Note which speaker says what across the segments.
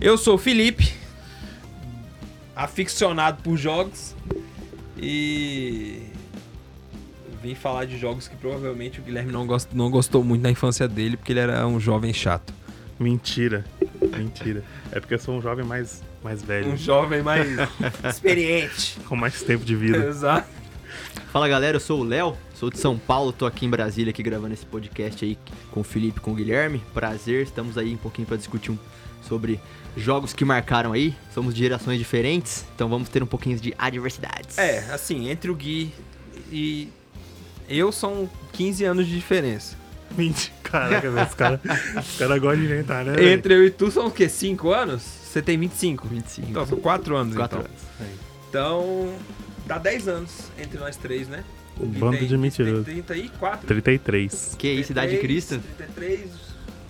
Speaker 1: Eu sou o Felipe, aficionado por jogos e vim falar de jogos que provavelmente o Guilherme não, gost- não gostou muito na infância dele, porque ele era um jovem chato.
Speaker 2: Mentira. Mentira. É porque eu sou um jovem mais, mais velho,
Speaker 1: Um jovem mais experiente.
Speaker 2: com mais tempo de vida.
Speaker 1: Exato.
Speaker 3: Fala galera, eu sou o Léo, sou de São Paulo, tô aqui em Brasília aqui gravando esse podcast aí com o Felipe, com o Guilherme. Prazer, estamos aí um pouquinho pra discutir um, sobre jogos que marcaram aí. Somos de gerações diferentes, então vamos ter um pouquinho de adversidades.
Speaker 1: É, assim, entre o Gui e eu são 15 anos de diferença.
Speaker 2: Mentira. Caraca, velho, os caras os cara gostam de inventar, né? velho?
Speaker 1: Entre eu e tu são o quê? 5 anos? Você tem 25?
Speaker 3: 25.
Speaker 1: Então, são 4 anos,
Speaker 3: Quatro
Speaker 1: então.
Speaker 3: anos.
Speaker 1: Então, dá 10 anos entre nós três, né?
Speaker 2: Um
Speaker 1: Gui
Speaker 2: bando
Speaker 1: tem-
Speaker 2: de mentiroso.
Speaker 1: Tem 34.
Speaker 2: 33.
Speaker 3: Que aí, Cidade de
Speaker 1: é
Speaker 3: Cristo?
Speaker 1: 33,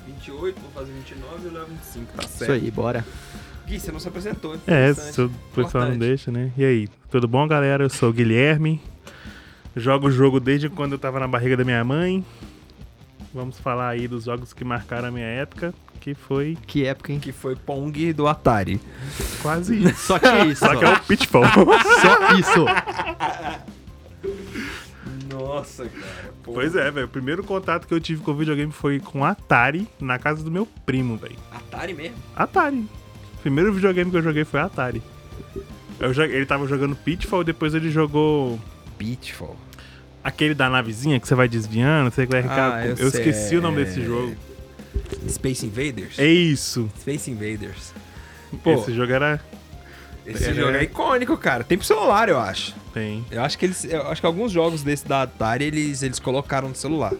Speaker 1: 28, vou fazer 29 e o Léo 25, tá
Speaker 3: Isso
Speaker 1: certo.
Speaker 3: aí, bora.
Speaker 1: Gui, você não se apresentou.
Speaker 2: É,
Speaker 1: interessante.
Speaker 2: se o pessoal não
Speaker 1: Importante.
Speaker 2: deixa, né? E aí, tudo bom, galera? Eu sou o Guilherme. Jogo o jogo desde quando eu tava na barriga da minha mãe. Vamos falar aí dos jogos que marcaram a minha época, que foi
Speaker 3: Que época, hein?
Speaker 1: Que foi Pong do Atari.
Speaker 2: quase isso.
Speaker 3: Só que isso.
Speaker 2: Só que é o Pitfall.
Speaker 3: Só isso.
Speaker 1: Nossa, cara. pô.
Speaker 2: pois é, velho. O primeiro contato que eu tive com o videogame foi com Atari na casa do meu primo, velho.
Speaker 1: Atari mesmo?
Speaker 2: Atari. O primeiro videogame que eu joguei foi Atari. Eu jo- ele tava jogando Pitfall, depois ele jogou
Speaker 1: Pitfall.
Speaker 2: aquele da navezinha que você vai desviando, você vai
Speaker 1: Ah,
Speaker 2: ah, eu,
Speaker 1: eu sei.
Speaker 2: esqueci o nome desse jogo.
Speaker 1: Space Invaders?
Speaker 2: É isso.
Speaker 1: Space Invaders. Pô,
Speaker 2: Esse
Speaker 1: esse,
Speaker 2: jogo era. é-
Speaker 1: jogo é icônico, cara. Tem pro celular, eu acho.
Speaker 2: Tem.
Speaker 1: Eu acho que eles. Eu acho que alguns jogos desse da Atari, eles, eles colocaram no celular.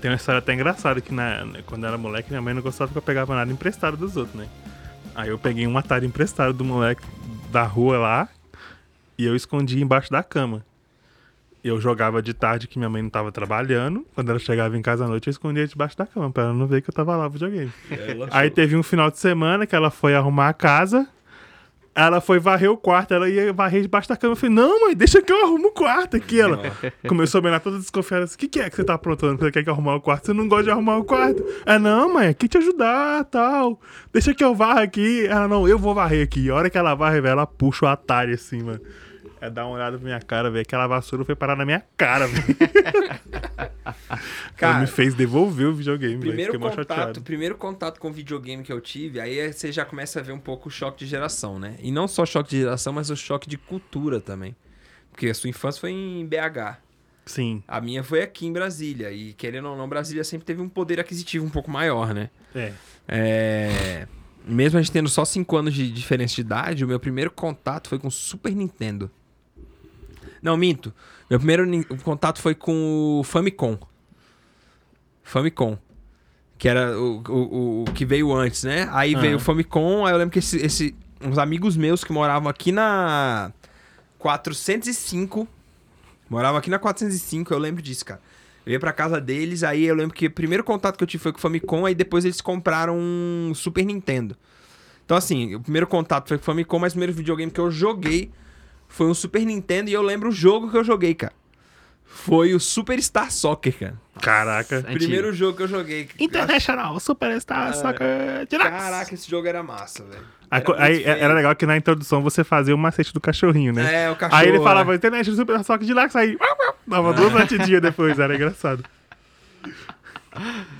Speaker 2: Tem uma história até engraçada que na, quando eu era moleque, minha mãe não gostava que eu pegava nada emprestado dos outros, né? Aí eu peguei um Atari emprestado do moleque da rua lá e eu escondi embaixo da cama. Eu jogava de tarde que minha mãe não tava trabalhando. Quando ela chegava em casa à noite, eu escondia debaixo da cama pra ela não ver que eu tava lá no videogame. Aí teve um final de semana que ela foi arrumar a casa. Ela foi varrer o quarto, ela ia varrer debaixo da cama. Eu falei, não, mãe, deixa que eu arrumo o quarto aqui. Ela começou a me olhar toda desconfiada. assim, O que, que é que você tá aprontando? Você quer que eu arrumar o quarto? Você não gosta de arrumar o quarto? Ela, não, mãe, aqui te ajudar, tal. Deixa que eu varra aqui. Ela, não, eu vou varrer aqui. A hora que ela varre, velho, ela puxa o atalho assim, mano. É dar uma olhada pra minha cara, velho. Aquela vassoura foi parar na minha cara, velho. Ela me
Speaker 1: Cara,
Speaker 2: fez devolver o videogame, velho.
Speaker 1: primeiro
Speaker 2: Fiquei mó
Speaker 1: contato,
Speaker 2: chateado.
Speaker 1: primeiro contato com videogame que eu tive, aí é- você já começa a ver um pouco o choque de geração, né? E não só choque de geração, mas o choque de cultura também. Porque a sua infância foi em BH.
Speaker 2: Sim,
Speaker 1: A minha foi aqui em Brasília. E querendo ou não, Brasília sempre teve um poder aquisitivo um pouco maior, né?
Speaker 2: é.
Speaker 1: É. Mesmo a gente tendo só 5 anos de diferença de idade, o meu primeiro contato foi com o Super Nintendo. Não, minto. Meu primeiro nin- contato foi com o Famicom. Famicom. Que era o, o- o- o que veio antes, né? Aí
Speaker 2: Ah.
Speaker 1: veio o Famicom, aí eu lembro que esse, esse- uns amigos meus que moravam aqui na 405. Moravam aqui na 405, eu lembro disso, cara. Eu ia pra casa deles, aí eu lembro que o primeiro contato que eu tive foi com o Famicom, aí depois eles compraram um Super Nintendo. Então, assim, o primeiro contato foi com o Famicom, mas o primeiro videogame que eu joguei foi um Super Nintendo e eu lembro o jogo que eu joguei, cara. Foi o Super Star Soccer, cara.
Speaker 2: Caraca.
Speaker 3: Antigo.
Speaker 1: Primeiro jogo que eu joguei.
Speaker 2: International Superstar
Speaker 1: Ah,
Speaker 2: Soccer Deluxe.
Speaker 1: Caraca, esse jogo era massa, velho.
Speaker 2: A co-
Speaker 1: muito
Speaker 2: Aí, é,
Speaker 1: feio.
Speaker 2: era legal que na introdução você fazia o macete do cachorrinho, né?
Speaker 1: É, É. o cachorro.
Speaker 2: aí ele
Speaker 1: né?
Speaker 2: falava International Superstar Soccer Deluxe, aí uau, uau, dava duas batidinhas depois, era engraçado.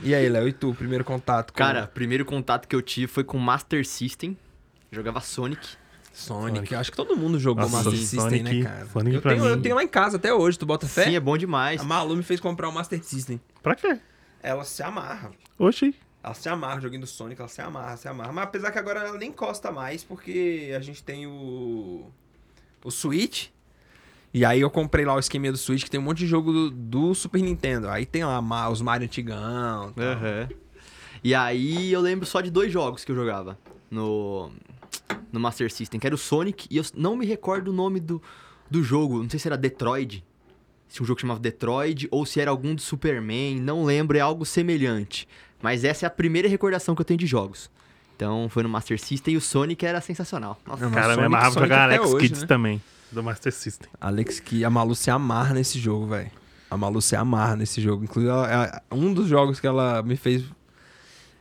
Speaker 1: E aí, Léo, e tu, primeiro contato com
Speaker 3: Cara, primeiro contato que eu tive foi com Master System. Jogava Sonic.
Speaker 1: Sonic. Eu acho que todo mundo jogou
Speaker 2: Nossa,
Speaker 1: Master System,
Speaker 2: Sonic-
Speaker 1: né, cara?
Speaker 2: Sonic
Speaker 1: eu,
Speaker 2: pra
Speaker 1: tenho,
Speaker 2: mim-
Speaker 1: eu tenho lá em casa até hoje, tu bota fé?
Speaker 3: Sim, é bom demais.
Speaker 1: A Malu me fez comprar o Master System.
Speaker 2: Pra quê?
Speaker 1: Ela se amarra.
Speaker 2: Oxi.
Speaker 1: Ela se amarra, joguinho do Sonic, ela se amarra, se amarra. Mas apesar que agora ela nem encosta mais, porque a gente tem o. O Switch. E aí eu comprei lá o esqueminha do Switch, que tem um monte de jogo do, do Super Nintendo. Aí tem lá ma- os Mario Antigão. tal.
Speaker 3: Aham. E aí eu lembro só de dois jogos que eu jogava no, no Master System, que era o Sonic, e eu não me recordo o nome do, do jogo, não sei se era Detroit, se um jogo chamava Detroit, ou se era algum do Superman, não lembro, é algo semelhante. Mas essa é a primeira recordação que eu tenho de jogos. Então foi no Master System e o Sonic era sensacional. Nossa,
Speaker 1: Não, mas
Speaker 2: Cara, eu me
Speaker 1: Sonic-
Speaker 2: amarrava pra
Speaker 1: Sonic
Speaker 2: jogar
Speaker 1: até
Speaker 2: Alex
Speaker 1: hoje,
Speaker 2: Kids
Speaker 1: né?
Speaker 2: também, do Master System.
Speaker 1: Alex, que a Malu se amarra nesse jogo, velho. A Malu se amarra nesse jogo. Inclusive, ela- ela- um dos jogos que ela me fez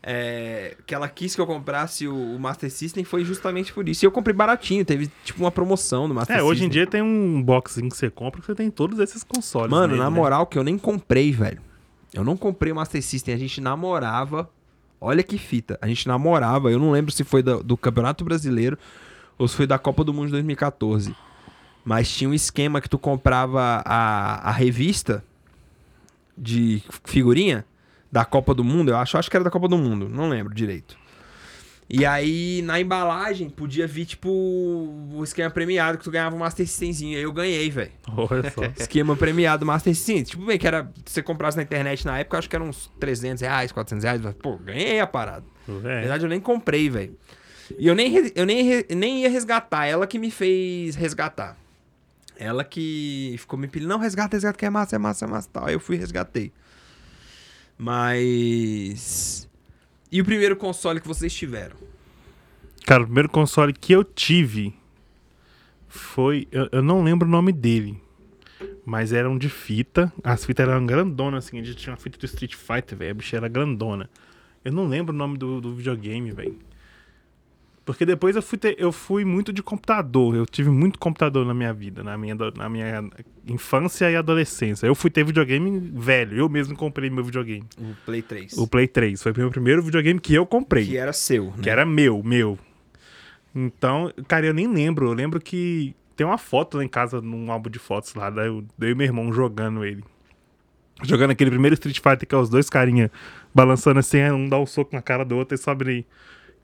Speaker 1: é, que ela quis que eu comprasse o, o Master System foi justamente por isso. E eu comprei baratinho, teve tipo uma promoção no Master
Speaker 2: É,
Speaker 1: System.
Speaker 2: hoje em dia tem um boxing que você compra que você tem todos esses consoles.
Speaker 1: Mano,
Speaker 2: nele,
Speaker 1: na
Speaker 2: né?
Speaker 1: moral, que eu nem comprei, velho. Eu não comprei o Master System, a gente namorava. Olha que fita. A gente namorava, eu não lembro se foi da- do, Campeonato Brasileiro ou se foi da Copa do Mundo de 2014. Mas tinha um esquema que tu comprava a, a revista de figurinha da Copa do Mundo, eu acho, acho que era da Copa do Mundo, não lembro direito. E aí, na embalagem, podia vir, tipo, o esquema premiado que tu ganhava um Master Systemzinho. Aí eu ganhei, velho
Speaker 2: Olha só. É.
Speaker 1: esquema premiado Master System. Tipo, meio que era. Se você comprasse na internet na época, eu acho que era uns 300 reais, 400 reais. mas, Pô, ganhei a parada. Na
Speaker 2: É.
Speaker 1: verdade, eu nem comprei, velho. E eu, nem, res- eu nem, re- nem ia resgatar. Ela que me fez resgatar. Ela que ficou me pedindo, não, resgata, resgata, que é massa, é massa, é massa tal. Aí eu fui e resgatei. Mas. E o primeiro console que vocês tiveram?
Speaker 2: Cara, o primeiro console que eu tive foi. Eu, eu não lembro o nome dele. Mas era um de fita. As fitas eram grandonas, assim. A gente tinha uma fita do Street Fighter, velho. A bicha era grandona. Eu não lembro o nome do, do videogame, velho. Porque depois eu fui, ter- eu fui muito de computador. Eu tive muito computador na minha vida, na minha, ado- na minha infância e adolescência. Eu fui ter videogame velho. Eu mesmo comprei meu videogame.
Speaker 1: O Play 3.
Speaker 2: O Play 3. Foi o meu primeiro videogame que eu comprei.
Speaker 1: Que era seu.
Speaker 2: Que
Speaker 1: Né?
Speaker 2: era meu, meu. Então, cara, eu nem lembro. Eu lembro que tem uma foto lá em casa, num álbum de fotos lá, daí eu, eu e meu irmão jogando ele. Jogando aquele primeiro Street Fighter, que é os dois carinha balançando assim, aí um dá um soco na cara do outro e sobe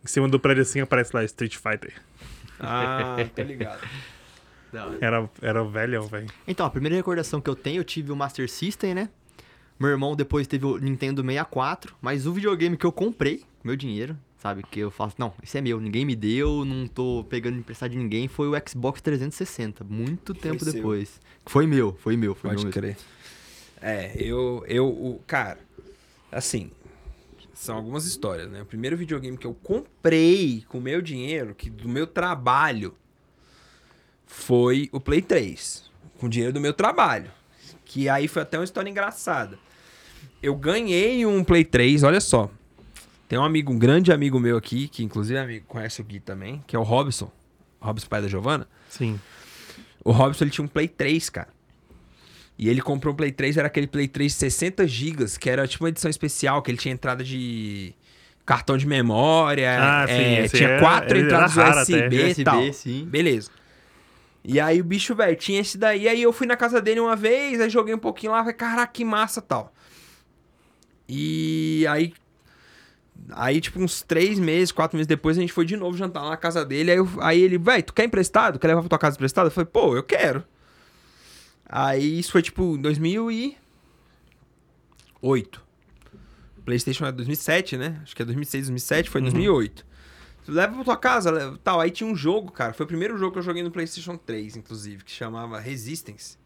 Speaker 2: em cima do prédio assim, aparece lá Street Fighter.
Speaker 1: Ah, tô ligado.
Speaker 3: Da hora.
Speaker 2: Era, era o velhão, velho.
Speaker 3: Então, a primeira recordação que eu tenho, eu tive o Master System, né? Meu irmão depois teve o Nintendo 64, mas o videogame que eu comprei, com meu dinheiro, sabe? Que eu faço, não, esse é meu, ninguém me deu, não tô pegando emprestado de ninguém, foi o Xbox 360, muito tempo
Speaker 1: seu.
Speaker 3: depois. Foi meu, foi meu, foi
Speaker 1: Pode
Speaker 3: meu. mesmo.
Speaker 1: crer. É, eu, eu, o, cara, assim, são algumas histórias, né? O primeiro videogame que eu comprei com meu dinheiro, que do meu trabalho, foi o Play 3, com o dinheiro do meu trabalho, que aí foi até uma história engraçada. Eu ganhei um Play 3, olha só. Tem um amigo, um grande amigo meu aqui, que inclusive é amigo, conhece o Gui também, que é o Robson. Robson, pai da Giovana.
Speaker 2: Sim.
Speaker 1: O Robson ele tinha um Play 3, cara. E ele comprou um Play 3, era aquele Play 3 60 GB, que era tipo uma edição especial, que ele tinha entrada de cartão de memória,
Speaker 2: Ah, sim,
Speaker 1: é,
Speaker 2: esse
Speaker 1: tinha
Speaker 2: é-
Speaker 1: quatro
Speaker 2: ele era
Speaker 1: entradas
Speaker 2: raro
Speaker 1: USB
Speaker 2: até.
Speaker 1: e tal.
Speaker 3: USB, sim.
Speaker 1: Beleza. E aí o bicho, velho, tinha esse daí, aí eu fui na casa dele uma vez, aí joguei um pouquinho lá, falei, caraca, que massa tal. E aí Aí, tipo, uns três meses, quatro meses depois, a gente foi de novo jantar lá na casa dele. Aí, eu- aí ele, véi, tu quer emprestado? Quer levar pra tua casa emprestado? Eu falei, pô, eu quero. Aí isso foi, tipo, em 2008. PlayStation é 2007, né? Acho que é 2006, 2007, foi 2008. Tu leva pra tua casa, leva- tal. Aí tinha um jogo, cara. Foi o primeiro jogo que eu joguei no PlayStation 3, inclusive, que chamava Resistance.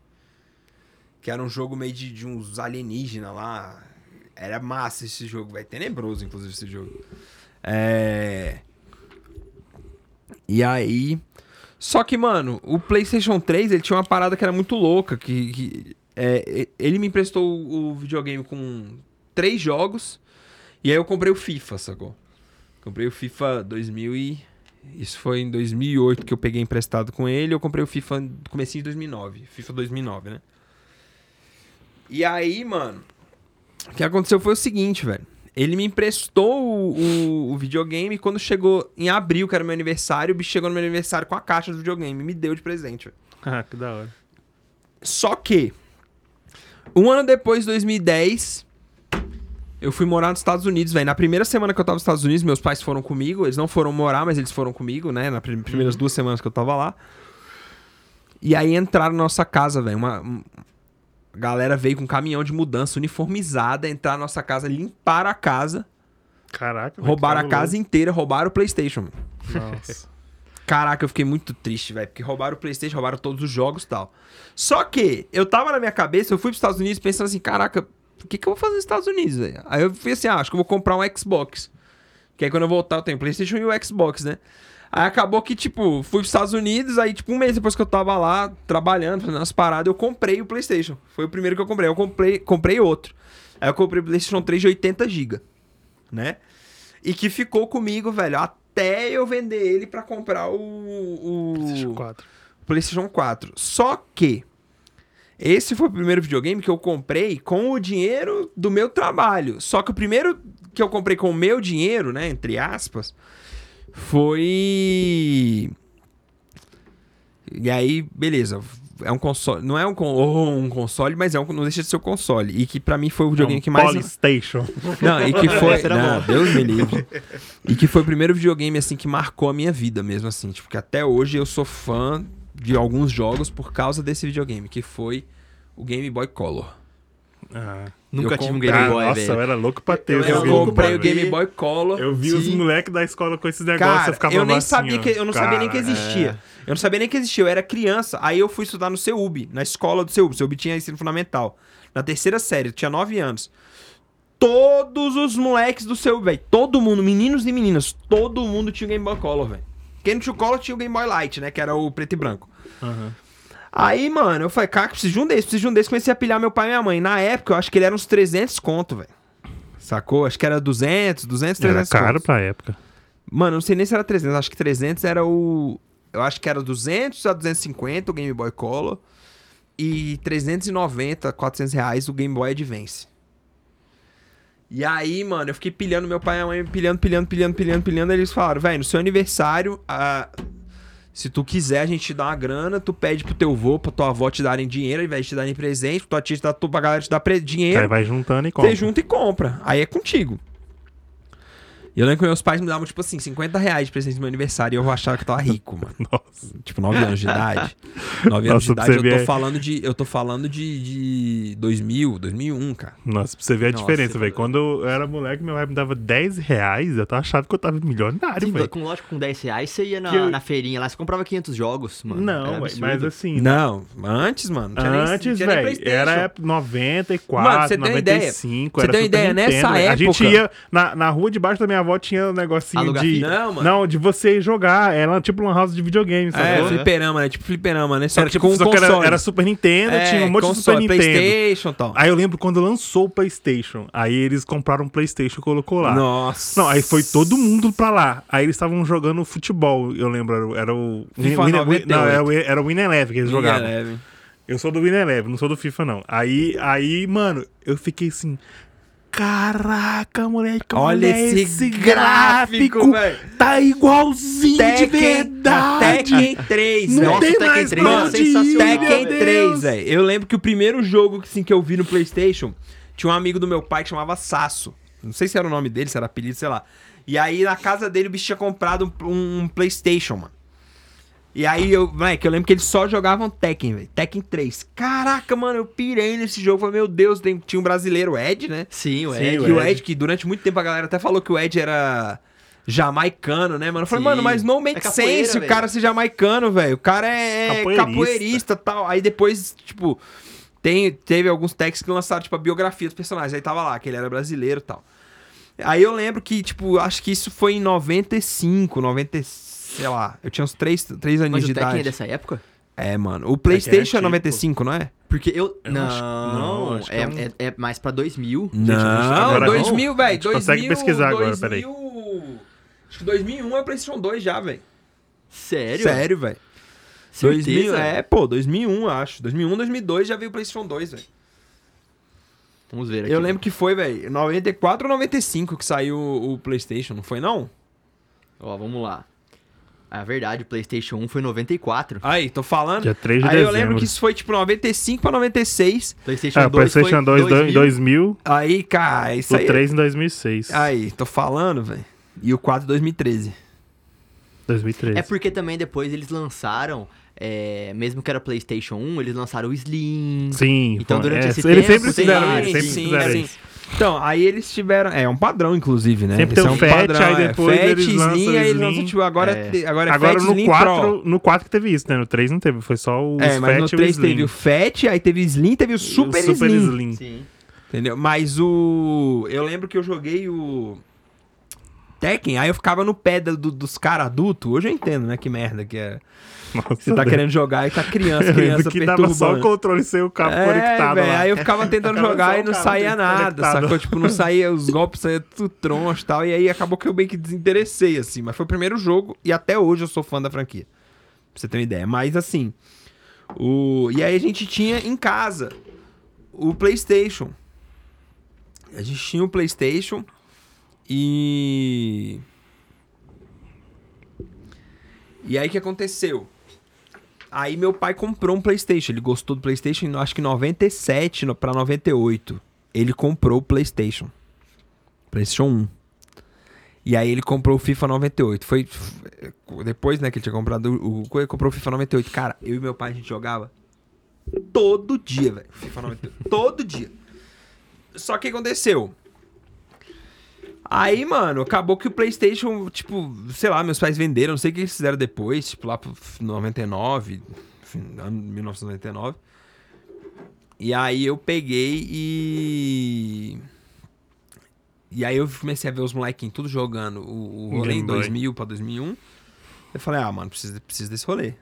Speaker 1: Que era um jogo meio de, de uns alienígenas lá. Era massa esse jogo, velho. Tenebroso, inclusive, esse jogo. É. E aí. Só que, mano, o PlayStation 3 ele tinha uma parada que era muito louca. Que, que- é, e- ele me emprestou o o videogame com três jogos. E aí eu comprei o FIFA, sacou? Comprei o FIFA 2000 e. Isso foi em 2008 que eu peguei emprestado com ele. Eu comprei o FIFA no comecinho de 2009. FIFA 2009, né? E aí, mano, o que aconteceu foi o seguinte, velho. Ele me emprestou o, o- o videogame e quando chegou em abril, que era meu aniversário, o bicho chegou no meu aniversário com a caixa do videogame e me deu de presente, velho.
Speaker 2: Ah, que da hora.
Speaker 1: Só que, um ano depois, 2010, eu fui morar nos Estados Unidos, velho. Na primeira semana que eu tava nos Estados Unidos, meus pais foram comigo. Eles não foram morar, mas eles foram comigo, né? Nas prim- primeiras duas semanas que eu tava lá. E aí entraram na nossa casa, velho. Uma. um- a galera veio com um caminhão de mudança uniformizada, entrar na nossa casa, limparam a casa,
Speaker 2: Caraca. velho,
Speaker 1: roubaram a
Speaker 2: que
Speaker 1: casa inteira, roubaram o PlayStation. mano.
Speaker 2: maluco. Nossa.
Speaker 1: Caraca, eu fiquei muito triste, velho, porque roubaram o PlayStation, roubaram todos os jogos e tal. Só que eu tava na minha cabeça, eu fui pros Estados Unidos pensando assim, caraca, o que, que eu vou fazer nos Estados Unidos, velho? Aí eu fui assim, ah, acho que eu vou comprar um Xbox. Que aí quando eu voltar eu tenho o PlayStation e o Xbox, né? Aí acabou que, tipo, fui pros Estados Unidos, aí, tipo, um mês depois que eu tava lá trabalhando, fazendo umas paradas, eu comprei o PlayStation. Foi o primeiro que eu comprei. Eu comprei, comprei outro. Aí eu comprei o PlayStation 3 de 80 GB, né? E que ficou comigo, velho, até eu vender ele pra comprar o. o...
Speaker 2: PlayStation 4.
Speaker 1: PlayStation 4. Só que esse foi o primeiro videogame que eu comprei com o dinheiro do meu trabalho. Só que o primeiro que eu comprei com o meu dinheiro, né, entre aspas, foi E aí, beleza, é um console, não é um, con- oh, um console, mas é um não deixa de ser um console e que pra mim foi o videogame
Speaker 2: É um
Speaker 1: que mais
Speaker 2: Polystation.
Speaker 1: não, e que foi.
Speaker 3: Essa era
Speaker 1: Não,
Speaker 3: boa.
Speaker 1: Deus me livre. E que foi o primeiro videogame, assim, que marcou a minha vida mesmo, assim. Tipo, que até hoje eu sou fã de alguns jogos por causa desse videogame, que foi o Game Boy Color.
Speaker 2: Ah,
Speaker 3: Nunca
Speaker 1: Eu
Speaker 3: tive um
Speaker 1: comprei-
Speaker 2: ah,
Speaker 3: Game Boy,
Speaker 2: nossa,
Speaker 3: velho.
Speaker 2: eu era louco pra ter
Speaker 3: Eu
Speaker 1: Eu,
Speaker 2: esse
Speaker 3: era
Speaker 2: Game
Speaker 3: louco pra
Speaker 1: comprei
Speaker 2: Boy,
Speaker 1: o
Speaker 2: velho.
Speaker 1: Game Boy Color.
Speaker 2: Eu vi os
Speaker 1: Sim.
Speaker 2: moleques da escola com esses negócios, eu
Speaker 1: Cara,
Speaker 2: ficava
Speaker 1: eu nem
Speaker 2: lá
Speaker 1: sabia
Speaker 2: assim, ó.
Speaker 1: que eu não sabia nem que
Speaker 2: Cara, é.
Speaker 1: existia. Eu não sabia nem que existia, eu era criança. Aí eu fui estudar no CEUB, na escola do CEUB. CEUB tinha ensino fundamental. Na terceira série, eu tinha 9 anos. Todos os moleques do CEUB, velho, todo mundo, meninos e meninas, todo mundo tinha o Game Boy Color, velho. Quem não tinha o Color tinha o Game Boy Light, né, que era o preto e branco.
Speaker 2: é, Aham.
Speaker 1: Aí, mano, eu falei, cara, preciso de um desse, preciso de um desse. Comecei a pilhar meu pai e minha mãe. Na época, eu acho que ele era uns 300 conto, velho. Sacou? Acho que era 200, 200, 300
Speaker 2: Era caro
Speaker 1: conto.
Speaker 2: pra época.
Speaker 1: Mano, eu não sei nem se era 300, acho que 300 era o. Eu acho que era 200 a 250 o Game Boy Color. E 390, 400 reais o Game Boy Advance. E aí, mano, eu fiquei pilhando meu pai e a mãe, pilhando, pilhando, pilhando, pilhando, pilhando. aí Eles falaram, velho, no seu aniversário, ah, se tu quiser, a gente te dá uma grana, tu pede pro teu vô, pra tua avó te darem dinheiro, ao invés de te darem presente, tua tia te dá, pra galera te dar pre- dinheiro.
Speaker 2: Aí vai juntando e compra.
Speaker 1: Você junta e compra. Aí é contigo. E eu lembro que meus pais me davam, tipo assim, 50 reais de presente no meu aniversário e eu achava que eu tava rico, mano.
Speaker 2: Nossa.
Speaker 1: Tipo, 9 anos de idade. 9 anos de
Speaker 2: Nossa, pra você
Speaker 1: idade, eu
Speaker 2: ver.
Speaker 1: tô falando de. Eu tô falando de, de 2000, 2001, cara.
Speaker 2: Nossa, pra você ver a
Speaker 3: Nossa,
Speaker 2: diferença,
Speaker 3: você
Speaker 2: velho.
Speaker 3: falou.
Speaker 2: Quando eu era moleque, meu pai me dava 10 reais, eu tava achando que eu tava milionário,
Speaker 3: Sim,
Speaker 2: velho.
Speaker 3: com, lógico, com 10 reais você ia na,
Speaker 2: Que eu-
Speaker 3: na feirinha lá, você comprava 500 jogos, mano.
Speaker 2: Não,
Speaker 3: Era
Speaker 2: véi,
Speaker 3: absurdo.
Speaker 2: mas assim,
Speaker 1: Não, antes, mano. não tinha nem- não
Speaker 2: Antes,
Speaker 1: tinha nem
Speaker 2: velho,
Speaker 1: PlayStation.
Speaker 2: era época 94,
Speaker 1: Mano, você tem uma ideia?
Speaker 2: 95,
Speaker 1: Você
Speaker 2: era
Speaker 1: tem uma
Speaker 2: Super
Speaker 1: ideia?
Speaker 2: Nintendo,
Speaker 1: Nessa
Speaker 2: velho. A gente
Speaker 1: época-
Speaker 2: ia, na, na rua debaixo da minha avó tinha um negocinho
Speaker 3: Alugar
Speaker 2: de...
Speaker 3: fita?
Speaker 1: Não, mano.
Speaker 2: Não, de você jogar, era tipo uma house de videogame, sabe?
Speaker 1: É,
Speaker 3: Sacou?
Speaker 1: fliperama, né? Tipo fliperama, né? Só
Speaker 2: Era
Speaker 1: que com
Speaker 2: só que era,
Speaker 1: console.
Speaker 2: era Super Nintendo,
Speaker 1: É,
Speaker 2: tinha um monte
Speaker 1: console,
Speaker 2: de Super Nintendo.
Speaker 1: Playstation e tal.
Speaker 2: Aí eu lembro quando lançou o Playstation, aí eles compraram um Playstation e colocou lá.
Speaker 1: Nossa.
Speaker 2: Não, aí foi todo mundo pra lá. Aí eles estavam jogando futebol, eu lembro. Era, o- era o.
Speaker 1: FIFA
Speaker 2: Win- Win- não,
Speaker 1: 98.
Speaker 2: era, o- era o Win Eleven que eles jogavam.
Speaker 1: Leve.
Speaker 2: Eu sou do Win Eleven, não sou do FIFA, não. Aí, aí, mano, eu fiquei assim. Caraca, moleque,
Speaker 1: Olha
Speaker 2: olha
Speaker 1: esse
Speaker 2: esse,
Speaker 1: gráfico,
Speaker 2: gráfico,
Speaker 1: velho.
Speaker 2: tá igualzinho de
Speaker 1: Tekken,
Speaker 2: verdade.
Speaker 1: Tekken 3,
Speaker 2: não
Speaker 1: velho. é
Speaker 3: Nossa,
Speaker 2: tem
Speaker 3: o Tekken
Speaker 2: mais
Speaker 3: 3
Speaker 2: pra
Speaker 1: era
Speaker 2: onde ir,
Speaker 3: sensacional,
Speaker 2: meu
Speaker 1: Tekken
Speaker 2: Deus.
Speaker 1: 3, velho. Eu lembro que o primeiro jogo que, assim, que eu vi no PlayStation tinha um amigo do meu pai que chamava Sasso. Não sei se era o nome dele, se era apelido, sei lá. E aí na casa dele o bicho tinha comprado um, um PlayStation, mano. E aí eu, moleque, eu lembro que eles só jogavam Tekken, velho. Tekken 3. Caraca, mano, eu pirei nesse jogo. Falei, meu Deus, tem- tinha um brasileiro, o Ed, né?
Speaker 3: Sim, é, o
Speaker 2: Sim,
Speaker 3: Ed.
Speaker 1: Que o
Speaker 2: Ed.
Speaker 1: Ed, que durante muito tempo a galera até falou que o Ed era jamaicano, né, mano? Eu falei,
Speaker 3: Sim.
Speaker 1: mano, mas não make
Speaker 3: É capoeira,
Speaker 1: sense o
Speaker 3: velho.
Speaker 1: cara ser jamaicano, velho. O cara é
Speaker 2: Capoeirista.
Speaker 1: capoeirista e tal. Aí depois, tipo, tem, teve alguns textos que lançaram, tipo, a biografia dos personagens. Aí tava lá, que ele era brasileiro e tal. Aí eu lembro que, tipo, acho que isso foi em 95, 90, sei lá. Eu tinha uns 3, três anos
Speaker 3: Mas
Speaker 1: de
Speaker 3: o Tekken
Speaker 1: idade.
Speaker 3: é dessa época?
Speaker 1: É, mano. O PlayStation é,
Speaker 2: antigo.
Speaker 1: 95, não é?
Speaker 3: Porque eu.
Speaker 2: Eu
Speaker 3: não,
Speaker 2: acho- não, acho que
Speaker 3: é,
Speaker 2: é um-
Speaker 3: é, é mais pra 2000.
Speaker 1: Hum.
Speaker 3: gente, a gente tá
Speaker 1: Não,
Speaker 2: agora
Speaker 3: agora
Speaker 2: não.
Speaker 1: 2000, velho.
Speaker 2: gente consegue
Speaker 1: 2000,
Speaker 2: pesquisar agora, peraí.
Speaker 1: 2000, Acho que 2001 é o PlayStation 2 já, velho.
Speaker 3: Sério?
Speaker 1: Sério, velho.
Speaker 3: Certeza?
Speaker 1: 2000, é, pô, 2001, acho. 2001, 2002 já veio o PlayStation 2, velho.
Speaker 3: Vamos ver aqui.
Speaker 1: Eu lembro que foi, velho, 94 ou 95 que saiu o PlayStation, não foi não?
Speaker 3: Ó, vamos lá. É A verdade, o PlayStation 1 foi 94.
Speaker 2: Ah,
Speaker 1: Aí, tô falando.
Speaker 2: Dia 3 de
Speaker 1: Aí eu
Speaker 2: dezembro.
Speaker 1: lembro que isso foi tipo 95 pra 96.
Speaker 3: PlayStation
Speaker 2: Ah, o
Speaker 3: 2 foi
Speaker 2: PlayStation 2 em 2000,
Speaker 1: Aí, cara, isso
Speaker 2: o
Speaker 1: aí. é
Speaker 2: 3 em 2006.
Speaker 1: Aí, tô falando, velho. E o 4 2013.
Speaker 2: 2013.
Speaker 3: É porque também depois eles lançaram, é, mesmo que era PlayStation 1, eles lançaram o Slim.
Speaker 2: Sim,
Speaker 3: Então,
Speaker 2: foi-
Speaker 3: durante
Speaker 2: é,
Speaker 3: esse
Speaker 2: eles
Speaker 3: tempo,
Speaker 2: sempre
Speaker 3: tem
Speaker 2: fizeram
Speaker 3: vários,
Speaker 2: isso, sempre
Speaker 3: sim,
Speaker 2: fizeram
Speaker 3: sim.
Speaker 2: isso.
Speaker 1: Então, aí eles tiveram. É, é um padrão, inclusive, né?
Speaker 2: Sempre
Speaker 1: Esse
Speaker 2: tem
Speaker 1: é
Speaker 2: um
Speaker 1: um
Speaker 2: Fat,
Speaker 1: padrão,
Speaker 2: aí
Speaker 1: é.
Speaker 2: depois
Speaker 1: Fat,
Speaker 2: eles lançam
Speaker 1: Slim, aí eles
Speaker 2: Slim.
Speaker 1: lançam, tipo, agora
Speaker 3: É.
Speaker 1: te- agora é
Speaker 2: Agora
Speaker 1: Fat,
Speaker 2: no
Speaker 1: Slim
Speaker 2: 4, no 4 que teve isso, né? No 3 não teve, foi só o
Speaker 1: Pro. É, mas
Speaker 2: Fat
Speaker 1: no
Speaker 2: e o
Speaker 1: 3
Speaker 2: Slim.
Speaker 1: teve o Fat, aí teve o Slim, teve o Super,
Speaker 2: O Super
Speaker 1: Slim,
Speaker 2: Slim.
Speaker 3: Sim.
Speaker 1: Entendeu? Mas o. Eu lembro que eu joguei o. Tekken, aí eu ficava no pé do- dos caras adultos. Hoje eu entendo, né? Que merda que é.
Speaker 2: Nossa,
Speaker 1: Você tá
Speaker 2: Deus.
Speaker 1: querendo jogar e tá criança,
Speaker 2: Eu
Speaker 1: criança
Speaker 2: lembro que tava só o
Speaker 1: perturbando.
Speaker 2: controle sem o cabo
Speaker 1: É,
Speaker 2: conectado
Speaker 1: velho,
Speaker 2: lá.
Speaker 1: aí eu ficava tentando
Speaker 2: Tava só
Speaker 1: jogar e
Speaker 2: o
Speaker 1: não
Speaker 2: cabo
Speaker 1: saía nada,
Speaker 2: desconectado.
Speaker 1: sacou? Tipo, não saía, os golpes saíam tudo troncho e tal, e aí acabou que eu meio que desinteressei, assim. Mas foi o primeiro jogo e até hoje eu sou fã da franquia. Pra você ter uma ideia. Mas, assim, o... E aí a gente tinha em casa o PlayStation. A gente tinha o PlayStation e... E aí o que aconteceu? Aí meu pai comprou um PlayStation. Ele gostou do PlayStation, no- acho que 97 no- pra 98. Ele comprou o PlayStation. PlayStation 1. E aí ele comprou o FIFA 98. Foi f- depois, né, que ele tinha comprado o o- ele comprou o FIFA 98. Cara, eu e meu pai a gente jogava todo dia, velho. FIFA 98, todo dia. Só que aconteceu. Aí, mano, acabou que o PlayStation, tipo, sei lá, meus pais venderam, não sei o que eles fizeram depois, tipo, lá pro 99, fim, ano 1999. E aí eu peguei e. E aí eu comecei a ver os molequinhos tudo jogando o, o
Speaker 2: Game
Speaker 1: rolê em
Speaker 2: Boy.
Speaker 1: 2000 pra 2001. Eu falei, ah, mano, preciso, preciso desse rolê.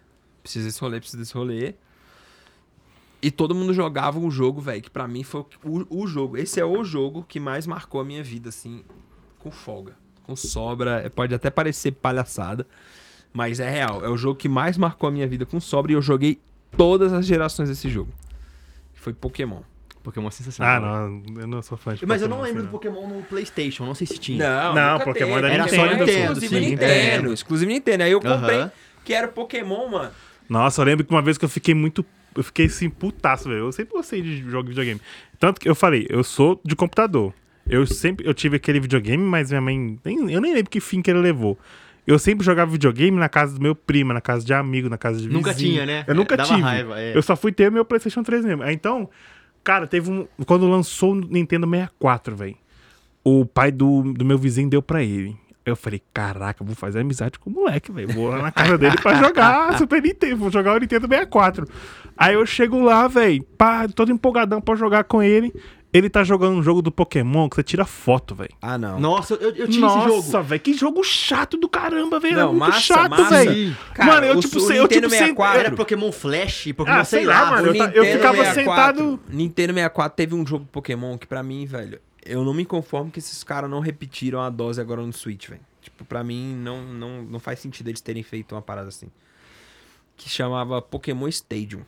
Speaker 1: Preciso desse rolê, preciso desse rolê. E todo mundo jogava um jogo, velho, que pra mim foi o, o jogo. Esse é o jogo que mais marcou a minha vida, assim, com folga. Com sobra. É, Pode até parecer palhaçada, mas é real. É o jogo que mais marcou a minha vida com sobra e eu joguei todas as gerações desse jogo. Foi Pokémon.
Speaker 3: Pokémon é sensacional.
Speaker 2: Ah, não, eu não sou fã de
Speaker 3: Mas eu
Speaker 2: Pokémon,
Speaker 3: não lembro do
Speaker 2: assim,
Speaker 3: Pokémon no PlayStation, não sei se tinha.
Speaker 2: Não, Pokémon
Speaker 1: teve.
Speaker 2: era
Speaker 1: Era
Speaker 3: Nintendo,
Speaker 1: só Nintendo,
Speaker 3: sim,
Speaker 1: exclusivo
Speaker 3: Nintendo.
Speaker 1: Nintendo. Exclusivo Nintendo. Aí eu comprei,
Speaker 3: Aham.
Speaker 1: que era Pokémon, mano.
Speaker 2: não. Nossa, eu lembro que uma vez que eu fiquei muito. Eu fiquei assim, putaço, velho. Eu sempre gostei de jogo de videogame. Tanto que eu falei, eu sou de computador. Eu sempre. Eu tive aquele videogame, mas minha mãe. nem- eu nem lembro que fim que ele levou. Eu sempre jogava videogame na casa do meu primo, na casa de amigo, na casa de vizinho.
Speaker 3: Nunca tinha, né?
Speaker 2: Eu nunca
Speaker 3: Dava
Speaker 2: tive.
Speaker 3: raiva, é.
Speaker 2: Eu só fui ter meu PlayStation 3 mesmo. Aí, Então, cara, teve um. Quando lançou o Nintendo 64, velho, o pai do, do meu vizinho deu pra ele. Eu falei, caraca, vou fazer amizade com o moleque, velho. Vou lá na casa dele pra jogar Super Nintendo, vou jogar o Nintendo 64. Aí eu chego lá, velho, pá, todo empolgadão pra jogar com ele. Ele tá jogando um jogo do Pokémon que você tira foto, velho.
Speaker 1: Ah, não.
Speaker 3: Nossa, eu, eu tinha esse jogo.
Speaker 2: Nossa, velho, que jogo chato do caramba, velho. Era
Speaker 1: Não,
Speaker 2: muito
Speaker 1: massa,
Speaker 2: chato,
Speaker 1: massa.
Speaker 2: velho.
Speaker 1: Cara,
Speaker 2: Mano, eu
Speaker 1: o-
Speaker 2: tipo,
Speaker 1: o
Speaker 2: sei- eu tipo,
Speaker 1: Nintendo
Speaker 2: sei-
Speaker 1: 64
Speaker 3: Era Pokémon Flash, Pokémon,
Speaker 2: Ah,
Speaker 3: sei,
Speaker 2: sei
Speaker 3: lá, é.
Speaker 2: lá, mano,
Speaker 1: O
Speaker 2: eu ta- eu ficava sentado-
Speaker 1: Nintendo 64 teve um jogo Pokémon que pra mim, velho, eu não me conformo que esses caras não repetiram a dose agora no Switch, velho. Tipo, pra mim não, não, não faz sentido eles terem feito uma parada assim. Que chamava Pokémon Stadium.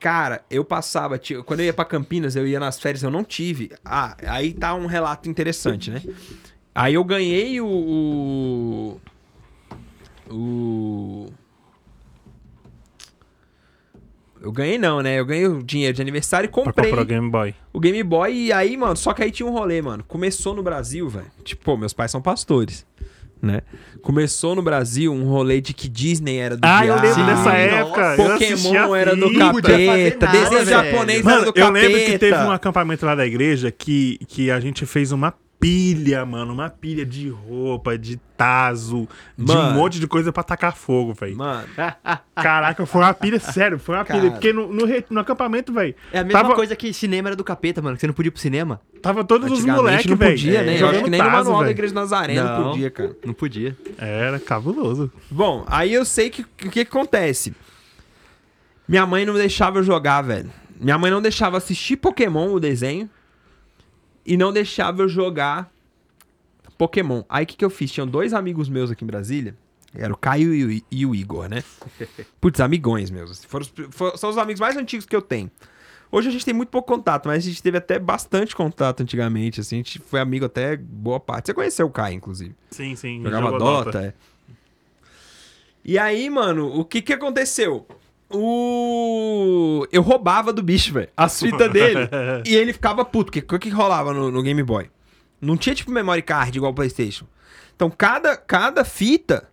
Speaker 1: Cara, eu passava, tipo, quando eu ia pra Campinas, eu ia nas férias, eu não tive. Ah, aí tá um relato interessante, né? Aí eu ganhei o. O. o- Eu ganhei não, né? Eu ganhei o dinheiro de aniversário e
Speaker 2: Pra
Speaker 1: comprei
Speaker 2: comprar o Game Boy.
Speaker 1: o Game Boy. E aí, mano, só que aí tinha um rolê, mano. Começou no Brasil, velho. Tipo, pô, meus pais são pastores, né? Começou no Brasil um rolê de que Disney era do
Speaker 2: Ah, eu
Speaker 1: diabo,
Speaker 2: lembro dessa
Speaker 3: nossa.
Speaker 2: época. eu assistia
Speaker 1: Pokémon era do
Speaker 2: vídeo.
Speaker 3: Não podia fazer
Speaker 1: capeta,
Speaker 3: nada,
Speaker 1: desenho
Speaker 3: velho.
Speaker 1: japonês era
Speaker 2: Mano,
Speaker 1: do capeta.
Speaker 2: eu lembro que teve um acampamento lá da igreja que, que a gente fez uma pilha, mano. Uma pilha de roupa, de taso, de um
Speaker 1: Mano.
Speaker 2: monte de coisa pra tacar fogo, velho.
Speaker 1: Mano,
Speaker 2: Caraca, foi uma pilha, sério, foi uma pilha.
Speaker 1: Cara.
Speaker 2: Porque no, no, re- no acampamento, velho,
Speaker 3: É a mesma
Speaker 2: Tava-
Speaker 3: coisa que cinema era do capeta, mano, que você não podia ir pro cinema.
Speaker 2: tava todos os
Speaker 1: antigamente
Speaker 2: moleques,
Speaker 1: não
Speaker 2: velho.
Speaker 1: podia, né? Eu acho
Speaker 2: jogando
Speaker 1: que nem no
Speaker 2: tazo,
Speaker 1: manual da
Speaker 2: é, velho.
Speaker 1: Igreja Nazarena
Speaker 3: Não.
Speaker 1: podia, cara.
Speaker 3: Não podia.
Speaker 2: Era cabuloso.
Speaker 1: Bom, aí eu sei que o que, que acontece. Minha mãe não deixava eu jogar, velho. Minha mãe não deixava assistir Pokémon, o desenho. E não deixava eu jogar Pokémon. Aí o que, que eu fiz? Tinham dois amigos meus aqui em Brasília. Era o Caio e o, I- e o Igor, né? Putz, amigões meus. assim. Foram os pri- for- são os amigos mais antigos que eu tenho. Hoje a gente tem muito pouco contato, mas a gente teve até bastante contato antigamente. Assim, a gente foi amigo até boa parte. Você conheceu o Caio, inclusive.
Speaker 2: Sim, sim.
Speaker 1: Jogava Dota, é. E aí, mano, o que que aconteceu? O... Eu roubava do bicho, velho, as fitas dele. e ele ficava puto, porque o que que rolava no, no Game Boy? Não tinha, tipo, memory card igual o Playstation. Então, cada, cada fita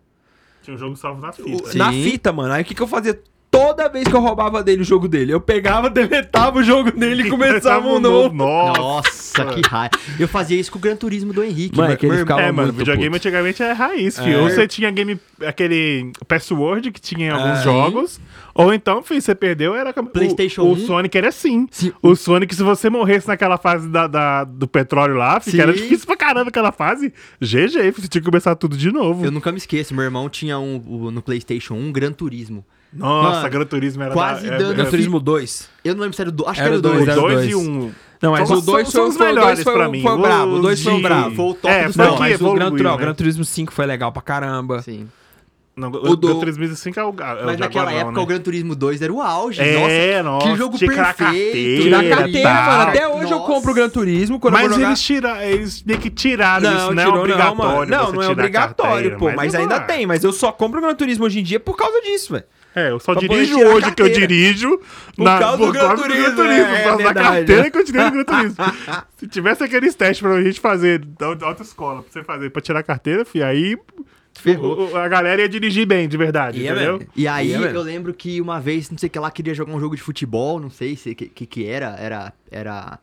Speaker 2: Tinha um jogo salvo na
Speaker 1: o-
Speaker 2: fita.
Speaker 1: Na
Speaker 3: Sim.
Speaker 1: fita, mano. Aí o que, que eu fazia? Toda vez que eu roubava dele o jogo dele, eu pegava, deletava o jogo dele e começava um novo.
Speaker 2: Nossa.
Speaker 3: Nossa, que raiva. Eu fazia isso com o Gran Turismo do Henrique.
Speaker 1: Mano,
Speaker 3: meu-
Speaker 1: é que ele
Speaker 3: meu irmão.
Speaker 1: ficava
Speaker 2: É, mano,
Speaker 1: muito
Speaker 2: videogame
Speaker 1: puto.
Speaker 2: antigamente é raiz, filho. Ou você tinha game, aquele Password que tinha em alguns
Speaker 1: É.
Speaker 2: jogos, ou então, filho, você perdeu, era... o-
Speaker 3: PlayStation
Speaker 1: um?
Speaker 2: O,
Speaker 3: 1.
Speaker 2: Sonic era assim.
Speaker 3: Sim.
Speaker 2: O Sonic, se você morresse naquela fase da, da- do petróleo lá, filho, que era
Speaker 3: Sim.
Speaker 2: difícil pra caramba aquela fase, GG, filho, você tinha que começar tudo de novo.
Speaker 3: Eu nunca me esqueço, meu irmão tinha um, o- no Playstation 1 um Gran Turismo.
Speaker 2: Nossa,
Speaker 3: Mano,
Speaker 2: Gran Turismo era...
Speaker 3: quase
Speaker 2: da,
Speaker 3: dando
Speaker 1: Gran Turismo 2.
Speaker 3: Eu não lembro se era do. Acho
Speaker 1: Era
Speaker 3: que
Speaker 1: o
Speaker 3: era
Speaker 1: dois,
Speaker 3: o
Speaker 2: O
Speaker 3: né?
Speaker 1: era o
Speaker 3: 2.
Speaker 2: 2 e
Speaker 1: dois.
Speaker 2: 1.
Speaker 1: Não, mas
Speaker 2: São-
Speaker 1: o 2 foi,
Speaker 2: são os
Speaker 1: foi, o dois
Speaker 2: melhores
Speaker 1: foi,
Speaker 2: pra
Speaker 1: o-
Speaker 2: mim.
Speaker 1: foi o brabo. O 2 foi o
Speaker 2: Sim.
Speaker 1: brabo.
Speaker 3: Foi o top
Speaker 2: É,
Speaker 3: dos
Speaker 2: foi
Speaker 1: Não,
Speaker 2: o que
Speaker 1: mas o Gran,
Speaker 2: evoluiu,
Speaker 1: Tur- o
Speaker 2: né?
Speaker 1: Gran Turismo 5 foi legal pra caramba.
Speaker 3: Sim.
Speaker 2: Não,
Speaker 1: O
Speaker 2: o
Speaker 1: do-
Speaker 2: Gran Turismo 5 é o, ga- é o
Speaker 3: Mas naquela
Speaker 2: Jaguarão,
Speaker 3: época
Speaker 2: né?
Speaker 3: o Gran Turismo 2 era o auge.
Speaker 2: É, nossa,
Speaker 3: que jogo
Speaker 2: tinha que tirar a
Speaker 3: perfeito.
Speaker 1: Tirar
Speaker 2: Eita.
Speaker 1: a carteira, tá? mano. Até hoje eu
Speaker 3: Nossa.
Speaker 1: compro o Gran Turismo. Quando eu
Speaker 2: Mas
Speaker 1: vou jogar...
Speaker 2: eles, tira, eles meio que tiraram isso, não é
Speaker 1: tirou
Speaker 2: obrigatório.
Speaker 1: Não, não,
Speaker 2: você
Speaker 1: não é
Speaker 2: tirar a
Speaker 1: obrigatório,
Speaker 2: carteira, é.
Speaker 1: pô. Mas,
Speaker 2: eu
Speaker 1: ainda
Speaker 2: vou.
Speaker 1: tem, mas eu só compro o Gran Turismo hoje em dia por causa disso, velho.
Speaker 2: É, eu só
Speaker 1: Pra poder
Speaker 2: dirijo
Speaker 1: tirar a
Speaker 2: hoje que eu
Speaker 1: carteira.
Speaker 2: dirijo.
Speaker 1: Por causa do Gran Turismo, né?
Speaker 2: por
Speaker 1: É
Speaker 2: causa da
Speaker 1: verdade,
Speaker 2: carteira
Speaker 1: né?
Speaker 2: que eu tirei do Gran Turismo. Se tivesse aqueles testes pra gente fazer, da da autoescola, pra você fazer, pra tirar a carteira, fi, aí
Speaker 3: Ferrou.
Speaker 2: o- o- a galera ia dirigir bem, de verdade,
Speaker 1: Ia
Speaker 2: entendeu?
Speaker 1: mesmo.
Speaker 3: E aí
Speaker 1: É, velho.
Speaker 3: eu lembro que uma vez, não sei o que lá, queria jogar um jogo de futebol, não sei se que, que que era, era era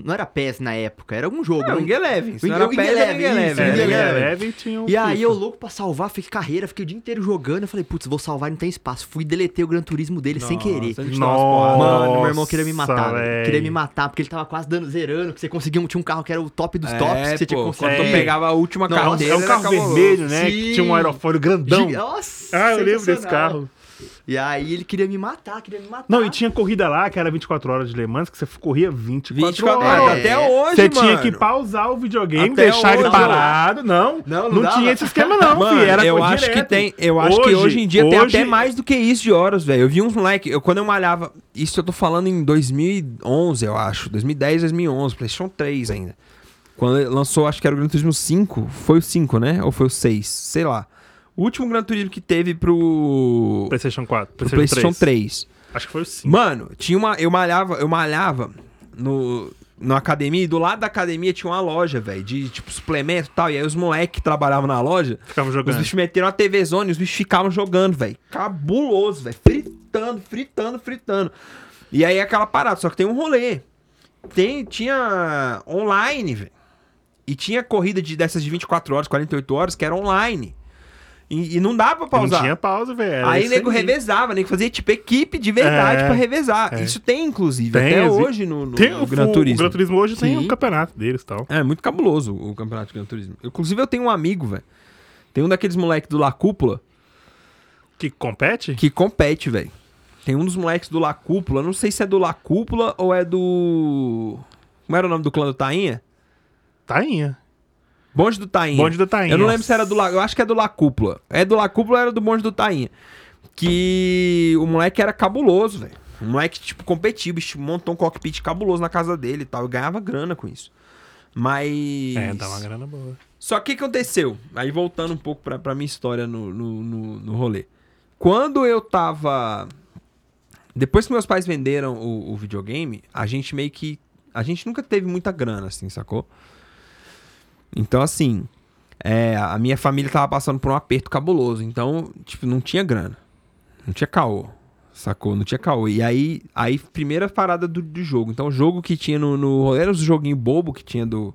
Speaker 3: não era PES na época, era algum jogo. um
Speaker 1: É, o
Speaker 3: não-
Speaker 1: Ingeleven. Se não
Speaker 3: O
Speaker 1: era
Speaker 3: Inge- o
Speaker 1: pedra,
Speaker 3: Ingeleve,
Speaker 1: era
Speaker 3: isso,
Speaker 1: Ingeleve, era
Speaker 3: o
Speaker 2: É,
Speaker 3: Ingeleve.
Speaker 1: Ingeleve.
Speaker 2: era leve e tinha um
Speaker 3: E aí
Speaker 2: FIFA.
Speaker 3: eu louco pra salvar, fiquei carreira, fiquei o dia inteiro jogando, eu falei, putz, vou salvar, não tem espaço. Fui e deletei o Gran Turismo dele sem
Speaker 1: Nossa,
Speaker 3: querer.
Speaker 1: a gente dá umas porradas.
Speaker 2: Nossa,
Speaker 3: Mano, meu irmão queria me matar, velho.
Speaker 2: véi.
Speaker 3: queria me matar, porque ele tava quase dando, zerando, que você conseguiu, tinha um carro que era o top dos tops,
Speaker 1: É,
Speaker 3: que você tinha que
Speaker 1: pô,
Speaker 3: conseguir.
Speaker 1: quando
Speaker 3: um
Speaker 1: tu
Speaker 2: É.
Speaker 1: pegava a última
Speaker 3: Não,
Speaker 1: carro
Speaker 3: é um
Speaker 1: dele,
Speaker 2: É um
Speaker 1: era
Speaker 2: carro
Speaker 1: cabuloso.
Speaker 2: vermelho, né? Que
Speaker 3: Sim.
Speaker 2: tinha um aerofólio grandão.
Speaker 3: Gi- Nossa,
Speaker 2: Ah, eu lembro desse
Speaker 3: sensacional.
Speaker 2: carro.
Speaker 3: E aí ele queria me matar, queria me matar.
Speaker 2: Não, e tinha corrida lá, que era 24 horas de Le Mans, que você corria 24,
Speaker 1: 24
Speaker 2: horas.
Speaker 1: horas.
Speaker 3: É.
Speaker 1: Até hoje,
Speaker 2: Você
Speaker 1: mano.
Speaker 2: tinha que pausar o videogame,
Speaker 1: Até
Speaker 2: deixar ele
Speaker 1: hoje.
Speaker 2: parado. Não,
Speaker 3: Não,
Speaker 2: não,
Speaker 3: não dava.
Speaker 2: tinha esse esquema, não,
Speaker 1: Mano,
Speaker 2: filho. Era
Speaker 1: eu
Speaker 2: co-
Speaker 1: acho
Speaker 2: direto.
Speaker 1: que tem. Eu acho que hoje em dia tem
Speaker 2: hoje-
Speaker 1: até mais do que isso de horas, velho. Eu vi uns moleque, eu quando eu malhava, isso eu tô falando em 2011, eu acho, 2010, 2011, PlayStation 3 ainda. Quando ele lançou, acho que era o Gran Turismo 5, foi o 5, né? Ou foi o 6, sei lá. O último Gran Turismo que teve pro, pro
Speaker 2: PlayStation 4, PlayStation,
Speaker 1: PlayStation
Speaker 2: 3.
Speaker 1: 3.
Speaker 2: Acho que foi o 5.
Speaker 1: Mano, tinha uma. Eu malhava, eu malhava no, na academia, e do lado da academia tinha uma loja, velho, de tipo suplemento e tal. E aí os moleques que trabalhavam na loja,
Speaker 2: Ficava
Speaker 1: os
Speaker 2: jogando.
Speaker 1: bichos meteram a TV zona e os bichos ficavam jogando, velho. Cabuloso, velho. Fritando, fritando, fritando. E aí é aquela parada, só que tem um rolê. Tem, tinha online, velho. E tinha corrida de, dessas de 24 horas, 48 horas, que era online. E, e não dá pra
Speaker 2: Não
Speaker 1: pausar.
Speaker 2: tinha pausa, velho. era
Speaker 1: Aí
Speaker 2: isso
Speaker 1: nego
Speaker 2: aí.
Speaker 1: revezava, nego fazia tipo equipe de verdade
Speaker 2: É,
Speaker 1: pra revezar.
Speaker 2: é.
Speaker 1: Isso tem, inclusive,
Speaker 2: Tem,
Speaker 1: até
Speaker 2: exi-
Speaker 1: hoje no, no-
Speaker 2: Tem
Speaker 1: no
Speaker 2: o
Speaker 1: Gran
Speaker 2: O
Speaker 1: Turismo.
Speaker 2: Gran Turismo hoje tem
Speaker 3: Sim.
Speaker 2: o campeonato deles e tal.
Speaker 1: É muito cabuloso o campeonato de Gran Turismo. Inclusive, eu tenho um amigo, velho. Tem um daqueles moleques do La Cúpula
Speaker 2: Que compete?
Speaker 1: que compete, velho. Tem um dos moleques do La Cúpula, não sei se é do La Cúpula ou é do. Como era o nome do clã do Tainha?
Speaker 2: Tainha.
Speaker 1: Bonde do Tainha.
Speaker 2: Bonde do Tainha.
Speaker 1: Eu não lembro se era do La... Eu acho que é do La Cúpula. É do La Cúpula ou era do Bonde do Tainha. Que o moleque era cabuloso, velho. O moleque, tipo, competia, o bicho montou um cockpit cabuloso na casa dele e tal. E ganhava grana com isso. Mas.
Speaker 2: É, dá uma grana boa.
Speaker 1: Só que o que aconteceu? Aí voltando um pouco pra, pra minha história no, no, no, no rolê. Quando eu tava. Depois que meus pais venderam o, o videogame, a gente meio que. A gente nunca teve muita grana, assim, sacou? Então, assim. é, a minha família tava passando por um aperto cabuloso. Então, tipo, não tinha grana. Não tinha caô. Sacou? Não tinha caô. E aí, aí primeira parada do, do jogo. Então, o jogo que tinha no, no rolê era os joguinho bobo que tinha do.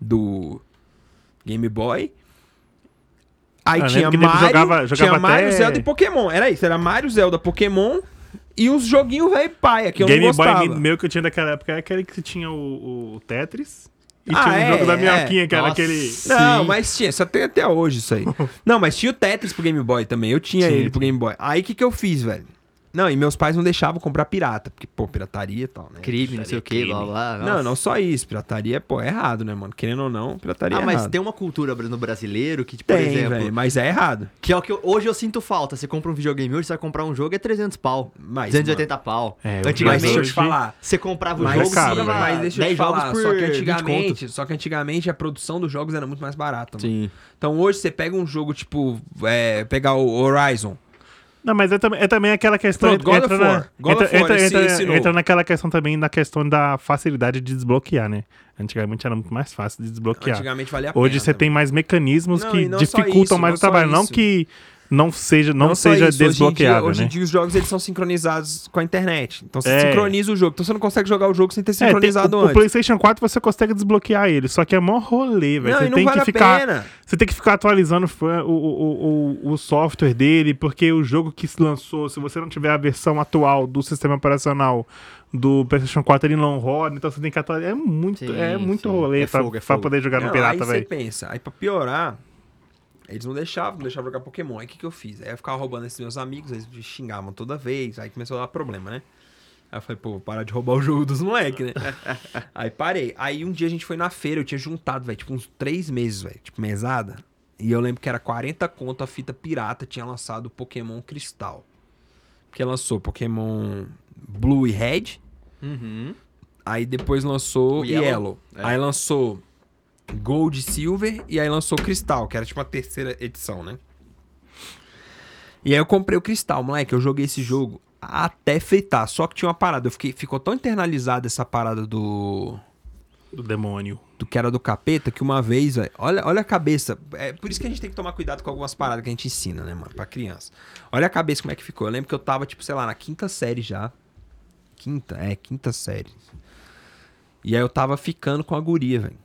Speaker 1: Do. Game Boy. Aí
Speaker 2: Ah,
Speaker 1: tinha
Speaker 2: lembro que nego
Speaker 1: Mario,
Speaker 2: jogava- jogava
Speaker 1: tinha Mario,
Speaker 2: até-
Speaker 1: Zelda e Pokémon. Era isso, era Mario, Zelda, Pokémon e uns joguinhos velho paia que eu
Speaker 2: Game
Speaker 1: não gostava.
Speaker 2: Boy me- meu que eu tinha daquela época era aquele que tinha o, o Tetris. E
Speaker 1: Ah,
Speaker 2: tinha um
Speaker 1: é,
Speaker 2: jogo da
Speaker 1: é.
Speaker 2: minhoquinha, que era
Speaker 3: Nossa.
Speaker 2: aquele.
Speaker 1: Não,
Speaker 3: Sim.
Speaker 1: mas tinha, só tem até hoje isso aí. não, mas tinha o Tetris pro Game Boy também. Eu tinha
Speaker 2: Tinha,
Speaker 1: ele pro Game Boy. Aí o que, que eu fiz, velho? Não, e meus pais não deixavam comprar pirata, porque, pô, pirataria e tal, né?
Speaker 3: é crime, não sei o que, blá blá. Ah, blá.
Speaker 1: Não, não só isso. Pirataria, pô, é errado, né, mano? Querendo ou não, pirataria
Speaker 3: Ah,
Speaker 1: é
Speaker 3: mas
Speaker 1: errado.
Speaker 3: tem uma cultura no brasileiro que, tipo, por
Speaker 1: Tem,
Speaker 3: exemplo,
Speaker 1: velho, mas é errado.
Speaker 3: que é o que eu- hoje eu sinto falta. Você compra um videogame hoje, você vai comprar um jogo é 300 pau,
Speaker 1: Mas,
Speaker 3: 280 pau.
Speaker 2: É,
Speaker 1: Mas
Speaker 3: Antigamente
Speaker 1: deixa eu
Speaker 2: hoje-
Speaker 1: te falar.
Speaker 3: você comprava o
Speaker 1: Mas,
Speaker 2: é
Speaker 3: jogo
Speaker 1: sim,
Speaker 2: caro,
Speaker 3: você
Speaker 2: velho.
Speaker 1: mas
Speaker 3: dava
Speaker 1: deixa eu te
Speaker 3: 10 jogos
Speaker 1: falar,
Speaker 3: por
Speaker 1: só que
Speaker 3: 20
Speaker 1: antigamente,
Speaker 3: conto.
Speaker 1: só que antigamente a produção dos jogos era muito mais barata. mano.
Speaker 3: Sim.
Speaker 1: Então hoje você pega um jogo tipo, é, pegar o Horizon,
Speaker 2: Não, mas é, tam- é também aquela questão.
Speaker 1: Pronto, God
Speaker 2: entra
Speaker 1: of
Speaker 2: na-
Speaker 1: War. God
Speaker 2: entra-
Speaker 1: of War,
Speaker 2: entra-
Speaker 1: esse-
Speaker 2: entra-
Speaker 1: esse novo.
Speaker 2: entra naquela questão também, na questão da facilidade de desbloquear, né? Antigamente era muito mais fácil de desbloquear.
Speaker 1: Antigamente valia a pena.
Speaker 2: é. Hoje você tem mais mecanismos
Speaker 1: Não, e
Speaker 2: que
Speaker 1: não só
Speaker 2: dificultam
Speaker 1: isso,
Speaker 2: mais
Speaker 1: não
Speaker 2: o
Speaker 1: só
Speaker 2: trabalho. Não
Speaker 1: isso.
Speaker 2: que não seja, não
Speaker 1: só
Speaker 2: seja
Speaker 1: isso,
Speaker 2: desbloqueável,
Speaker 1: hoje em dia, Hoje em
Speaker 2: né?
Speaker 1: dia os jogos eles são sincronizados com a internet. Então você
Speaker 2: É.
Speaker 1: sincroniza o jogo. Então você não consegue jogar o jogo sem ter
Speaker 2: É, tem-
Speaker 1: sincronizado
Speaker 2: o, o
Speaker 1: antes.
Speaker 2: PlayStation 4 você consegue desbloquear ele, só que é mó rolê, velho.
Speaker 1: não,
Speaker 2: Você
Speaker 1: e não
Speaker 2: tem
Speaker 1: vale
Speaker 2: que
Speaker 1: a
Speaker 2: ficar.
Speaker 1: pena.
Speaker 2: Você tem que ficar atualizando o, o, o- o- o software dele, porque o jogo que se lançou, se você não tiver a versão atual do sistema operacional do PlayStation 4, ele não roda, então você tem que atualizar. É muito,
Speaker 3: Sim,
Speaker 2: é muito
Speaker 3: sim.
Speaker 2: rolê
Speaker 3: É
Speaker 2: pra,
Speaker 3: fogo, é
Speaker 2: pra
Speaker 3: fogo.
Speaker 2: poder jogar
Speaker 1: Não,
Speaker 2: no
Speaker 1: aí
Speaker 2: Pirata,
Speaker 1: você
Speaker 2: velho.
Speaker 1: pensa, aí pra piorar, eles não deixavam, não deixavam jogar Pokémon. Aí o que, que eu fiz? Aí eu ficava roubando esses meus amigos, eles me xingavam toda vez, aí começou a dar problema, né? Aí eu falei, pô, vou parar de roubar o jogo dos moleques, né? aí parei. Aí um dia a gente foi na feira, eu tinha juntado, velho, tipo uns três meses, velho, tipo mesada. E eu lembro que era 40 conto a fita pirata, tinha lançado o Pokémon Cristal. Porque lançou Pokémon Blue e Red,
Speaker 3: Uhum.
Speaker 1: Aí depois lançou
Speaker 3: O
Speaker 1: Yellow.
Speaker 3: Yellow. É.
Speaker 1: Aí lançou Gold Silver e aí lançou Cristal, que era tipo a terceira edição, né? E aí eu comprei o Cristal, moleque, eu joguei esse jogo até fritar, só que tinha uma parada, eu fiquei ficou tão internalizada essa parada do
Speaker 2: Do demônio.
Speaker 1: do que era do capeta, que uma vez, velho, olha, olha a cabeça. É por isso que a gente tem que tomar cuidado com algumas paradas que a gente ensina, né, mano, pra criança. Olha a cabeça como é que ficou. Eu lembro que eu tava, tipo, sei lá, na quinta série já. Quinta? É, quinta série. E aí eu tava ficando com a guria, velho.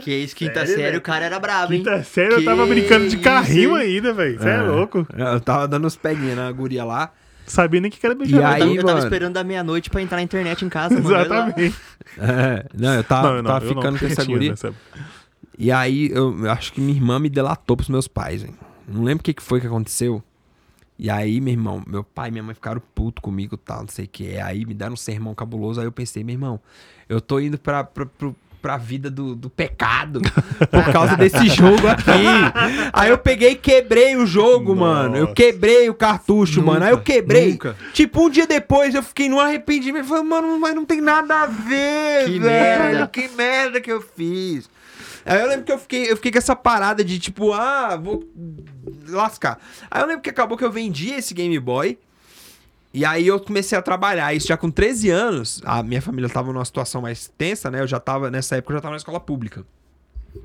Speaker 3: Que isso, quinta
Speaker 2: Sério,
Speaker 3: série,
Speaker 2: velho?
Speaker 3: o cara era brabo, hein?
Speaker 2: Quinta série, Tá eu tava
Speaker 3: Que
Speaker 2: brincando de
Speaker 3: isso,
Speaker 2: carrinho
Speaker 3: hein?
Speaker 2: ainda, velho. Você é.
Speaker 1: É.
Speaker 2: louco.
Speaker 1: Eu tava dando uns peguinhos na guria lá.
Speaker 2: Sabia nem o que que era
Speaker 1: E
Speaker 2: beijar.
Speaker 3: eu, tava,
Speaker 1: aí,
Speaker 3: eu tava
Speaker 1: mano?
Speaker 3: esperando da meia-noite pra entrar na internet em casa, mano. olha lá.
Speaker 2: Exatamente.
Speaker 1: É, não, eu tava,
Speaker 2: Não, não,
Speaker 1: tava
Speaker 2: eu não,
Speaker 1: ficando com
Speaker 2: porque
Speaker 1: essa
Speaker 2: tinha,
Speaker 1: guria.
Speaker 2: né, sabe?
Speaker 1: E aí, eu eu acho que minha irmã me delatou pros meus pais, hein? Não lembro o que, que foi que aconteceu. E aí, meu irmão, meu pai e minha mãe ficaram puto comigo e tal, não sei o que. Aí me deram um sermão cabuloso, aí eu pensei, meu irmão, eu tô indo pra, pra, pro- pra vida do, do pecado por causa desse jogo aqui. Aí eu peguei e quebrei o jogo, mano. Eu
Speaker 2: Nossa.
Speaker 1: quebrei o cartucho, mano. Aí eu quebrei.
Speaker 3: nunca.
Speaker 1: Tipo, um dia depois eu fiquei num arrependimento. Falei, mano, mas não tem nada a ver,
Speaker 3: Que
Speaker 1: velho.
Speaker 3: merda.
Speaker 1: Que merda que eu fiz. Aí eu lembro que eu fiquei, eu fiquei com essa parada de tipo, ah, vou lascar. Aí eu lembro que acabou que eu vendi esse Game Boy. E aí eu comecei a trabalhar. Isso já com 13 anos, a minha família tava numa situação mais tensa, né? Eu já tava, nessa época eu já tava na escola pública.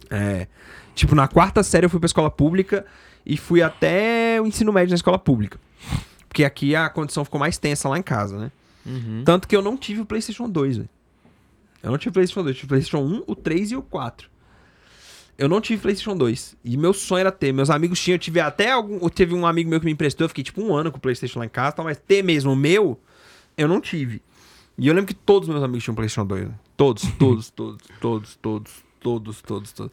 Speaker 1: É. Tipo, na quarta série eu fui pra escola pública e fui até o ensino médio na escola pública. Porque aqui a condição ficou mais tensa lá em casa, né?
Speaker 3: Uhum.
Speaker 1: Tanto que eu não tive o PlayStation 2, velho. Eu não tive PlayStation 2, eu tive PlayStation 1, o 3 e o 4. Eu não tive PlayStation 2. E meu sonho era ter. Meus amigos tinham, eu tive até algum. eu Teve um amigo meu que me emprestou, eu fiquei tipo um ano com o PlayStation lá em casa, e tal, mas ter mesmo o meu, eu não tive. E eu lembro que todos os meus amigos tinham PlayStation 2. né? Todos, todos, todos, todos, todos, todos, todos, todos.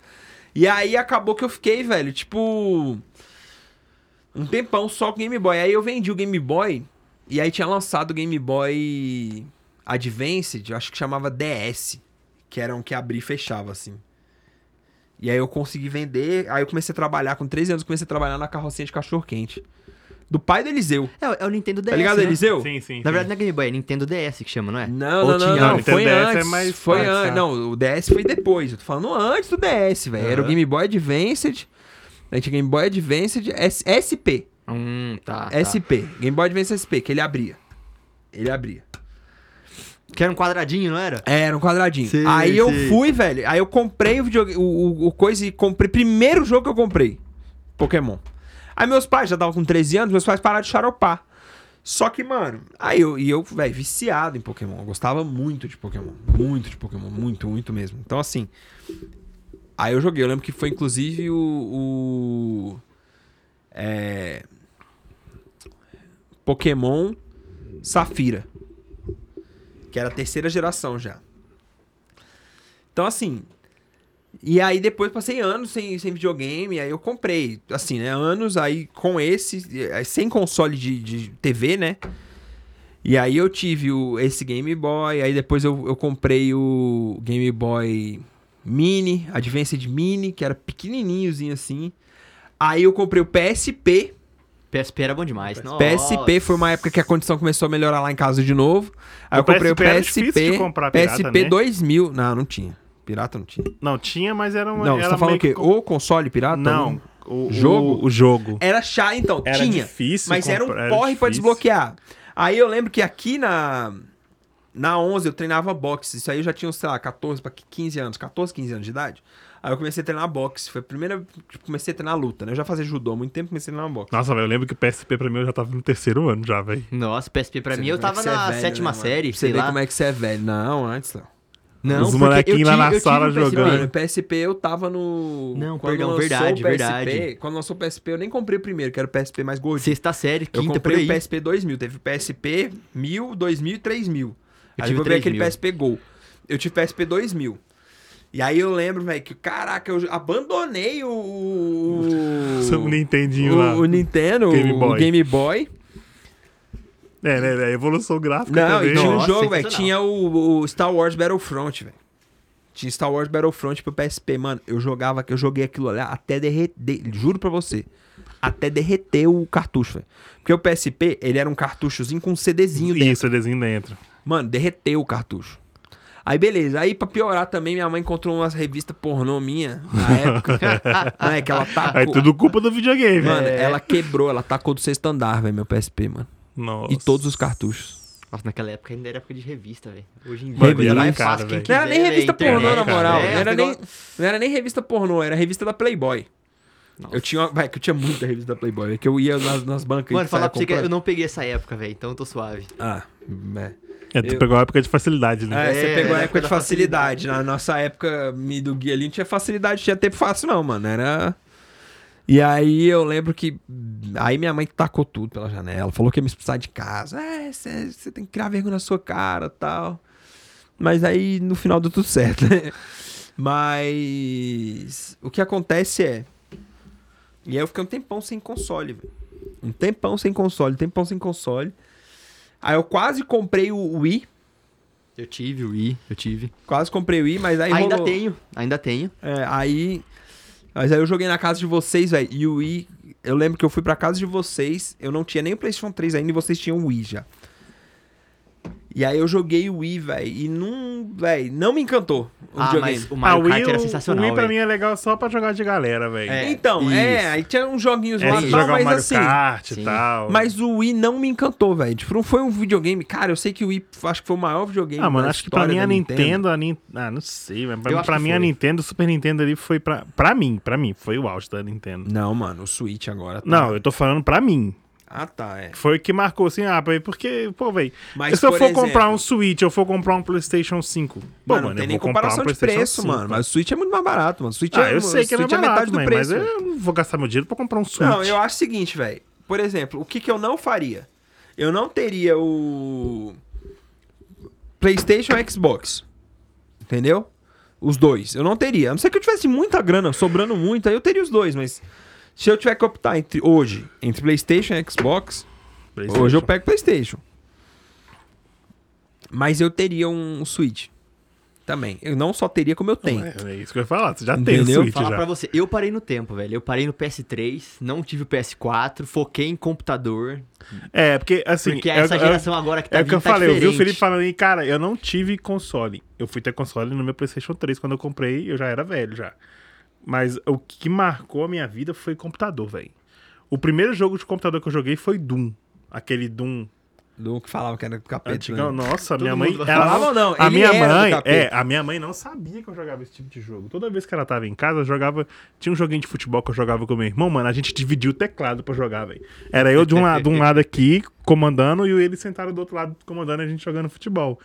Speaker 1: E aí acabou que eu fiquei, velho, tipo. Um tempão só com Game Boy. Aí eu vendi o Game Boy. E aí tinha lançado o Game Boy Advanced, eu acho que chamava DS, que era um que abria e fechava, assim. E aí eu consegui vender, aí eu comecei a trabalhar, com 13 anos eu comecei a trabalhar na carrocinha de cachorro-quente. Do pai do Eliseu.
Speaker 3: É, o- é o Nintendo DS,
Speaker 1: Tá ligado,
Speaker 3: né?
Speaker 1: Eliseu?
Speaker 2: Sim, sim.
Speaker 3: Na
Speaker 2: sim.
Speaker 3: verdade, não é Game Boy, é Nintendo DS que chama, não é?
Speaker 1: Não,
Speaker 3: Ou
Speaker 1: não, não,
Speaker 3: tinha
Speaker 1: não,
Speaker 2: Não,
Speaker 1: foi
Speaker 2: Nintendo DS é
Speaker 1: antes.
Speaker 2: mais
Speaker 1: foi
Speaker 2: antes,
Speaker 1: antes.
Speaker 2: tá?
Speaker 1: Não, o DS foi depois. Eu tô falando antes do DS, velho. Era o
Speaker 3: Aham.
Speaker 1: Game Boy Advanced. Aí tinha Game Boy Advanced S- SP.
Speaker 3: Hum, tá. tá.
Speaker 1: SP. Game Boy Advance SP, que ele abria. Ele abria.
Speaker 3: Que era um quadradinho, não era?
Speaker 1: É, Era um quadradinho.
Speaker 3: Sim,
Speaker 1: aí eu
Speaker 3: sim.
Speaker 1: fui, velho. Aí eu comprei o, videogame, o, o, o coisa e comprei. Primeiro jogo que eu comprei: Pokémon. Aí meus pais já estavam com 13 anos, meus pais pararam de xaropar. Só que, mano, aí eu, e eu, velho, viciado em Pokémon. Eu gostava muito de Pokémon. Muito de Pokémon. Muito, muito mesmo. Então, assim. Aí eu joguei. Eu lembro que foi, inclusive, o. o é. Pokémon Safira. Que era a terceira geração já. Então, assim. E aí depois passei anos sem, sem videogame, aí eu comprei, assim, né? Anos aí com esse, eh, sem console de, de TV, né? E aí eu tive o, esse Game Boy, aí depois eu, eu comprei o Game Boy Mini, Advanced Mini, que era pequenininhozinho assim. Aí eu comprei o PSP,
Speaker 3: PSP era bom demais. Nossa.
Speaker 1: PSP foi uma época que a condição começou a melhorar lá em casa de novo. Aí
Speaker 2: O
Speaker 1: eu comprei
Speaker 2: PSP
Speaker 1: o
Speaker 2: era
Speaker 1: PSP.
Speaker 2: é difícil de comprar pirata,
Speaker 1: PSP
Speaker 2: né?
Speaker 1: 2000. Não, não tinha. Pirata não tinha.
Speaker 3: né?
Speaker 2: Não, tinha, mas era uma.
Speaker 1: não,
Speaker 2: era
Speaker 1: você tá falando o quê?
Speaker 2: meio que-
Speaker 1: O console pirata?
Speaker 2: Não.
Speaker 1: Um-
Speaker 2: O
Speaker 1: Jogo?
Speaker 2: O, o jogo.
Speaker 1: Era chá, então.
Speaker 2: Era
Speaker 1: tinha.
Speaker 2: difícil.
Speaker 1: mas era um
Speaker 2: comprar,
Speaker 1: porre pra
Speaker 2: difícil.
Speaker 1: desbloquear. Aí eu lembro que aqui na. Na 11 eu treinava boxe. Isso aí eu já tinha, sei lá, 14 para 15 anos, 14, 15 anos de idade. Aí eu comecei a treinar boxe. Foi a primeira. tipo, comecei a treinar luta, né? Eu já fazia judô há muito tempo, comecei a treinar boxe.
Speaker 2: Nossa, velho, eu lembro que o PSP pra mim eu já tava no terceiro ano já, velho.
Speaker 3: Nossa, PSP pra
Speaker 1: Você
Speaker 3: mim
Speaker 1: vê
Speaker 3: eu
Speaker 1: como é que
Speaker 3: tava
Speaker 1: você é
Speaker 3: na
Speaker 1: velho,
Speaker 3: sétima
Speaker 1: né, mano?
Speaker 3: série,
Speaker 1: Você
Speaker 3: sei
Speaker 1: vê
Speaker 3: lá.
Speaker 1: como é que você é velho. Não, antes, Léo.
Speaker 3: Não,
Speaker 2: Os
Speaker 3: porque
Speaker 2: molequinhos lá
Speaker 3: eu tive-
Speaker 2: na
Speaker 3: eu tive
Speaker 2: sala
Speaker 3: um PSP.
Speaker 1: Mano,
Speaker 2: jogando.
Speaker 1: o PSP eu tava no.
Speaker 3: Não,
Speaker 1: quando
Speaker 3: perdão,
Speaker 1: lançou o
Speaker 3: verdade,
Speaker 1: PSP,
Speaker 3: verdade.
Speaker 1: Quando lançou o PSP, eu nem comprei o primeiro, que era o PSP mais gordinho.
Speaker 3: Sexta série,
Speaker 1: Eu
Speaker 3: quinta, por
Speaker 1: comprei
Speaker 3: aí.
Speaker 1: o PSP 2000. Teve o PSP 1000, 2000 e 3000.
Speaker 3: Eu
Speaker 1: aí
Speaker 3: tive
Speaker 1: eu comprei aquele
Speaker 3: 3000.
Speaker 1: PSP Gol. Eu tive PSP 2000. E aí eu lembro, velho, que caraca, eu abandonei o. o-
Speaker 2: O Nintendinho
Speaker 1: o,
Speaker 2: lá.
Speaker 1: o Nintendo,
Speaker 2: Game
Speaker 1: o
Speaker 2: Boy.
Speaker 1: Game Boy.
Speaker 2: É, né, velho? Evolução gráfica
Speaker 1: Não,
Speaker 2: também.
Speaker 1: e tinha um
Speaker 3: Nossa,
Speaker 1: jogo, velho.
Speaker 3: sensacional.
Speaker 1: Tinha o, o Star Wars Battlefront, velho. Tinha Star Wars Battlefront pro PSP, mano. Eu jogava, eu joguei aquilo lá até derreter. Juro pra você. Até derreter o cartucho, velho. Porque o PSP, ele era um cartuchozinho com um CDzinho dentro.
Speaker 2: Isso, é desenho dentro.
Speaker 1: Mano, derreteu o cartucho. Aí beleza, aí pra piorar também, minha mãe encontrou umas revistas pornô minha na época. né, que ela tacou.
Speaker 2: Aí tudo culpa do videogame.
Speaker 1: Mano,
Speaker 2: É.
Speaker 1: ela quebrou, ela tacou do sexto andar, velho, meu PSP, mano.
Speaker 2: Nossa.
Speaker 1: E todos os cartuchos.
Speaker 3: Nossa, naquela época ainda era época de revista, velho. Hoje em dia
Speaker 2: Mano,
Speaker 3: é coisa
Speaker 2: era
Speaker 3: mais
Speaker 2: cara,
Speaker 3: fácil quem
Speaker 2: velho.
Speaker 1: Não era nem
Speaker 3: quiser,
Speaker 1: revista
Speaker 3: velho,
Speaker 1: pornô, na
Speaker 3: internet,
Speaker 1: moral.
Speaker 3: cara.
Speaker 1: não,
Speaker 3: É,
Speaker 1: era
Speaker 3: os
Speaker 1: nem,
Speaker 3: negócios-
Speaker 1: não era nem revista pornô, era revista da Playboy.
Speaker 3: Nossa.
Speaker 1: Eu tinha, uma- vai, que eu tinha muita revista da Playboy, é que eu ia nas, nas bancas
Speaker 3: Mano,
Speaker 1: e saia
Speaker 3: falar pra você que eu
Speaker 1: comprando.
Speaker 3: não peguei essa época, velho, então eu tô suave.
Speaker 1: Ah, é.
Speaker 2: É, tu
Speaker 1: Eu-
Speaker 2: pegou a época de facilidade, né?
Speaker 1: É, você
Speaker 3: É,
Speaker 1: pegou a
Speaker 3: era
Speaker 1: época de
Speaker 3: da
Speaker 1: facilidade. Na nossa época, me do guia ali, não tinha facilidade, tinha tempo fácil, não, mano. Era. E aí eu lembro que. Aí minha mãe tacou tudo pela janela, falou que ia me expulsar de casa. É, você tem que criar vergonha na sua cara tal. Mas aí no final deu tudo certo, né? Mas. O que acontece é. E aí eu fiquei um tempão sem console, velho. Um tempão sem console, um tempão sem console. Aí eu quase comprei o Wii.
Speaker 3: Eu tive o I, eu tive.
Speaker 1: Quase comprei o Wii, mas aí
Speaker 3: ainda
Speaker 1: rolou.
Speaker 3: tenho, ainda tenho.
Speaker 1: É, aí. Mas aí eu joguei na casa de vocês, velho. E o Wii. Eu lembro que eu fui pra casa de vocês. Eu não tinha nem o PlayStation 3 ainda e vocês tinham o Wii já. E aí eu joguei o Wii, velho. E não. Velho, não me encantou o
Speaker 3: ah,
Speaker 1: videogame.
Speaker 3: mas o Mario
Speaker 2: Ah, o
Speaker 3: Kart
Speaker 2: Wii,
Speaker 3: era
Speaker 2: o-
Speaker 3: sensacional,
Speaker 2: O Wii pra
Speaker 3: velho.
Speaker 2: mim é legal só pra jogar de galera, velho.
Speaker 3: É,
Speaker 1: Então, é.
Speaker 3: isso.
Speaker 1: Aí tinha uns joguinhos
Speaker 2: É,
Speaker 1: lá,
Speaker 2: se
Speaker 1: tal,
Speaker 2: jogar o
Speaker 1: mas
Speaker 2: Mario
Speaker 1: assim.
Speaker 2: Kart e
Speaker 3: Sim.
Speaker 2: tal.
Speaker 1: Mas o Wii não me encantou, velho. Tipo, não foi um videogame. Cara, eu sei que o Wii acho que foi o maior videogame.
Speaker 2: Ah, mano,
Speaker 1: da
Speaker 2: acho que pra
Speaker 1: história
Speaker 2: mim
Speaker 1: da
Speaker 2: a Nintendo, a Nin- Ah, não sei, mas
Speaker 3: Eu
Speaker 2: pra,
Speaker 3: acho
Speaker 2: pra
Speaker 3: que
Speaker 2: mim a
Speaker 3: foi.
Speaker 2: Nintendo, o Super Nintendo ali foi pra. Pra mim, pra mim, foi o auge da
Speaker 3: Tá.
Speaker 2: Nintendo.
Speaker 1: Não, mano, o Switch agora. tá-
Speaker 2: Não, eu tô falando pra mim.
Speaker 1: Ah, tá, é.
Speaker 2: Foi o que marcou assim, ah, véi, porque, pô, velho.
Speaker 1: Mas,
Speaker 2: Se eu
Speaker 1: por
Speaker 2: for comprar
Speaker 1: exemplo-
Speaker 2: um Switch, eu for comprar um PlayStation 5. Pô,
Speaker 1: Mano, não tem
Speaker 2: eu
Speaker 1: nem
Speaker 2: vou comprar um
Speaker 1: comparação de
Speaker 2: PlayStation
Speaker 1: preço,
Speaker 2: 5.
Speaker 1: mano. Mas o Switch é muito mais barato, mano. O Switch
Speaker 2: Ah,
Speaker 1: é,
Speaker 2: eu
Speaker 1: o
Speaker 2: sei que ele é
Speaker 1: Switch é
Speaker 2: barato,
Speaker 1: metade do
Speaker 2: mãe,
Speaker 1: preço.
Speaker 2: mas eu não vou gastar meu dinheiro pra comprar um Switch.
Speaker 1: Não, eu acho o seguinte, velho. Por exemplo, o que, que eu não faria? Eu não teria o. PlayStation e Xbox. Entendeu? Os dois. Eu não teria. A não ser que eu tivesse muita grana, sobrando muito, aí eu teria os dois, mas. Se eu tiver que optar entre hoje, entre PlayStation e Xbox,
Speaker 2: PlayStation.
Speaker 1: hoje eu pego PlayStation. Mas eu teria um Switch também. Eu não só teria como eu tenho.
Speaker 2: É, é isso que eu ia falar, você já tem o
Speaker 1: Entendeu?
Speaker 2: Switch
Speaker 3: Falar
Speaker 2: já.
Speaker 3: pra você, eu parei no tempo, velho. Eu parei no PS3, não tive o PS4, foquei em computador.
Speaker 2: É, porque assim.
Speaker 3: porque
Speaker 2: é-
Speaker 3: essa
Speaker 2: é-
Speaker 3: geração agora que tá
Speaker 2: É o que
Speaker 3: vindo
Speaker 2: eu
Speaker 3: tá
Speaker 2: falei, eu vi o
Speaker 3: diferente.
Speaker 2: Felipe falando aí, cara, eu não tive console. Eu fui ter console no meu PlayStation 3 quando eu comprei, eu já era velho já. Mas o que marcou a minha vida foi computador, velho. O primeiro jogo de computador que eu joguei foi Doom. Aquele Doom
Speaker 1: Do que falava que era capeta.
Speaker 2: antigão.
Speaker 1: né?
Speaker 2: Nossa,
Speaker 3: Todo
Speaker 2: minha mãe.
Speaker 3: mundo
Speaker 2: Ela
Speaker 1: falava ou não?
Speaker 2: A
Speaker 1: Ele
Speaker 2: minha
Speaker 1: era do
Speaker 2: mãe. É,
Speaker 1: capeta.
Speaker 2: a minha mãe não sabia que eu jogava esse tipo de jogo. Toda vez que ela tava em casa, eu jogava. Tinha um joguinho de futebol que eu jogava com meu irmão, mano. A gente dividia o teclado pra jogar, velho. Era eu de um, lado, de um lado aqui, comandando, e ele sentado do outro lado, comandando, e a gente jogando futebol.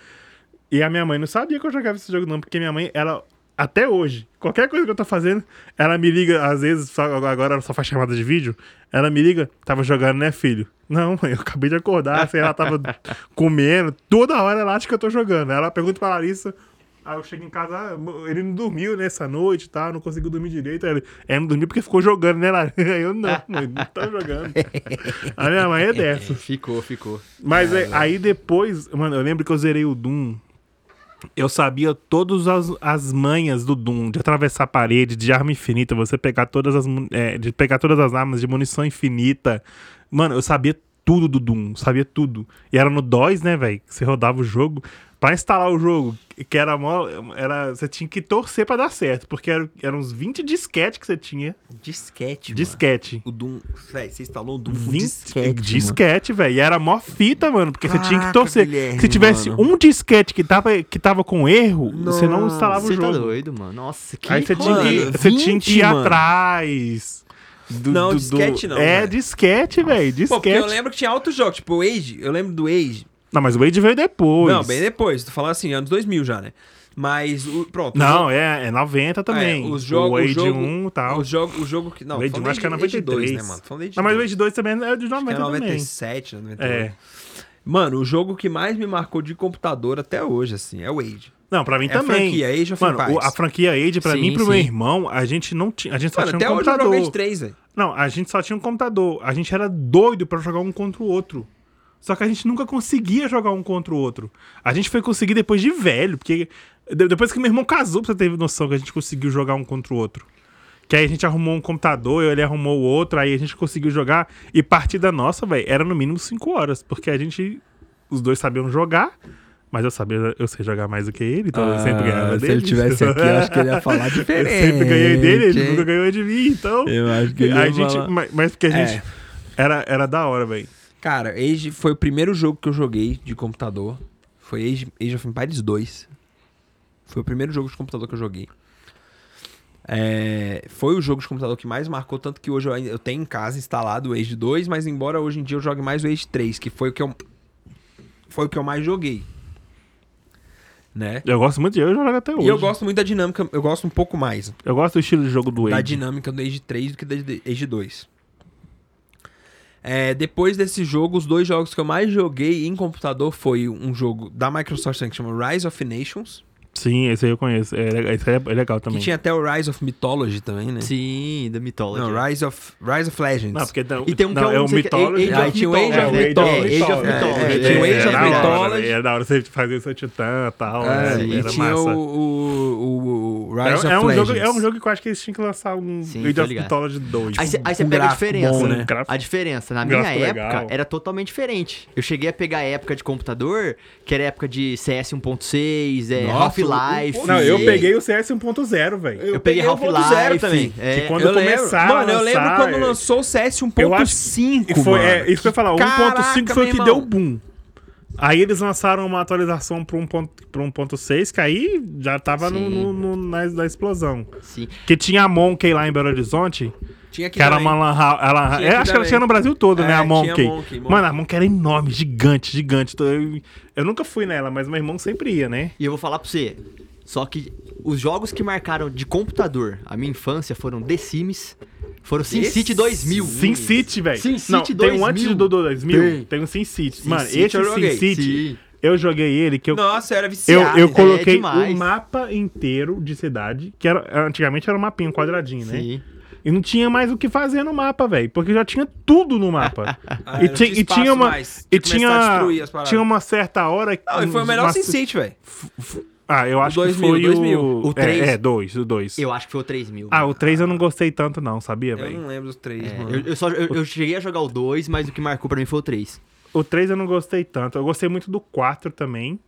Speaker 2: E a minha mãe não sabia que eu jogava esse jogo, não, porque minha mãe, ela. Até hoje, qualquer coisa que eu tô fazendo, ela me liga, às vezes, só, agora ela só faz chamada de vídeo, ela me liga, tava jogando, né, filho? Não, mãe, eu acabei de acordar, sei lá, ela tava comendo, toda hora ela acha que eu tô jogando. Aí Ela pergunta pra Larissa, aí eu chego em casa, ah, mo- ele não dormiu nessa noite e tal, não conseguiu dormir direito. Aí ele, é, não dormiu porque ficou jogando, né, Larissa? Aí eu, não, mãe, não tô jogando. A minha mãe é dessa.
Speaker 3: Ficou, ficou.
Speaker 2: Mas é, aí depois, mano, eu lembro que eu zerei o Doom. Eu sabia todas as, as manhas do Doom, de atravessar a parede, de arma infinita, você pegar todas as mun- é, de pegar todas as armas de munição infinita. Mano, eu sabia tudo do Doom, sabia tudo. E era no DOS, né, velho? Você rodava o jogo. Pra instalar o jogo, que era mó. Era, você tinha que torcer pra dar certo, porque era, eram uns 20 disquete que você tinha.
Speaker 1: Disquete,
Speaker 2: Disquete.
Speaker 1: O Doom. Véi, você instalou o Doom com
Speaker 2: 20
Speaker 1: disquete. mano.
Speaker 2: disquete, velho. E era mó fita, mano, porque você tinha que
Speaker 1: Caraca,
Speaker 2: torcer.
Speaker 1: Guilherme,
Speaker 2: Se tivesse
Speaker 1: mano.
Speaker 2: um disquete que tava, que tava com erro, você não
Speaker 1: Nossa,
Speaker 2: instalava
Speaker 3: Você
Speaker 2: o
Speaker 3: tá
Speaker 2: jogo.
Speaker 3: doido, mano. Nossa, que
Speaker 2: Aí você tinha,
Speaker 1: Mano,
Speaker 2: que, você tinha que
Speaker 1: 20,
Speaker 2: ir
Speaker 1: mano.
Speaker 2: atrás. do-
Speaker 1: Não,
Speaker 2: do- do-
Speaker 1: disquete não,
Speaker 2: É,
Speaker 1: velho.
Speaker 2: disquete, velho.
Speaker 1: Pô, porque eu
Speaker 2: Disquete.
Speaker 1: lembro que tinha outros jogos, tipo o Age. Eu lembro do Age.
Speaker 2: Não, mas o Wade veio depois.
Speaker 1: Não, bem depois. Tu falando assim, anos 2000 já, né? Mas, o- pronto.
Speaker 2: Não, é, é 90 também.
Speaker 1: É, os jogos-
Speaker 2: o Wade
Speaker 1: o jogo-
Speaker 2: 1 e tal.
Speaker 1: O jogo, o jogo que. Não,
Speaker 2: Wade
Speaker 1: falando
Speaker 2: um, acho que é
Speaker 1: Age- Age
Speaker 2: 93.
Speaker 1: dois, né, mano? Falando de Age
Speaker 2: Não, mas o
Speaker 1: dois.
Speaker 2: Wade 2 também é de 90
Speaker 1: Acho que é
Speaker 2: também.
Speaker 1: 97, né, 98.
Speaker 2: É.
Speaker 1: Mano, o jogo que mais me marcou de computador até hoje, assim, é o Age.
Speaker 2: Não, pra mim
Speaker 1: É a
Speaker 2: também.
Speaker 1: franquia, Age of
Speaker 2: Mano, o-
Speaker 1: Empires.
Speaker 2: a franquia Age, pra
Speaker 3: Sim,
Speaker 2: mim e pro
Speaker 3: sim.
Speaker 2: meu irmão, a gente não tinha. A gente só
Speaker 1: Mano, até
Speaker 2: tinha um
Speaker 1: hoje eu jogo Age
Speaker 2: computador.
Speaker 1: 3, velho.
Speaker 2: Não, a gente só tinha um computador. A gente era doido pra jogar um contra o outro. Só que a gente nunca conseguia jogar um contra o outro. A gente foi conseguir depois de velho, porque de- depois que meu irmão casou, pra você ter noção que a gente conseguiu jogar um contra o outro. Que aí a gente arrumou um computador, ele arrumou o outro, aí a gente conseguiu jogar. E partida nossa, velho, era no mínimo 5 horas, porque a gente. Os dois sabiam jogar, mas eu sabia, eu sei jogar mais do que
Speaker 1: Ah,
Speaker 2: ele, então eu sempre ganhava dele.
Speaker 1: ele ia falar
Speaker 2: Eu
Speaker 1: diferente.
Speaker 2: sempre ganhei dele, ele nunca ganhou de mim, então.
Speaker 1: Eu acho que ele
Speaker 2: A
Speaker 1: ia
Speaker 2: gente,
Speaker 1: falar.
Speaker 2: mas, mas porque a
Speaker 1: É.
Speaker 2: gente. Era, era da hora, velho.
Speaker 1: Cara, Age foi o primeiro jogo que eu joguei de computador. Foi Age, Age of Empires 2. Foi o primeiro jogo de computador que eu joguei. É, foi o jogo de computador que mais marcou, tanto que hoje eu, ainda- eu tenho em casa instalado o Age 2, mas embora hoje em dia eu jogue mais o Age 3, que foi o que eu, foi o que eu mais joguei. Né?
Speaker 2: Eu gosto muito de eu eu jogo até hoje.
Speaker 1: E eu gosto muito da dinâmica, eu gosto um pouco mais
Speaker 2: Eu gosto do estilo de jogo do
Speaker 1: da
Speaker 2: Wade.
Speaker 1: dinâmica do Age 3 do que da de- Age 2. É, depois desse jogo, os dois jogos que eu mais joguei em computador foi um jogo da Microsoft que chama Rise of Nations,
Speaker 2: Sim, esse aí eu conheço. É, le- esse aí é legal também.
Speaker 1: que tinha até o Rise of Mythology também, né?
Speaker 3: Sim, da Mythology.
Speaker 1: Não, Rise of, Rise of Legends.
Speaker 2: Não, porque não,
Speaker 3: E tem um que
Speaker 2: não,
Speaker 3: é
Speaker 2: é
Speaker 3: um
Speaker 2: o
Speaker 3: que é
Speaker 2: Mythology.
Speaker 3: Age
Speaker 1: Aí tinha o Age of
Speaker 2: É, o
Speaker 1: Mythology.
Speaker 3: Age of Mythology.
Speaker 1: É, tinha o
Speaker 2: É,
Speaker 1: Age of
Speaker 2: era da hora,
Speaker 1: Mythology.
Speaker 2: velho, Era da hora você fazer o seu titã e tal.
Speaker 1: É,
Speaker 2: né,
Speaker 1: e
Speaker 2: era
Speaker 1: tinha
Speaker 2: massa.
Speaker 1: o, o- o Rise
Speaker 2: É, é
Speaker 1: of
Speaker 2: um
Speaker 1: Legends.
Speaker 2: jogo, é um jogo que eu acho que eles tinham que lançar um
Speaker 3: Sim,
Speaker 2: Age
Speaker 3: tô
Speaker 2: of
Speaker 3: ligado.
Speaker 2: Mythology 2.
Speaker 3: Aí você aí você
Speaker 1: um
Speaker 3: pega a
Speaker 1: gráfico
Speaker 3: diferença.
Speaker 1: bom,
Speaker 2: né?
Speaker 3: né?
Speaker 2: Gráfico-
Speaker 3: A diferença. Na
Speaker 2: um
Speaker 3: minha
Speaker 2: gráfico
Speaker 3: época,
Speaker 2: legal.
Speaker 3: era totalmente diferente. Eu cheguei a pegar a época de computador, que era época de CS 1.6, é,
Speaker 1: Nossa,
Speaker 3: Half-Life.
Speaker 1: 1.6.
Speaker 2: Não, eu
Speaker 1: Sim.
Speaker 2: peguei o CS 1.0, velho.
Speaker 3: Eu peguei
Speaker 1: peguei o ponto zero
Speaker 3: Half-Life
Speaker 1: também.
Speaker 3: É,
Speaker 2: Que quando
Speaker 1: Eu lembro-
Speaker 2: começaram a
Speaker 1: Mano, eu lembro
Speaker 2: lançar,
Speaker 1: quando
Speaker 2: é-
Speaker 1: lançou o CS
Speaker 2: Eu acho-
Speaker 1: 1.5,
Speaker 2: E foi, é,
Speaker 1: mano.
Speaker 2: isso que eu ia falar, o
Speaker 1: Caraca,
Speaker 2: 1.5 foi o
Speaker 1: meu
Speaker 2: que
Speaker 1: irmão.
Speaker 2: deu o boom. Aí eles lançaram uma atualização um pro 1.- pro 1.6, que aí já tava no,
Speaker 3: Sim.
Speaker 2: no- no- na, na explosão.
Speaker 3: Sim.
Speaker 2: Que tinha a Monkey lá em Belo Horizonte,
Speaker 1: Tinha
Speaker 2: que era
Speaker 1: também.
Speaker 2: uma lan house- a lan house-
Speaker 1: Tinha
Speaker 2: é,
Speaker 1: aqui
Speaker 2: acho que ela
Speaker 1: também.
Speaker 2: tinha no Brasil todo, né,
Speaker 1: É,
Speaker 2: a
Speaker 1: tinha
Speaker 2: Monkey.
Speaker 1: Monkey, Monkey.
Speaker 2: Mano, a Monkey era enorme, gigante, gigante. Então, Eu, eu nunca fui nela, mas meu irmão sempre ia, né?
Speaker 3: E eu vou falar pra você. Só que os jogos que marcaram de computador a minha infância foram The Sims, foram SimCity 2000.
Speaker 2: Sin City, velho.
Speaker 3: Sin City
Speaker 2: Não, Tem um
Speaker 3: 2000.
Speaker 2: antes do 2000,
Speaker 3: Tem.
Speaker 2: tem, um Sin City.
Speaker 1: Sin
Speaker 2: Mano,
Speaker 1: City
Speaker 2: esse é
Speaker 1: eu
Speaker 2: Sin
Speaker 1: joguei.
Speaker 2: City,
Speaker 3: Sim.
Speaker 2: eu joguei ele que eu
Speaker 1: Nossa, eu era
Speaker 2: Eu,
Speaker 1: viciado.
Speaker 2: eu coloquei
Speaker 3: demais.
Speaker 2: o mapa inteiro de cidade, que era, antigamente era um mapinha, um quadradinho, né?
Speaker 3: Sim.
Speaker 2: E não tinha mais o que fazer no mapa, velho, porque já tinha tudo no mapa.
Speaker 1: Ah,
Speaker 2: e,
Speaker 1: não
Speaker 2: ti-
Speaker 1: tinha
Speaker 2: e tinha
Speaker 1: espaço
Speaker 2: uma
Speaker 1: mais. Tinha
Speaker 2: e
Speaker 1: que começar a
Speaker 2: tinha
Speaker 1: destruir as paradas.
Speaker 2: tinha uma certa hora que
Speaker 1: Não, e foi o
Speaker 2: uns-
Speaker 1: melhor
Speaker 2: umas-
Speaker 1: Sin City, velho.
Speaker 2: Ah, eu acho
Speaker 1: O
Speaker 2: que
Speaker 1: 2000,
Speaker 2: foi
Speaker 1: 2000.
Speaker 2: o
Speaker 3: O três.
Speaker 2: É, é, dois, o dois.
Speaker 3: Eu acho que foi o 3000.
Speaker 2: Ah, o 3 eu não gostei tanto não, sabia,
Speaker 1: Eu não
Speaker 2: velho?
Speaker 1: lembro os três,
Speaker 3: É,
Speaker 1: mano.
Speaker 3: eu, eu só, eu, eu cheguei a jogar o 2, mas o que marcou pra mim foi o 3.
Speaker 2: O 3 eu não gostei tanto. Eu gostei muito do 4 também.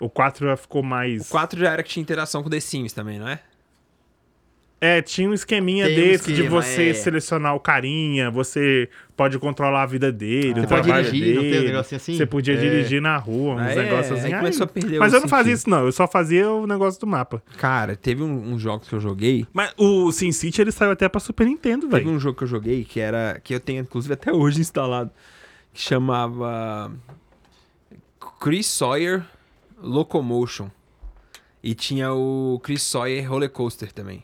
Speaker 2: O 4 já ficou
Speaker 1: O
Speaker 2: mais
Speaker 1: 4 já era que tinha interação com The Sims também, não é?
Speaker 2: É, tinha um esqueminha
Speaker 3: Tem um
Speaker 2: desse de
Speaker 3: esquema,
Speaker 2: você
Speaker 3: é.
Speaker 2: selecionar o carinha, você pode controlar a vida dele,
Speaker 3: Você
Speaker 2: o
Speaker 3: pode
Speaker 2: trabalho
Speaker 3: dirigir, não tem um
Speaker 2: dele,
Speaker 3: negocinho assim?
Speaker 2: Você podia
Speaker 3: É.
Speaker 2: dirigir na rua, uns
Speaker 1: Aí,
Speaker 2: negócios
Speaker 1: é,
Speaker 2: assim.
Speaker 1: aí
Speaker 2: Aí-
Speaker 1: começou a perder
Speaker 2: mas
Speaker 1: o
Speaker 2: eu não fazia
Speaker 1: sentido.
Speaker 2: isso, não. Eu só fazia o negócio do mapa.
Speaker 1: Cara, teve um- uns jogos que eu joguei.
Speaker 2: Mas o SimCity, ele saiu até pra Super Nintendo,
Speaker 1: Teve
Speaker 2: velho.
Speaker 1: um jogo que eu joguei que era. que eu tenho, inclusive, até hoje instalado. Que chamava. Chris Sawyer Locomotion. E tinha o Chris Sawyer Roller Coaster também.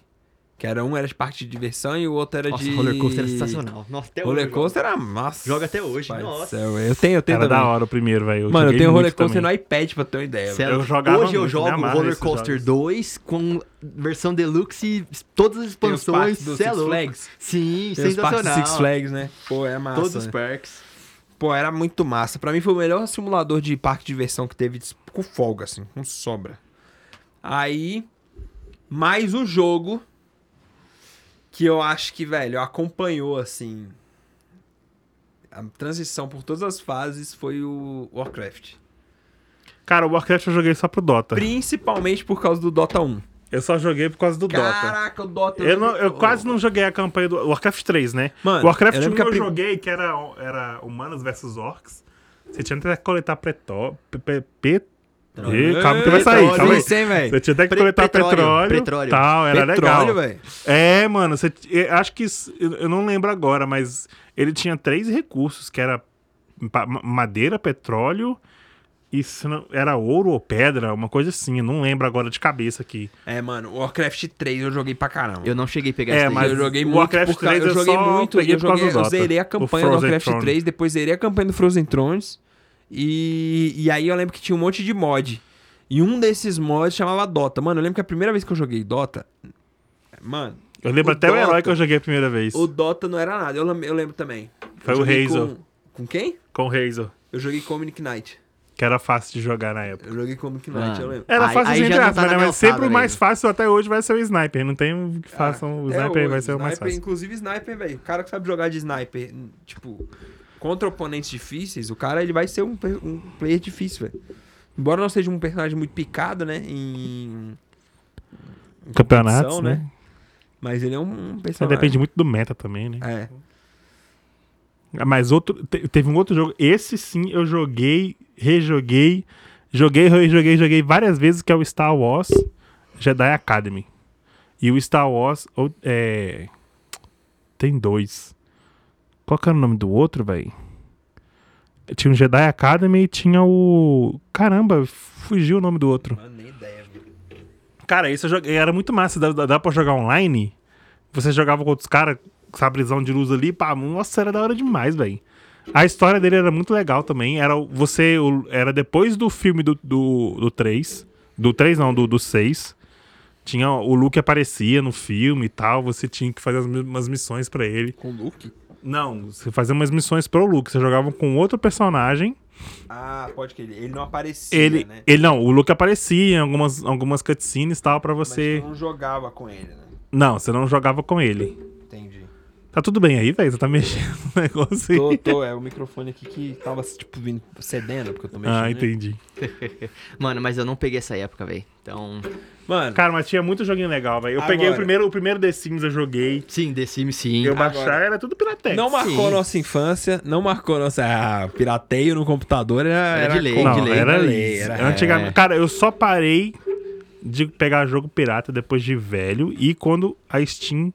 Speaker 1: Que era um era de parque de diversão e o outro era
Speaker 3: Nossa,
Speaker 1: de.
Speaker 3: Roller Coaster era sensacional. Nossa, até hoje.
Speaker 1: Roller
Speaker 3: eu
Speaker 1: Coaster era massa.
Speaker 3: Joga até hoje,
Speaker 1: Pai do
Speaker 3: nossa.
Speaker 1: céu, Eu tenho, eu tenho
Speaker 2: Era
Speaker 1: também.
Speaker 2: da hora o primeiro, velho.
Speaker 1: Mano, eu
Speaker 2: joguei
Speaker 1: tenho um
Speaker 2: muito
Speaker 1: roller coaster
Speaker 2: também.
Speaker 1: no iPad pra ter uma ideia.
Speaker 3: jogo.
Speaker 1: velho.
Speaker 3: Sério,
Speaker 2: É, Eu jogava
Speaker 3: Hoje eu
Speaker 2: muito, me
Speaker 3: jogo
Speaker 2: amarra
Speaker 3: Roller
Speaker 2: nesses
Speaker 3: Coaster
Speaker 2: jogos.
Speaker 3: 2 com versão deluxe e todas as
Speaker 1: Tem os
Speaker 3: expansões.
Speaker 1: parques do
Speaker 3: Cê é
Speaker 1: Six
Speaker 3: louco.
Speaker 1: Flags.
Speaker 3: Sim,
Speaker 1: Tem os parques
Speaker 3: sensacional.
Speaker 1: Six Flags, né? Pô, é massa.
Speaker 3: Todos os
Speaker 1: né?
Speaker 3: perks.
Speaker 1: Pô, era muito massa. Pra mim foi o melhor simulador de parque de diversão que teve dis- com folga, assim, com sobra. Aí, mais um jogo que eu acho que, velho, acompanhou, assim, a transição por todas as fases foi o Warcraft.
Speaker 2: Cara, o Warcraft eu joguei só pro Dota.
Speaker 1: Principalmente por causa do Dota 1.
Speaker 2: Eu só joguei por causa do Dota.
Speaker 1: Caraca, o Dota é
Speaker 2: Eu, não- eu quase não joguei a campanha do Warcraft 3, né?
Speaker 1: Mano,
Speaker 2: Warcraft
Speaker 1: eu
Speaker 2: 1 eu,
Speaker 1: lembro que a prim-
Speaker 2: joguei que era, era humanos versus orcs. Você tinha até que coletar pretó... pe- pe- pe- Ih, calma que vai sair,
Speaker 1: Petróleo,
Speaker 2: calma aí.
Speaker 1: isso, hein, velho?
Speaker 2: Você tinha até que
Speaker 3: Pre-
Speaker 2: coletar
Speaker 3: petróleo,
Speaker 2: petróleo,
Speaker 3: petróleo.
Speaker 2: tal, era
Speaker 1: Petróleo,
Speaker 2: legal.
Speaker 1: velho.
Speaker 2: É, mano, você- eu acho que. isso- Eu eu não lembro agora, mas ele tinha três recursos, que era pa- ma- madeira, petróleo, e se não- era ouro ou pedra, uma coisa assim. Eu não lembro agora de cabeça aqui.
Speaker 1: É, mano, o Warcraft 3 eu joguei pra caramba.
Speaker 3: Eu não cheguei a pegar
Speaker 2: É,
Speaker 3: isso daí.
Speaker 2: mas
Speaker 1: eu joguei
Speaker 2: o
Speaker 1: muito
Speaker 2: Warcraft
Speaker 1: por causa,
Speaker 2: 3
Speaker 1: eu
Speaker 2: eu
Speaker 1: joguei
Speaker 2: só
Speaker 1: muito,
Speaker 2: peguei
Speaker 1: eu
Speaker 2: por causa
Speaker 1: joguei,
Speaker 2: do
Speaker 1: eu
Speaker 2: Dota,
Speaker 1: zerei a
Speaker 2: o
Speaker 1: campanha do
Speaker 2: Frozen
Speaker 1: Warcraft
Speaker 2: Throne.
Speaker 1: 3, depois zerei a campanha do Frozen Thrones. E, e aí eu lembro que tinha um monte de mod. E um desses mods chamava Dota. Mano, eu lembro que a primeira vez que eu joguei Dota, mano,
Speaker 2: Eu lembro
Speaker 1: O
Speaker 2: até o herói
Speaker 1: Dota.
Speaker 2: que eu joguei a primeira vez.
Speaker 1: o Dota não era nada. Eu, lem- eu lembro também.
Speaker 2: Foi
Speaker 1: Eu
Speaker 2: o
Speaker 1: joguei
Speaker 2: Hazel.
Speaker 1: Com, com quem?
Speaker 2: Com o Razor.
Speaker 1: Eu joguei Comic Knight.
Speaker 2: Que era fácil de jogar na época.
Speaker 1: Eu joguei Comic Knight,
Speaker 3: Ah.
Speaker 1: eu lembro.
Speaker 2: Era
Speaker 3: Aí-
Speaker 2: fácil de
Speaker 3: aí já
Speaker 2: entre
Speaker 3: não tá
Speaker 2: aspas,
Speaker 3: na
Speaker 2: né?
Speaker 3: minha
Speaker 2: Mas sempre
Speaker 3: alçada,
Speaker 2: o mais
Speaker 3: velho.
Speaker 2: fácil até hoje vai ser o Sniper. Não tem o que façam. o
Speaker 1: Até
Speaker 2: Sniper
Speaker 1: hoje,
Speaker 2: vai ser o mais
Speaker 1: Ah, é, sniper,
Speaker 2: fácil.
Speaker 1: Inclusive, sniper, velho. O cara que sabe jogar de sniper, n- tipo, contra oponentes difíceis, o cara ele vai ser um, pe- um player difícil, velho. Embora não seja um personagem muito picado, né? Em. em
Speaker 2: Campeonatos,
Speaker 1: competição,
Speaker 2: né?
Speaker 1: Mas ele é um, um
Speaker 2: Isso
Speaker 1: personagem.
Speaker 2: depende muito do meta também, né?
Speaker 1: É.
Speaker 2: Ah, Mas outro, te- teve um outro jogo. Esse sim eu joguei, rejoguei, joguei, rejoguei, joguei várias vezes, que é o Star Wars Jedi Academy. E o Star Wars ou- é, tem dois. Qual que era o nome do outro, velho? Tinha o Jedi Academy e tinha o. Caramba, fugiu o nome do outro.
Speaker 1: Mano, nem ideia, velho.
Speaker 2: Cara, isso eu joguei, era muito massa. Dá, dá- dá pra jogar online? Você jogava com outros caras, sabrizão de luz ali, pá, nossa, era da hora demais, velho. A história dele era muito legal também. Era o- você. o- Era depois do filme do, do, do 3. Do 3, não, do, do 6. Tinha, o Luke aparecia no filme e tal. Você tinha que fazer as mi- umas missões pra ele.
Speaker 1: Com o Luke?
Speaker 2: Não, você fazia umas missões pro Luke. Você jogava com outro personagem.
Speaker 1: Ah, pode que ele. Ele não aparecia,
Speaker 2: Ele,
Speaker 1: né?
Speaker 2: ele não, o Luke aparecia em algumas, algumas cutscenes e tal pra
Speaker 1: Mas
Speaker 2: você.
Speaker 1: tu não jogava com ele, né?
Speaker 2: Não, você não jogava com ele.
Speaker 1: Entendi.
Speaker 2: Tá tudo bem aí, velho? Você tá mexendo no negócio aí? Ah,
Speaker 1: Tô, tô, é o microfone aqui que tava, tipo, vindo cedendo, porque eu tô mexendo.
Speaker 2: ah,
Speaker 1: né?
Speaker 2: entendi.
Speaker 3: Mano, mas eu não peguei essa época, velho. Então.
Speaker 1: Mano,
Speaker 2: Cara, mas tinha muito joguinho legal, velho. Eu
Speaker 1: Agora.
Speaker 2: peguei o primeiro, o primeiro The Sims, eu joguei.
Speaker 3: Sim, The Sims, sim.
Speaker 2: Eu
Speaker 1: Agora.
Speaker 2: baixar, era tudo piratex.
Speaker 1: Não marcou
Speaker 3: Sim.
Speaker 1: nossa infância, não marcou nossa. Ah, pirateio no computador era.
Speaker 3: Era de lei,
Speaker 1: comum.
Speaker 3: de
Speaker 2: Não,
Speaker 3: lei,
Speaker 2: era
Speaker 1: de
Speaker 2: lei.
Speaker 1: né? era- é.
Speaker 2: Era antigamente- Cara, eu só parei de pegar jogo pirata depois de velho e quando a Steam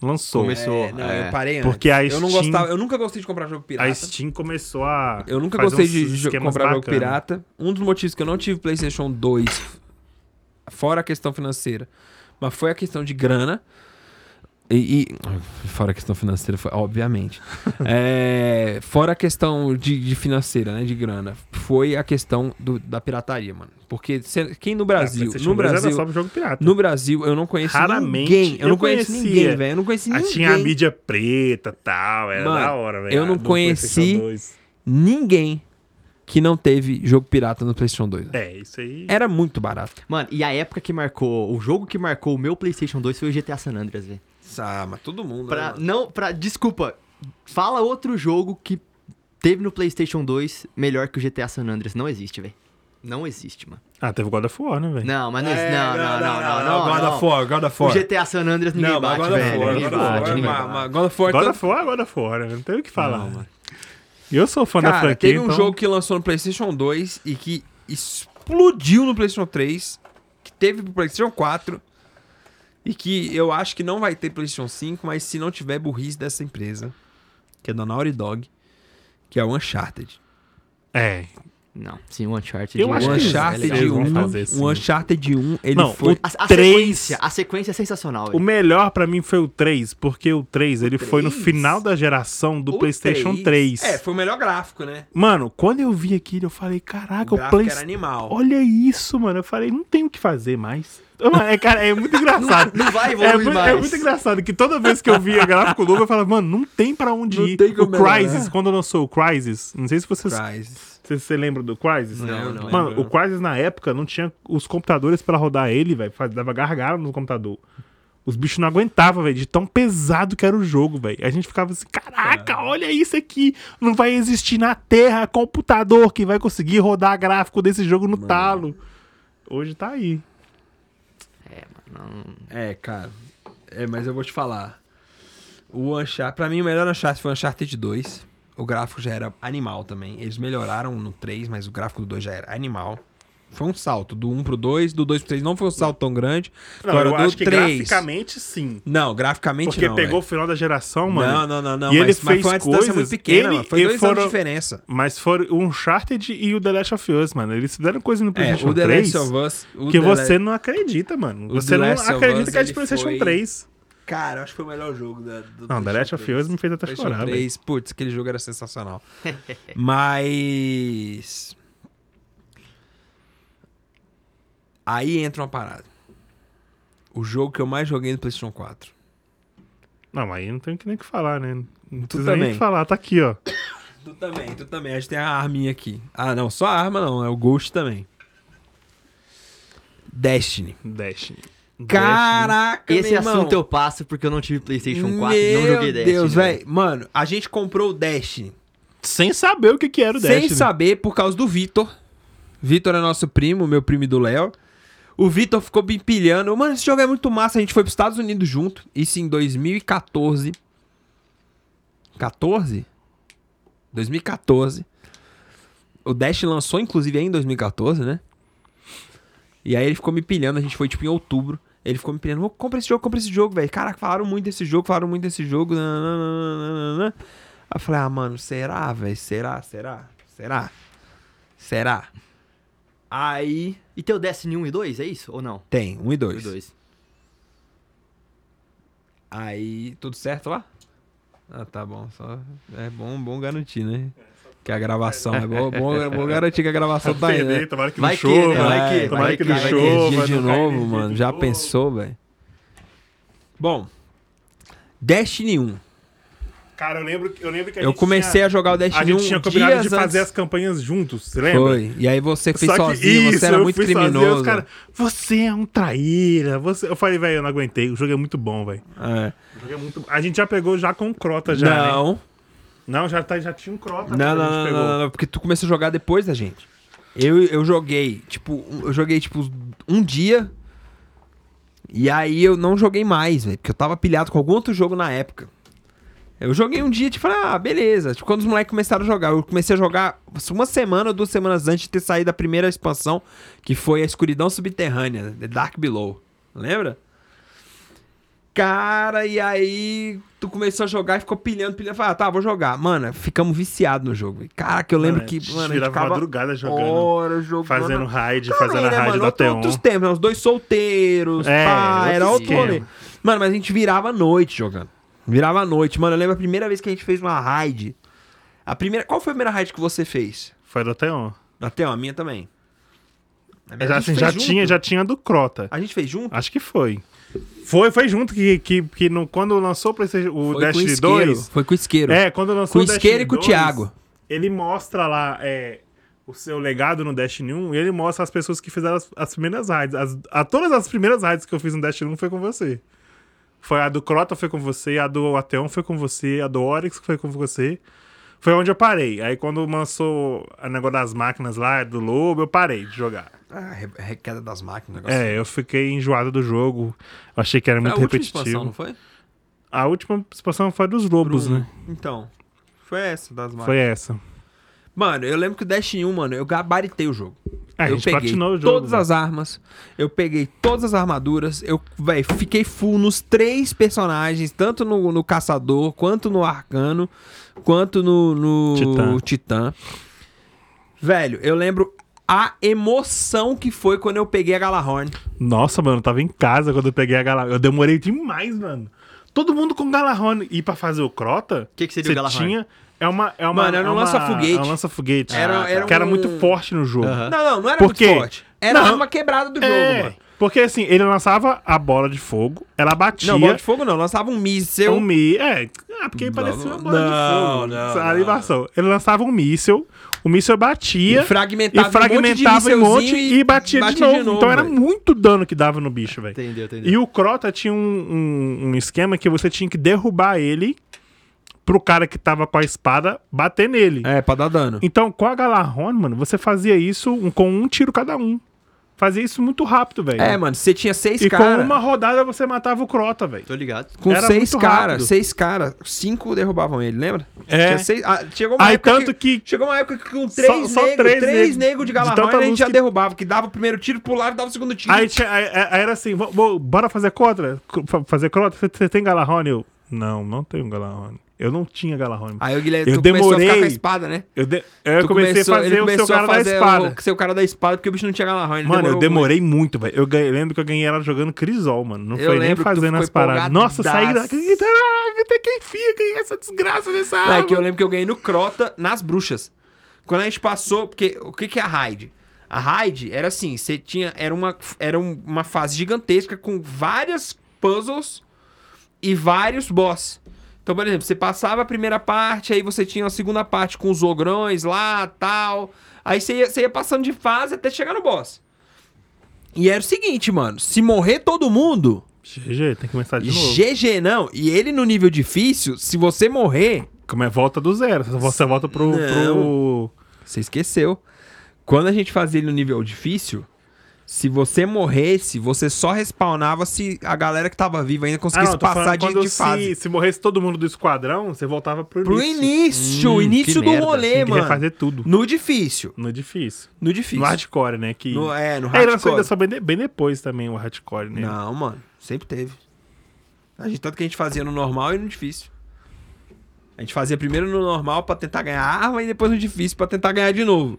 Speaker 2: lançou.
Speaker 3: Começou.
Speaker 1: É, não,
Speaker 3: É.
Speaker 1: eu parei antes.
Speaker 2: Porque a
Speaker 1: eu não
Speaker 2: Steam-
Speaker 1: gostava, eu nunca gostei de comprar jogo É, pirata.
Speaker 2: A Steam começou a.
Speaker 1: Eu nunca
Speaker 2: fazer
Speaker 1: gostei
Speaker 2: uns
Speaker 1: de jo-
Speaker 2: esquemas
Speaker 1: comprar jogo
Speaker 2: bacana.
Speaker 1: pirata. Um dos motivos que eu não tive PlayStation 2, fora a questão financeira, mas foi a questão de grana. E, e- fora a questão financeira, foi, obviamente. É, fora a questão de, de financeira, né, de grana, foi a questão do- da pirataria, mano. Porque cê- quem no
Speaker 2: Ah,
Speaker 1: Brasil,
Speaker 2: PlayStation
Speaker 1: no
Speaker 2: 2
Speaker 1: Brasil,
Speaker 2: Era só jogo pirata.
Speaker 1: no Brasil, eu não conheço
Speaker 2: Raramente.
Speaker 1: ninguém. Eu,
Speaker 2: Eu
Speaker 1: não conheço
Speaker 2: conhecia.
Speaker 1: ninguém, velho. Eu não conheci
Speaker 2: Aí
Speaker 1: ninguém.
Speaker 2: tinha a mídia preta e tal. Era
Speaker 1: Mano,
Speaker 2: da hora, velho.
Speaker 1: eu não
Speaker 2: Ah, do PlayStation
Speaker 1: conheci-
Speaker 2: 2.
Speaker 1: Ninguém que não teve jogo pirata no PlayStation 2.
Speaker 2: É, isso aí.
Speaker 1: Era muito barato.
Speaker 3: Mano, e a época que marcou, o jogo que marcou o meu PlayStation 2 foi o GTA San Andreas, velho.
Speaker 1: Ah, mas todo mundo.
Speaker 3: Pra, não, pra, desculpa, fala outro jogo que teve no PlayStation 2 melhor que o GTA San Andreas. Não existe, velho. Não existe, mano.
Speaker 2: Ah, teve God of War, né, velho?
Speaker 3: Não, mas não
Speaker 1: É,
Speaker 3: existe. Não, não, não, não, não.
Speaker 1: God of War, God of
Speaker 3: O
Speaker 1: War.
Speaker 3: GTA San Andreas ninguém
Speaker 1: não, mas
Speaker 3: bate,
Speaker 1: God of
Speaker 3: velho.
Speaker 1: War,
Speaker 3: ninguém
Speaker 1: God of War,
Speaker 3: bate, ninguém
Speaker 1: mas-
Speaker 3: bate.
Speaker 1: mas God of War.
Speaker 2: God
Speaker 1: tanto-
Speaker 2: of War, God of War, né? não tem o que falar. mano. Eu sou fã da
Speaker 1: Cara,
Speaker 2: franquia,
Speaker 1: teve um
Speaker 2: então-
Speaker 1: jogo que lançou no PlayStation 2 e que explodiu no PlayStation 3, que teve pro PlayStation 4 e que eu acho que não vai ter PlayStation 5, mas se não tiver é burrice dessa empresa, que é da Naughty Dog, que é o Uncharted.
Speaker 2: É.
Speaker 3: Não, sim, o Uncharted.
Speaker 2: Eu
Speaker 3: é-
Speaker 2: acho
Speaker 1: o
Speaker 2: que um eles-
Speaker 1: Uncharted
Speaker 2: eles vão
Speaker 1: 1,
Speaker 2: fazer sim.
Speaker 1: o Uncharted 1, ele
Speaker 2: Não,
Speaker 1: foi
Speaker 2: o-
Speaker 3: A, a
Speaker 2: Três.
Speaker 3: sequência, a sequência é sensacional,
Speaker 2: O
Speaker 3: velho.
Speaker 2: melhor pra mim foi o 3, porque o 3, ele foi no
Speaker 1: três?
Speaker 2: final da geração do
Speaker 1: o
Speaker 2: PlayStation 3.
Speaker 1: É, foi o melhor gráfico, né?
Speaker 2: Mano, quando eu vi aquilo, eu falei, caraca,
Speaker 1: O
Speaker 2: o
Speaker 1: gráfico
Speaker 2: Play...
Speaker 1: era animal.
Speaker 2: Olha isso, mano. Eu falei, não tem o que fazer mais. Mano, é, cara, é muito engraçado.
Speaker 3: Não vai
Speaker 2: É,
Speaker 3: evoluir
Speaker 2: mu-
Speaker 3: mais.
Speaker 2: é muito engraçado que toda vez que eu via gráfico novo, eu falava, mano, não tem pra onde
Speaker 1: Não
Speaker 2: ir.
Speaker 1: tem
Speaker 2: O
Speaker 1: como melhorar.
Speaker 2: Crysis, quando lançou o Crysis, não sei se vocês
Speaker 1: Crysis.
Speaker 2: Você, você lembra do Crysis?
Speaker 1: Não, eu não
Speaker 2: Mano,
Speaker 1: lembro.
Speaker 2: o Crysis na época não tinha os computadores pra rodar ele, velho. Faz- Dava gargalo no computador. Os bichos não aguentavam, velho, de tão pesado que era o jogo, velho. A gente ficava assim, caraca, olha isso aqui. Não vai existir na Terra computador que vai conseguir rodar gráfico desse jogo no talo. Hoje tá aí.
Speaker 3: É, mano.
Speaker 1: É, cara. É, mas eu vou te falar. O Uncharted, pra mim, o melhor Uncharted foi o Uncharted 2. O gráfico já era animal também. Eles melhoraram no 3, mas o gráfico do 2 já era animal. Foi um salto. Do 1 pro 2, do 2 pro 3 não foi um salto tão grande. Agora, do
Speaker 2: graficamente sim.
Speaker 1: Não, graficamente
Speaker 2: Porque
Speaker 1: não.
Speaker 2: pegou o
Speaker 1: velho.
Speaker 2: final da geração, mano.
Speaker 1: Não, não, não, não.
Speaker 2: E
Speaker 1: mas,
Speaker 2: ele
Speaker 1: mas
Speaker 2: fez
Speaker 1: foi uma distância
Speaker 2: coisas,
Speaker 1: muito pequena,
Speaker 2: ele-
Speaker 1: mano. Foi
Speaker 2: ele
Speaker 1: dois anos
Speaker 2: foram-
Speaker 1: de diferença.
Speaker 2: Mas foram o Uncharted e o The Last of Us, mano. Eles fizeram coisa no
Speaker 1: É,
Speaker 2: PlayStation
Speaker 1: o The
Speaker 2: 3
Speaker 1: Last of Us. o
Speaker 2: que
Speaker 1: The
Speaker 2: você
Speaker 1: La-
Speaker 2: não acredita, mano.
Speaker 1: o
Speaker 2: Você
Speaker 1: The
Speaker 2: não
Speaker 1: Last of
Speaker 2: acredita
Speaker 1: Us,
Speaker 2: que é de
Speaker 1: ele
Speaker 2: PlayStation
Speaker 1: foi-
Speaker 2: 3.
Speaker 1: Cara, eu acho que foi o melhor jogo da, do
Speaker 2: Não, The Last of Us me fez até
Speaker 1: PlayStation
Speaker 2: chorar, velho.
Speaker 1: 3, putz, aquele jogo era sensacional. Mas. Aí entra uma parada. O jogo que eu mais joguei no PlayStation 4.
Speaker 2: Não, mas aí não tem que nem o que falar, né? Não precisa nem
Speaker 1: também.
Speaker 2: o que falar, tá aqui, ó.
Speaker 1: Tu também, tu também. A gente tem a arminha aqui. Ah, não, só a arma não, é o Ghost também. Destiny.
Speaker 2: Destiny.
Speaker 1: Caraca,
Speaker 3: Esse
Speaker 1: meu irmão.
Speaker 3: assunto eu passo porque eu não tive PlayStation 4 e
Speaker 1: Meu
Speaker 3: não joguei Destiny.
Speaker 1: Deus, velho. Mano, a gente comprou o Destiny.
Speaker 2: Sem saber o que, que era o né?
Speaker 1: Sem
Speaker 2: Destiny.
Speaker 1: saber, por causa do Vitor. Vitor é nosso primo, meu primo e do Léo. O Vitor ficou me empilhando. Mano, esse jogo é muito massa. A gente foi pros Estados Unidos junto. Isso em 2014. 14? 2014. O Dash lançou, inclusive, aí em 2014, né? E aí ele ficou me pilhando, a gente foi tipo em outubro. Ele ficou me pilhando, "Ô, compra esse jogo, compra esse jogo, velho. Caraca, falaram muito desse jogo, falaram muito desse jogo. nananana." Aí eu falei, ah, mano, será, velho? Será, será? Será? Será? Aí
Speaker 3: E tem o Destiny 1 e 2, é isso? Ou não?
Speaker 1: tem, um e
Speaker 3: E
Speaker 1: dois.
Speaker 3: dois.
Speaker 1: Aí, tudo certo lá? Ah, tá bom. Só é bom, bom garantir, né? Que a gravação é bom, bom, bom garantir que a gravação tá aí, né?
Speaker 2: Perder, tomara que
Speaker 3: Vai
Speaker 2: não
Speaker 3: que,
Speaker 2: chova.
Speaker 3: né? Vai que-
Speaker 2: tomara
Speaker 3: vai
Speaker 2: que,
Speaker 3: que-
Speaker 2: não
Speaker 3: vai que-
Speaker 2: chova.
Speaker 1: energia de
Speaker 2: não cai
Speaker 1: novo,
Speaker 2: energia
Speaker 1: mano.
Speaker 2: de
Speaker 1: Já
Speaker 2: novo.
Speaker 1: pensou, velho? Bom, Destiny 1.
Speaker 2: Cara, eu lembro, que- eu lembro que a
Speaker 1: Eu
Speaker 2: gente
Speaker 1: comecei a jogar o Destiny
Speaker 2: tinha, a
Speaker 1: 1
Speaker 2: gente tinha combinado de
Speaker 1: dias
Speaker 2: fazer
Speaker 1: antes.
Speaker 2: as campanhas juntos, você lembra?
Speaker 1: Foi. E aí você fez
Speaker 2: Só que
Speaker 1: sozinho,
Speaker 2: isso,
Speaker 1: você era
Speaker 2: eu
Speaker 1: muito
Speaker 2: fui sozinho,
Speaker 1: criminoso.
Speaker 2: os cara, você é um traíra. Você... Eu falei, velho, eu não aguentei. O jogo é muito bom, velho.
Speaker 1: É.
Speaker 2: O jogo é muito A gente já pegou já com crota já, né?
Speaker 1: não,
Speaker 2: Não, já, tá, já tinha um
Speaker 1: Não,
Speaker 2: crota. quando a
Speaker 1: não,
Speaker 2: gente
Speaker 1: não,
Speaker 2: pegou.
Speaker 1: não, não, porque tu começou a jogar depois da gente. Eu, eu joguei, tipo, um- eu joguei, tipo, um dia. E aí eu não joguei mais, velho. Porque eu tava pilhado com algum outro jogo na época. Eu joguei um dia, tipo, ah, beleza. Tipo, quando os moleques começaram a jogar, eu comecei a jogar uma semana ou duas semanas antes de ter saído a primeira expansão, que foi a Escuridão Subterrânea, The Dark Below. Lembra? Cara, e aí tu começou a jogar e ficou pilhando, pilhando. Falei, ah, tá, vou jogar. Mano, ficamos viciados no jogo. velho. Caraca, eu lembro
Speaker 2: Mano,
Speaker 1: que,
Speaker 2: a gente
Speaker 1: mano, a gente
Speaker 2: virava
Speaker 1: ficava
Speaker 2: madrugada jogando,
Speaker 1: horas jogando.
Speaker 2: Fazendo raid,
Speaker 1: Também,
Speaker 2: fazendo a
Speaker 1: né,
Speaker 2: raid
Speaker 1: mano?
Speaker 2: da
Speaker 1: Outro-
Speaker 2: T1.
Speaker 1: Outros tempos, né? Os dois solteiros,
Speaker 2: É,
Speaker 1: pá,
Speaker 2: outro
Speaker 1: era outro
Speaker 2: esquema.
Speaker 1: rolê. Mano, mas a gente virava à noite jogando. Virava à noite. Mano, eu lembro a primeira vez que a gente fez uma raid. A primeira... Qual foi a primeira raid que você fez?
Speaker 2: Foi do Teon.
Speaker 1: Até uma, a minha também. A minha
Speaker 2: Já,
Speaker 1: a gente
Speaker 2: assim, já
Speaker 1: fez junto.
Speaker 2: tinha, Ah, já tinha do crota.
Speaker 1: A gente fez junto?
Speaker 2: Acho que foi. Foi, foi junto que, que, que no, quando lançou o, PlayStation-
Speaker 1: Foi
Speaker 2: o
Speaker 1: com o
Speaker 2: Destiny
Speaker 1: isqueiro.
Speaker 2: 2.
Speaker 1: Foi com o isqueiro.
Speaker 2: É, quando lançou
Speaker 1: com o
Speaker 2: o
Speaker 1: isqueiro
Speaker 2: Destiny
Speaker 1: e com o
Speaker 2: 2,
Speaker 1: Thiago.
Speaker 2: Ele mostra lá é, o seu legado no Destiny 1 e ele mostra as pessoas que fizeram as, as primeiras raids. As, a, todas as primeiras raids que eu fiz no Destiny 1 foi com você. Foi a do Crota foi com você, a do Ateon foi com você, a do Oryx foi com você. Foi onde eu parei. Aí quando lançou o negócio das máquinas lá, do Lobo, eu parei de jogar.
Speaker 1: Ah, re- requeda das máquinas. um negócio. assim.
Speaker 2: É, eu fiquei enjoado do jogo. Eu achei que era
Speaker 1: Foi É, a
Speaker 2: muito
Speaker 1: última
Speaker 2: repetitivo.
Speaker 1: expansão, não foi?
Speaker 2: A última expansão foi a dos Lobos, né?
Speaker 1: Então, foi essa das máquinas.
Speaker 2: Foi essa.
Speaker 1: Mano, eu lembro que o Destiny 1, mano, eu gabaritei o jogo.
Speaker 2: É, a
Speaker 1: eu
Speaker 2: gente
Speaker 1: peguei
Speaker 2: platinou o jogo. né?
Speaker 1: todas as armas, eu peguei todas as armaduras, eu, véi, fiquei full nos três personagens, tanto no, no Caçador, quanto no Arcano, quanto no, no
Speaker 2: Titã.
Speaker 1: Titã. Velho, eu lembro a emoção que foi quando eu peguei a Galahorn.
Speaker 2: Nossa, mano, eu tava em casa quando eu peguei a Galahorn. Eu demorei demais, mano. Todo mundo com Galahorn. E pra fazer o Crota...
Speaker 3: Que que seria o
Speaker 2: cê
Speaker 3: Galahorn?
Speaker 2: Tinha, é uma... É uma
Speaker 1: Mano, era um
Speaker 2: é uma-
Speaker 1: lança-foguete.
Speaker 2: É um lança-foguete.
Speaker 1: Era- era
Speaker 2: que era
Speaker 1: um-
Speaker 2: muito forte no jogo.
Speaker 3: Aham.
Speaker 1: Não, não, não era
Speaker 2: Por
Speaker 1: muito
Speaker 2: quê?
Speaker 1: forte. Era
Speaker 2: Não.
Speaker 1: a arma quebrada do jogo,
Speaker 2: É,
Speaker 1: mano.
Speaker 2: porque assim, ele lançava a bola de fogo, ela batia...
Speaker 1: Não, bola de fogo não, lançava um míssil.
Speaker 2: um mi... É, Ah, porque
Speaker 1: Blá,
Speaker 2: parecia uma
Speaker 1: blá, não,
Speaker 2: bola de fogo.
Speaker 1: não,
Speaker 2: Essa
Speaker 1: não.
Speaker 2: animação. Ele lançava um míssil, o míssil batia
Speaker 1: E fragmentava
Speaker 2: e fragmentava em um monte,
Speaker 1: mísselzinho
Speaker 2: e, batia, de, novo. Então era
Speaker 1: velho.
Speaker 2: muito dano que dava no bicho, velho.
Speaker 3: Entendeu, entendeu.
Speaker 2: E o Crota tinha um, um- um esquema que você tinha que derrubar ele pro cara que tava com a espada bater nele.
Speaker 1: É, pra dar dano.
Speaker 2: Então, com a Galarrone, mano, você fazia isso um- com um tiro cada um. Fazia isso muito rápido, velho.
Speaker 1: É, mano, você tinha seis
Speaker 2: Então, E
Speaker 1: caras.
Speaker 2: com uma rodada você matava o Crota, velho.
Speaker 1: Então,
Speaker 3: Tô ligado.
Speaker 1: Com
Speaker 2: Era
Speaker 1: seis
Speaker 2: muito
Speaker 1: caras,
Speaker 2: rápido.
Speaker 1: seis caras, cinco derrubavam ele, lembra?
Speaker 2: É.
Speaker 1: Tinha seis- ah, chegou uma
Speaker 2: Aí
Speaker 1: época
Speaker 2: tanto que-
Speaker 1: Chegou uma época que com três
Speaker 2: só
Speaker 1: negros,
Speaker 2: três
Speaker 1: três,
Speaker 2: negros,
Speaker 1: negros de
Speaker 2: de tanta
Speaker 1: Galarrone, a gente
Speaker 2: luz
Speaker 1: já
Speaker 2: que-
Speaker 1: derrubava, que dava o primeiro tiro, pulava e dava o segundo tiro.
Speaker 2: Aí, tinha- aí- aí- aí era assim, "Vô- vô, bora fazer contra? Co- fa- Fazer crota? Você- Você tem Galarrone? Eu, não, não tenho Galarrone. Eu não tinha Galarrone.
Speaker 1: Aí o Guilherme
Speaker 2: Eu
Speaker 1: tu começou a ficar com a
Speaker 2: demorei.
Speaker 1: espada, né?
Speaker 2: Eu, de- eu
Speaker 1: Tu
Speaker 2: comecei
Speaker 1: começou-
Speaker 2: a fazer
Speaker 1: ele
Speaker 2: o seu
Speaker 1: começou a
Speaker 2: cara da
Speaker 1: fazer
Speaker 2: espada.
Speaker 1: O, o seu cara da espada, porque o bicho não tinha Galarrone. ele
Speaker 2: Mano, eu
Speaker 1: demorou
Speaker 2: demorei muito, velho. Eu ganhei- lembro que eu ganhei ela jogando Crisol, mano. Não
Speaker 1: Eu
Speaker 2: foi nem
Speaker 1: lembro que tu
Speaker 2: fazendo
Speaker 1: ficou
Speaker 2: as paradas. Nossa, eu saí
Speaker 1: empolgadaço.
Speaker 2: daqui. Ah, Até que enfim, que é essa desgraça dessa
Speaker 1: muito.
Speaker 2: arma.
Speaker 1: É que eu lembro que eu ganhei no Crota, nas bruxas. Quando a gente passou, porque o que, que é a raid? A raid era assim, você tinha. Era uma, era um- uma fase gigantesca com várias puzzles e vários boss. Então, por exemplo, você passava a primeira parte, aí você tinha a segunda parte com os ogrões lá, tal. Aí você ia, você ia passando de fase até chegar no boss. E era o seguinte, mano, se morrer todo mundo,
Speaker 2: GG, tem que começar É de novo.
Speaker 1: GG não. E ele no nível difícil, se você morrer,
Speaker 2: Como é volta do zero. Você volta pro. pro...
Speaker 1: você esqueceu. Quando a gente fazia ele no nível difícil, se você morresse, você só respawnava se a galera que tava viva ainda
Speaker 2: Ah,
Speaker 1: conseguisse
Speaker 2: não, tô
Speaker 1: passar
Speaker 2: falando
Speaker 1: de,
Speaker 2: quando
Speaker 1: de
Speaker 2: se-
Speaker 1: fase.
Speaker 2: Se morresse todo mundo do esquadrão, você voltava pro
Speaker 1: Pro
Speaker 2: início.
Speaker 1: início,
Speaker 3: Hum,
Speaker 1: início
Speaker 3: que
Speaker 1: do
Speaker 3: merda,
Speaker 1: rolê,
Speaker 2: Tem que
Speaker 1: mano.
Speaker 2: refazer tudo.
Speaker 1: No difícil.
Speaker 2: No difícil.
Speaker 1: No difícil.
Speaker 2: No hardcore, né? Que...
Speaker 1: No- é, no
Speaker 2: É, ele lançou
Speaker 1: hardcore.
Speaker 2: ainda só bem, de- bem depois também o hardcore, né?
Speaker 1: Não, mano. Sempre teve. A gente, tanto que a gente fazia no normal e no difícil. A gente fazia primeiro no normal pra tentar ganhar a arma e depois no difícil pra tentar ganhar de novo.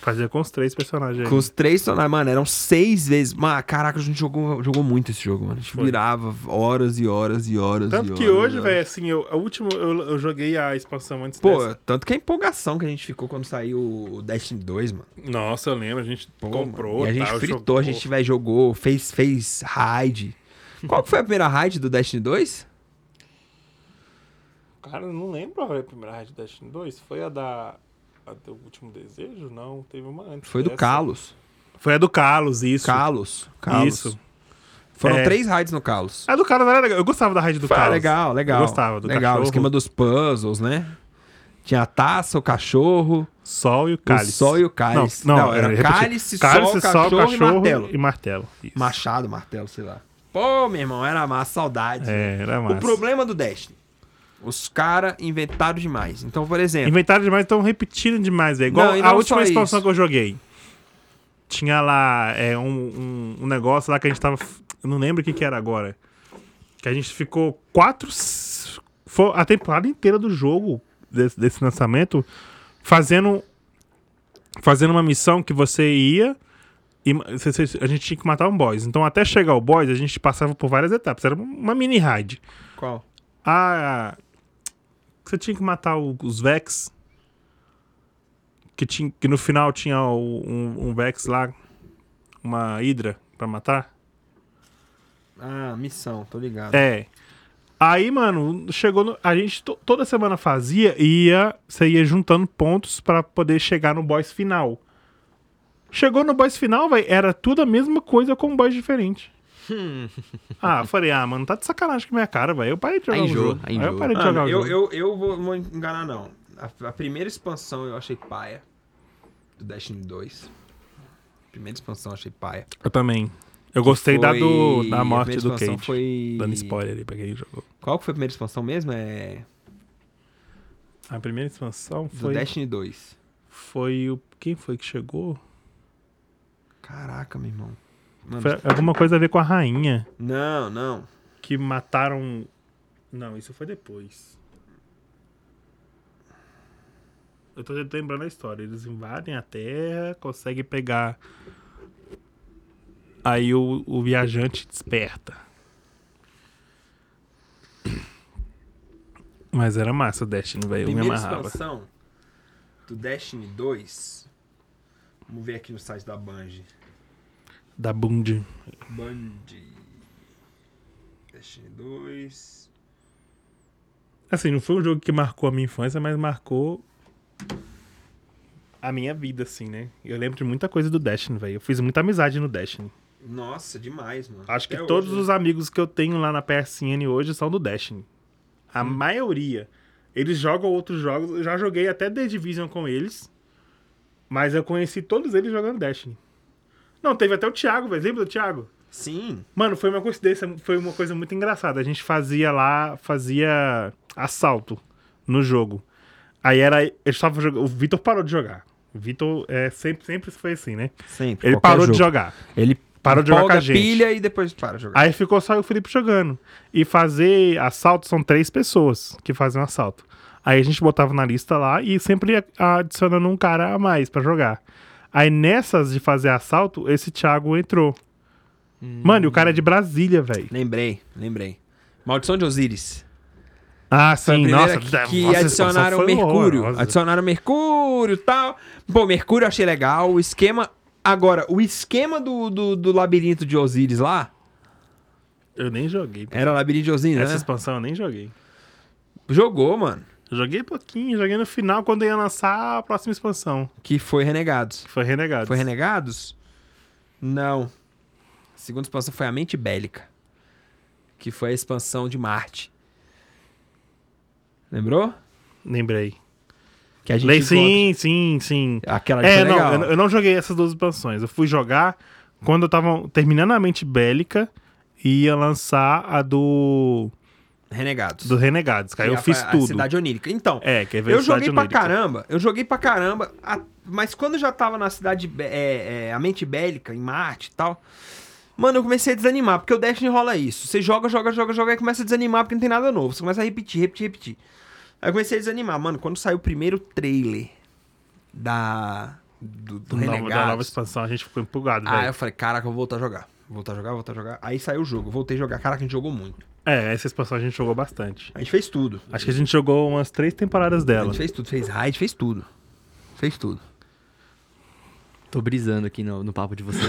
Speaker 2: Fazia com os três personagens.
Speaker 1: Com
Speaker 2: aí.
Speaker 1: os três sonar, mano, eram seis vezes. Mano, caraca, a gente jogou, jogou muito esse jogo, mano. A gente
Speaker 2: Foi.
Speaker 1: virava horas e horas e horas.
Speaker 2: Tanto
Speaker 1: e
Speaker 2: que
Speaker 1: horas
Speaker 2: hoje,
Speaker 1: e horas.
Speaker 2: velho, assim, eu, a última, eu, eu joguei a expansão antes
Speaker 1: Pô,
Speaker 2: dessa.
Speaker 1: tanto que a empolgação que a gente ficou quando saiu o Destiny 2, mano.
Speaker 2: Nossa, eu lembro, a gente
Speaker 1: Pô,
Speaker 2: comprou.
Speaker 1: mano. E a gente
Speaker 2: tal,
Speaker 1: fritou,
Speaker 2: jogou.
Speaker 1: a gente vai, jogou, fez, fez raid. Qual que foi a primeira raid do Destiny 2?
Speaker 2: Cara, eu não lembro velho, a primeira Red Destiny 2. Foi a da. A do Último Desejo? Não, teve uma antes.
Speaker 1: Foi do
Speaker 2: dessa.
Speaker 1: Kalos.
Speaker 2: Foi a do Carlos, isso.
Speaker 1: Kalos. Kalos.
Speaker 2: Isso.
Speaker 1: Foram
Speaker 2: É.
Speaker 1: três raids no Kalos.
Speaker 2: A do Carlos era legal. Eu gostava da raid do
Speaker 1: Foi
Speaker 2: Carlos.
Speaker 1: legal, legal.
Speaker 2: Eu gostava do
Speaker 1: legal, o
Speaker 2: cachorro.
Speaker 1: esquema dos puzzles, né? Tinha a taça, o cachorro.
Speaker 2: Sol e o cálice.
Speaker 1: O sol e o cálice.
Speaker 2: Não, é, não,
Speaker 1: era
Speaker 2: repetido.
Speaker 1: cálice, sol, cachorro e martelo.
Speaker 2: e martelo. Isso.
Speaker 1: Machado, martelo, sei lá. Pô, meu irmão, era massa, saudade.
Speaker 2: É, era massa.
Speaker 1: O problema do Destiny. Os caras inventaram demais. Então, por exemplo,
Speaker 2: Inventaram demais, estão repetindo demais, velho. Igual
Speaker 1: Não, e
Speaker 2: a
Speaker 1: não
Speaker 2: última
Speaker 1: só
Speaker 2: expansão
Speaker 1: isso.
Speaker 2: que eu joguei. Tinha lá é, um, um, um negócio lá que a gente tava. Eu não lembro o que, que era agora. Que a gente ficou quatro. s- Foi a temporada inteira do jogo desse, desse lançamento fazendo. Fazendo uma missão que você ia. E, ma- cê- cê- a gente tinha que matar um boss. Então, até chegar ao boss, a gente passava por várias etapas. Era uma mini raid.
Speaker 1: qual?
Speaker 2: Ah, você tinha que matar o- os Vex. Que, tinha, que no final tinha o- um, um Vex lá, uma Hydra pra matar.
Speaker 1: Ah, missão, tô ligado.
Speaker 2: É. Aí, mano, chegou no, A gente to- toda semana fazia e ia, você ia juntando pontos pra poder chegar no boss final. Chegou no boss final, velho, era tudo a mesma coisa com um boss diferente.
Speaker 3: Hum.
Speaker 2: ah, eu falei, ah, mano, tá de sacanagem com a minha cara, velho. Eu parei de jogar
Speaker 3: Aí
Speaker 2: o
Speaker 3: enjoa,
Speaker 2: jogo.
Speaker 3: aí
Speaker 2: eu
Speaker 3: enjoa. Ah,
Speaker 2: parei de
Speaker 1: Mano,
Speaker 2: jogar o
Speaker 1: eu,
Speaker 2: jogo.
Speaker 1: eu, eu vou, não vou enganar, não. A, a primeira expansão eu achei paia. Do Destiny 2. Primeira expansão eu achei paia.
Speaker 2: Eu também. Eu gostei da, do,
Speaker 1: Foi-
Speaker 2: da morte
Speaker 1: a
Speaker 2: do
Speaker 1: primeira expansão
Speaker 2: Cage.
Speaker 1: Foi...
Speaker 2: Dando spoiler aí pra quem jogou.
Speaker 1: Qual que foi a primeira expansão mesmo? É.
Speaker 2: A primeira expansão
Speaker 1: Do
Speaker 2: foi.
Speaker 1: Destiny 2.
Speaker 2: Foi o. Quem foi que chegou?
Speaker 1: Caraca, meu irmão. Mano,
Speaker 2: Foi alguma coisa a ver com a rainha.
Speaker 1: Não, não.
Speaker 2: Que mataram. um- Não, isso foi depois. Eu tô tentando lembrar a história. Eles invadem a terra, conseguem pegar. Aí o, o viajante desperta. Mas era massa o Destiny, velho. Eu me
Speaker 1: Primeira
Speaker 2: amarrava.
Speaker 1: expansão do Destiny 2. Vamos ver aqui no site da Bungie.
Speaker 2: Da Bundy.
Speaker 1: Bungie. Destiny 2.
Speaker 2: Assim, não foi um jogo que marcou a minha infância, mas marcou a minha vida, assim, né? Eu lembro de muita coisa do Destiny, velho. Eu fiz muita amizade no Destiny.
Speaker 1: Nossa, demais, mano.
Speaker 2: Acho que
Speaker 1: Até
Speaker 2: todos
Speaker 1: hoje, né?
Speaker 2: os amigos que eu tenho lá na PSN hoje são do Destiny.
Speaker 1: Hum.
Speaker 2: A maioria. Eles jogam outros jogos. Eu já joguei até The Division com eles. Mas eu conheci todos eles jogando Destiny. Não, teve até o Thiago, velho. Lembra do Thiago?
Speaker 1: Sim.
Speaker 2: Mano, foi uma coincidência, foi uma coisa muito engraçada. A gente fazia lá, fazia assalto no jogo. Aí era. Eu estava jogando. O Vitor parou de jogar. O Vitor é, sempre, sempre foi assim, né?
Speaker 1: Sempre.
Speaker 2: Ele parou de jogar.
Speaker 1: Ele
Speaker 2: Parou de jogar com
Speaker 1: empolga
Speaker 2: a gente.
Speaker 1: pilha e depois para de jogar.
Speaker 2: Aí ficou só o Felipe jogando. E fazer assalto são três pessoas que fazem um assalto. Aí a gente botava na lista lá e sempre ia adicionando um cara a mais pra jogar. Aí nessas de fazer assalto, esse Thiago entrou.
Speaker 1: Hum.
Speaker 2: Mano, e o cara é de Brasília, velho.
Speaker 1: Ah. Lembrei, lembrei. Maldição de Osíris.
Speaker 2: Ah,
Speaker 1: Foi a
Speaker 2: sim,
Speaker 1: primeira
Speaker 2: nossa.
Speaker 1: que,
Speaker 2: da-
Speaker 1: que
Speaker 2: nossa, essa
Speaker 1: adicionaram
Speaker 2: foi um
Speaker 1: Mercúrio.
Speaker 2: horrorosa.
Speaker 1: Adicionaram Mercúrio e tal. Pô, Mercúrio eu achei legal. O esquema. Agora, o esquema do, do, do labirinto de Osíris lá.
Speaker 2: Eu nem joguei.
Speaker 1: Era labirinto de Osíris,
Speaker 2: Essa
Speaker 1: né?
Speaker 2: expansão eu nem joguei.
Speaker 1: Jogou, mano.
Speaker 2: Joguei pouquinho, joguei no final quando ia lançar a próxima expansão,
Speaker 1: Que foi Renegados.
Speaker 2: que foi Renegados.
Speaker 1: Foi Renegados? Não. A segunda expansão foi a Mente Bélica. Que foi a expansão de Marte. Lembrou?
Speaker 2: Lembrei.
Speaker 1: Que a gente
Speaker 2: Lei,
Speaker 1: encontra-
Speaker 2: sim, sim, sim.
Speaker 1: Aquela ali
Speaker 2: É,
Speaker 1: foi
Speaker 2: não,
Speaker 1: legal.
Speaker 2: eu, não- eu não joguei essas duas expansões. Eu fui jogar quando eu tava terminando a mente bélica e ia lançar a do,
Speaker 1: Renegados.
Speaker 2: do Renegados, cara.
Speaker 1: Que
Speaker 2: Eu
Speaker 1: é a-
Speaker 2: fiz
Speaker 1: a
Speaker 2: tudo.
Speaker 1: Cidade Onírica. Então,
Speaker 2: É, quer ver
Speaker 1: eu
Speaker 2: a cidade
Speaker 1: joguei pra
Speaker 2: onírica.
Speaker 1: caramba. Eu joguei pra caramba. a- mas quando eu já tava na cidade... bé- é, é, a mente bélica, em Marte e tal... Mano, eu comecei a desanimar, porque o Destiny rola isso. Você joga, joga, joga, joga, e começa a desanimar porque não tem nada novo. Você começa a repetir, repetir, repetir. Aí eu comecei a desanimar. Mano, quando saiu o primeiro trailer da... Do, do
Speaker 2: Da nova, da nova
Speaker 1: Renegados...
Speaker 2: expansão, a gente ficou empolgado,
Speaker 1: Aí eu
Speaker 2: velho.
Speaker 1: falei, caraca, eu vou voltar a jogar. Vou Voltar a jogar, vou voltar a jogar. Aí saiu o jogo, eu voltei a jogar. Caraca, a gente jogou muito.
Speaker 2: É, essa expansão a gente jogou bastante.
Speaker 1: A gente fez tudo.
Speaker 2: Acho que a gente jogou umas três temporadas
Speaker 1: A
Speaker 2: dela.
Speaker 1: gente fez tudo, fez raid, fez tudo. Fez tudo.
Speaker 3: Tô brisando aqui no, no papo de vocês.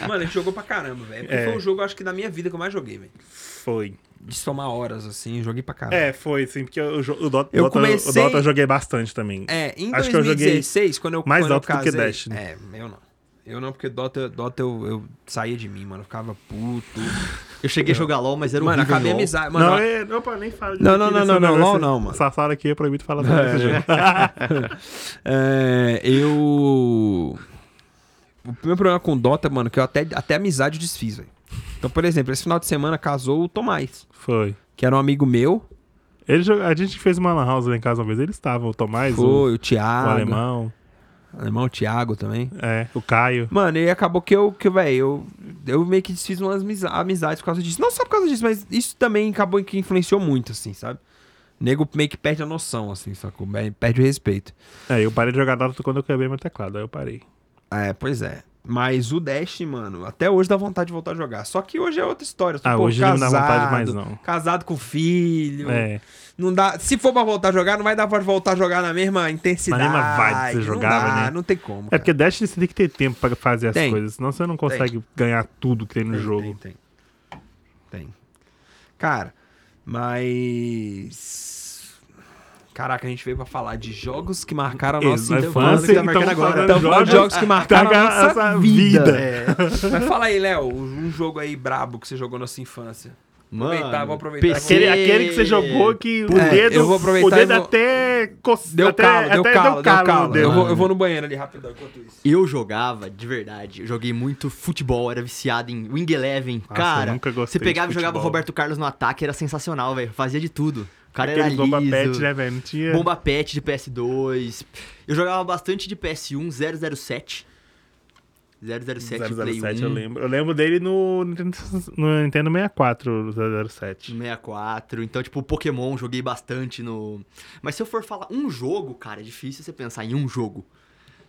Speaker 1: Mano, a gente jogou pra caramba, velho. Porque
Speaker 2: É.
Speaker 1: foi o jogo, acho que, da minha vida que eu mais joguei, velho.
Speaker 2: Foi.
Speaker 1: De somar horas, assim, joguei pra caramba.
Speaker 2: É, foi, sim, porque eu, jo- o, Dota,
Speaker 1: Eu
Speaker 2: Dota-
Speaker 1: comecei-
Speaker 2: o Dota eu joguei bastante também.
Speaker 1: É, em
Speaker 2: Acho que eu joguei
Speaker 1: 2016, quando eu
Speaker 2: mais
Speaker 1: quando eu
Speaker 2: Dota do que né?
Speaker 1: casei,
Speaker 2: Destiny.
Speaker 1: É, eu não. Eu não, porque Dota, Dota eu, eu saía de mim, mano. Eu ficava puto.
Speaker 3: Eu cheguei a jogar LOL, mas era um
Speaker 1: mano,
Speaker 3: horrível
Speaker 1: acabei a
Speaker 3: em LOL.
Speaker 1: amizade. Mano,
Speaker 2: não,
Speaker 1: eu-
Speaker 2: é, opa, nem fala
Speaker 1: Não, não, não, não, não,
Speaker 2: LOL
Speaker 1: LOL não, mano.
Speaker 2: Essa sala aqui é proibido falar sobre esse jogo.
Speaker 1: É, eu. O meu problema com Dota, mano, que eu até, até amizade eu desfiz, velho. Então, por exemplo, esse final de semana casou o Tomás,
Speaker 2: Foi.
Speaker 1: que era um amigo meu.
Speaker 2: Ele joga- A gente fez uma lan house lá em casa uma vez, eles estavam, o Tomás, o,
Speaker 1: Foi, Ah, o
Speaker 2: o
Speaker 1: Thiago.
Speaker 2: alemão,
Speaker 1: Alemão, o Thiago também.
Speaker 2: é, o Caio.
Speaker 1: Mano, e acabou que eu, que, velho, eu, eu meio que desfiz umas amiza- amizades por causa disso. Não só por causa disso, mas isso também acabou que influenciou muito, assim, sabe? O nego meio que perde a noção, assim, sacou? Bem, Perde o respeito.
Speaker 2: É, eu parei de jogar Dota quando eu quebrei meu teclado, aí eu parei.
Speaker 1: É, pois é. Mas o Dash, mano, até hoje dá vontade de voltar a jogar. Só que hoje é outra história.
Speaker 2: Ah,
Speaker 1: Pô,
Speaker 2: hoje não dá vontade mais não.
Speaker 1: Casado com filho.
Speaker 2: É,
Speaker 1: Não dá, se for pra voltar a jogar, não vai dar pra voltar a jogar na mesma intensidade.
Speaker 2: vibe que você jogava,
Speaker 1: não dá,
Speaker 2: né?
Speaker 1: Não tem como.
Speaker 2: é
Speaker 1: cara.
Speaker 2: porque Destiny você tem que ter tempo pra fazer as
Speaker 1: Tem.
Speaker 2: coisas, senão você não consegue ganhar tudo que tem no
Speaker 1: Tem,
Speaker 2: jogo.
Speaker 1: Tem, tem. Tem. Cara, mas. Caraca, a gente veio pra falar de jogos que marcaram a
Speaker 2: Isso,
Speaker 1: nossa
Speaker 2: a
Speaker 1: infância.
Speaker 2: infância, então falando
Speaker 1: Então, falando de
Speaker 2: jogos
Speaker 1: jogos que marcaram a
Speaker 2: marcaram
Speaker 1: nossa
Speaker 2: essa
Speaker 1: vida.
Speaker 2: vida.
Speaker 1: É. Mas fala aí, Léo, um jogo aí brabo que você jogou na sua infância. Aproveitar, vou aproveitar.
Speaker 3: PC.
Speaker 2: Aquele, aquele que você jogou que o
Speaker 1: É,
Speaker 2: dedo,
Speaker 1: eu vou
Speaker 2: o
Speaker 1: aproveitar e
Speaker 2: dedo
Speaker 1: vou-
Speaker 2: até, cos-
Speaker 1: Deu
Speaker 2: até,
Speaker 1: calo, deu
Speaker 2: até
Speaker 1: calo, deu calo.
Speaker 2: no
Speaker 1: Eu,
Speaker 2: dedo.
Speaker 1: vou, eu vou no banheiro ali rapidão enquanto isso.
Speaker 3: Eu jogava, de verdade, eu joguei muito futebol, era viciado em Wing Eleven.
Speaker 2: Nossa, eu
Speaker 3: cara,
Speaker 2: nunca
Speaker 3: você
Speaker 2: gostei
Speaker 3: pegava e
Speaker 2: de
Speaker 3: jogava o
Speaker 2: futebol.
Speaker 3: Roberto Carlos no ataque, era sensacional, velho. Fazia de tudo. O cara
Speaker 2: Aquele
Speaker 3: era
Speaker 2: bomba
Speaker 3: liso.
Speaker 2: pet, né, velho? Não tinha...
Speaker 3: Bomba Pet de PS2. Eu jogava bastante de PS1, 007. 007,
Speaker 2: 007,
Speaker 3: Play 1.
Speaker 2: eu lembro. Eu lembro dele no, Nintendo- no Nintendo 64, o 007.
Speaker 3: 64. Então, tipo, Pokémon joguei bastante no. Mas se eu for falar um jogo, cara, é difícil você pensar em um jogo.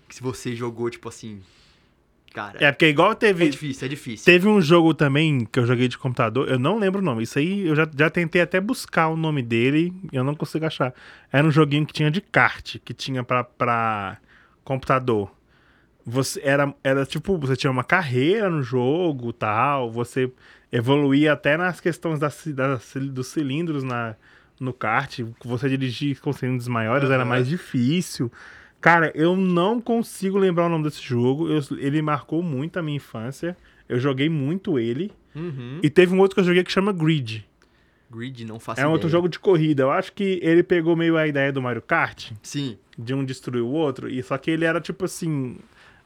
Speaker 3: Que se você jogou, tipo assim. Cara,
Speaker 2: É,
Speaker 3: é,
Speaker 2: porque igual teve,
Speaker 3: difícil, é difícil.
Speaker 2: teve um jogo também que eu joguei de computador, eu não lembro o nome. Isso aí eu já, já tentei até buscar o nome dele, eu não consigo achar. Era um joguinho que tinha de kart, que tinha pra, pra computador. Você era, era tipo, você tinha uma carreira no jogo tal, você evoluía até nas questões da, ci- da, ci- dos cilindros na, no kart, você dirigir conselhos dos maiores era mais difícil. Cara, eu não consigo lembrar o nome desse jogo. Eu- ele marcou muito a minha infância. Eu joguei muito ele.
Speaker 3: Uhum.
Speaker 2: E teve um outro que eu joguei que chama Grid.
Speaker 3: Grid não faço
Speaker 2: É um outro
Speaker 3: ideia.
Speaker 2: jogo de corrida. Eu acho que ele pegou meio a ideia do Mario Kart,
Speaker 3: Sim.
Speaker 2: de um destruir o outro, e só que ele era tipo assim,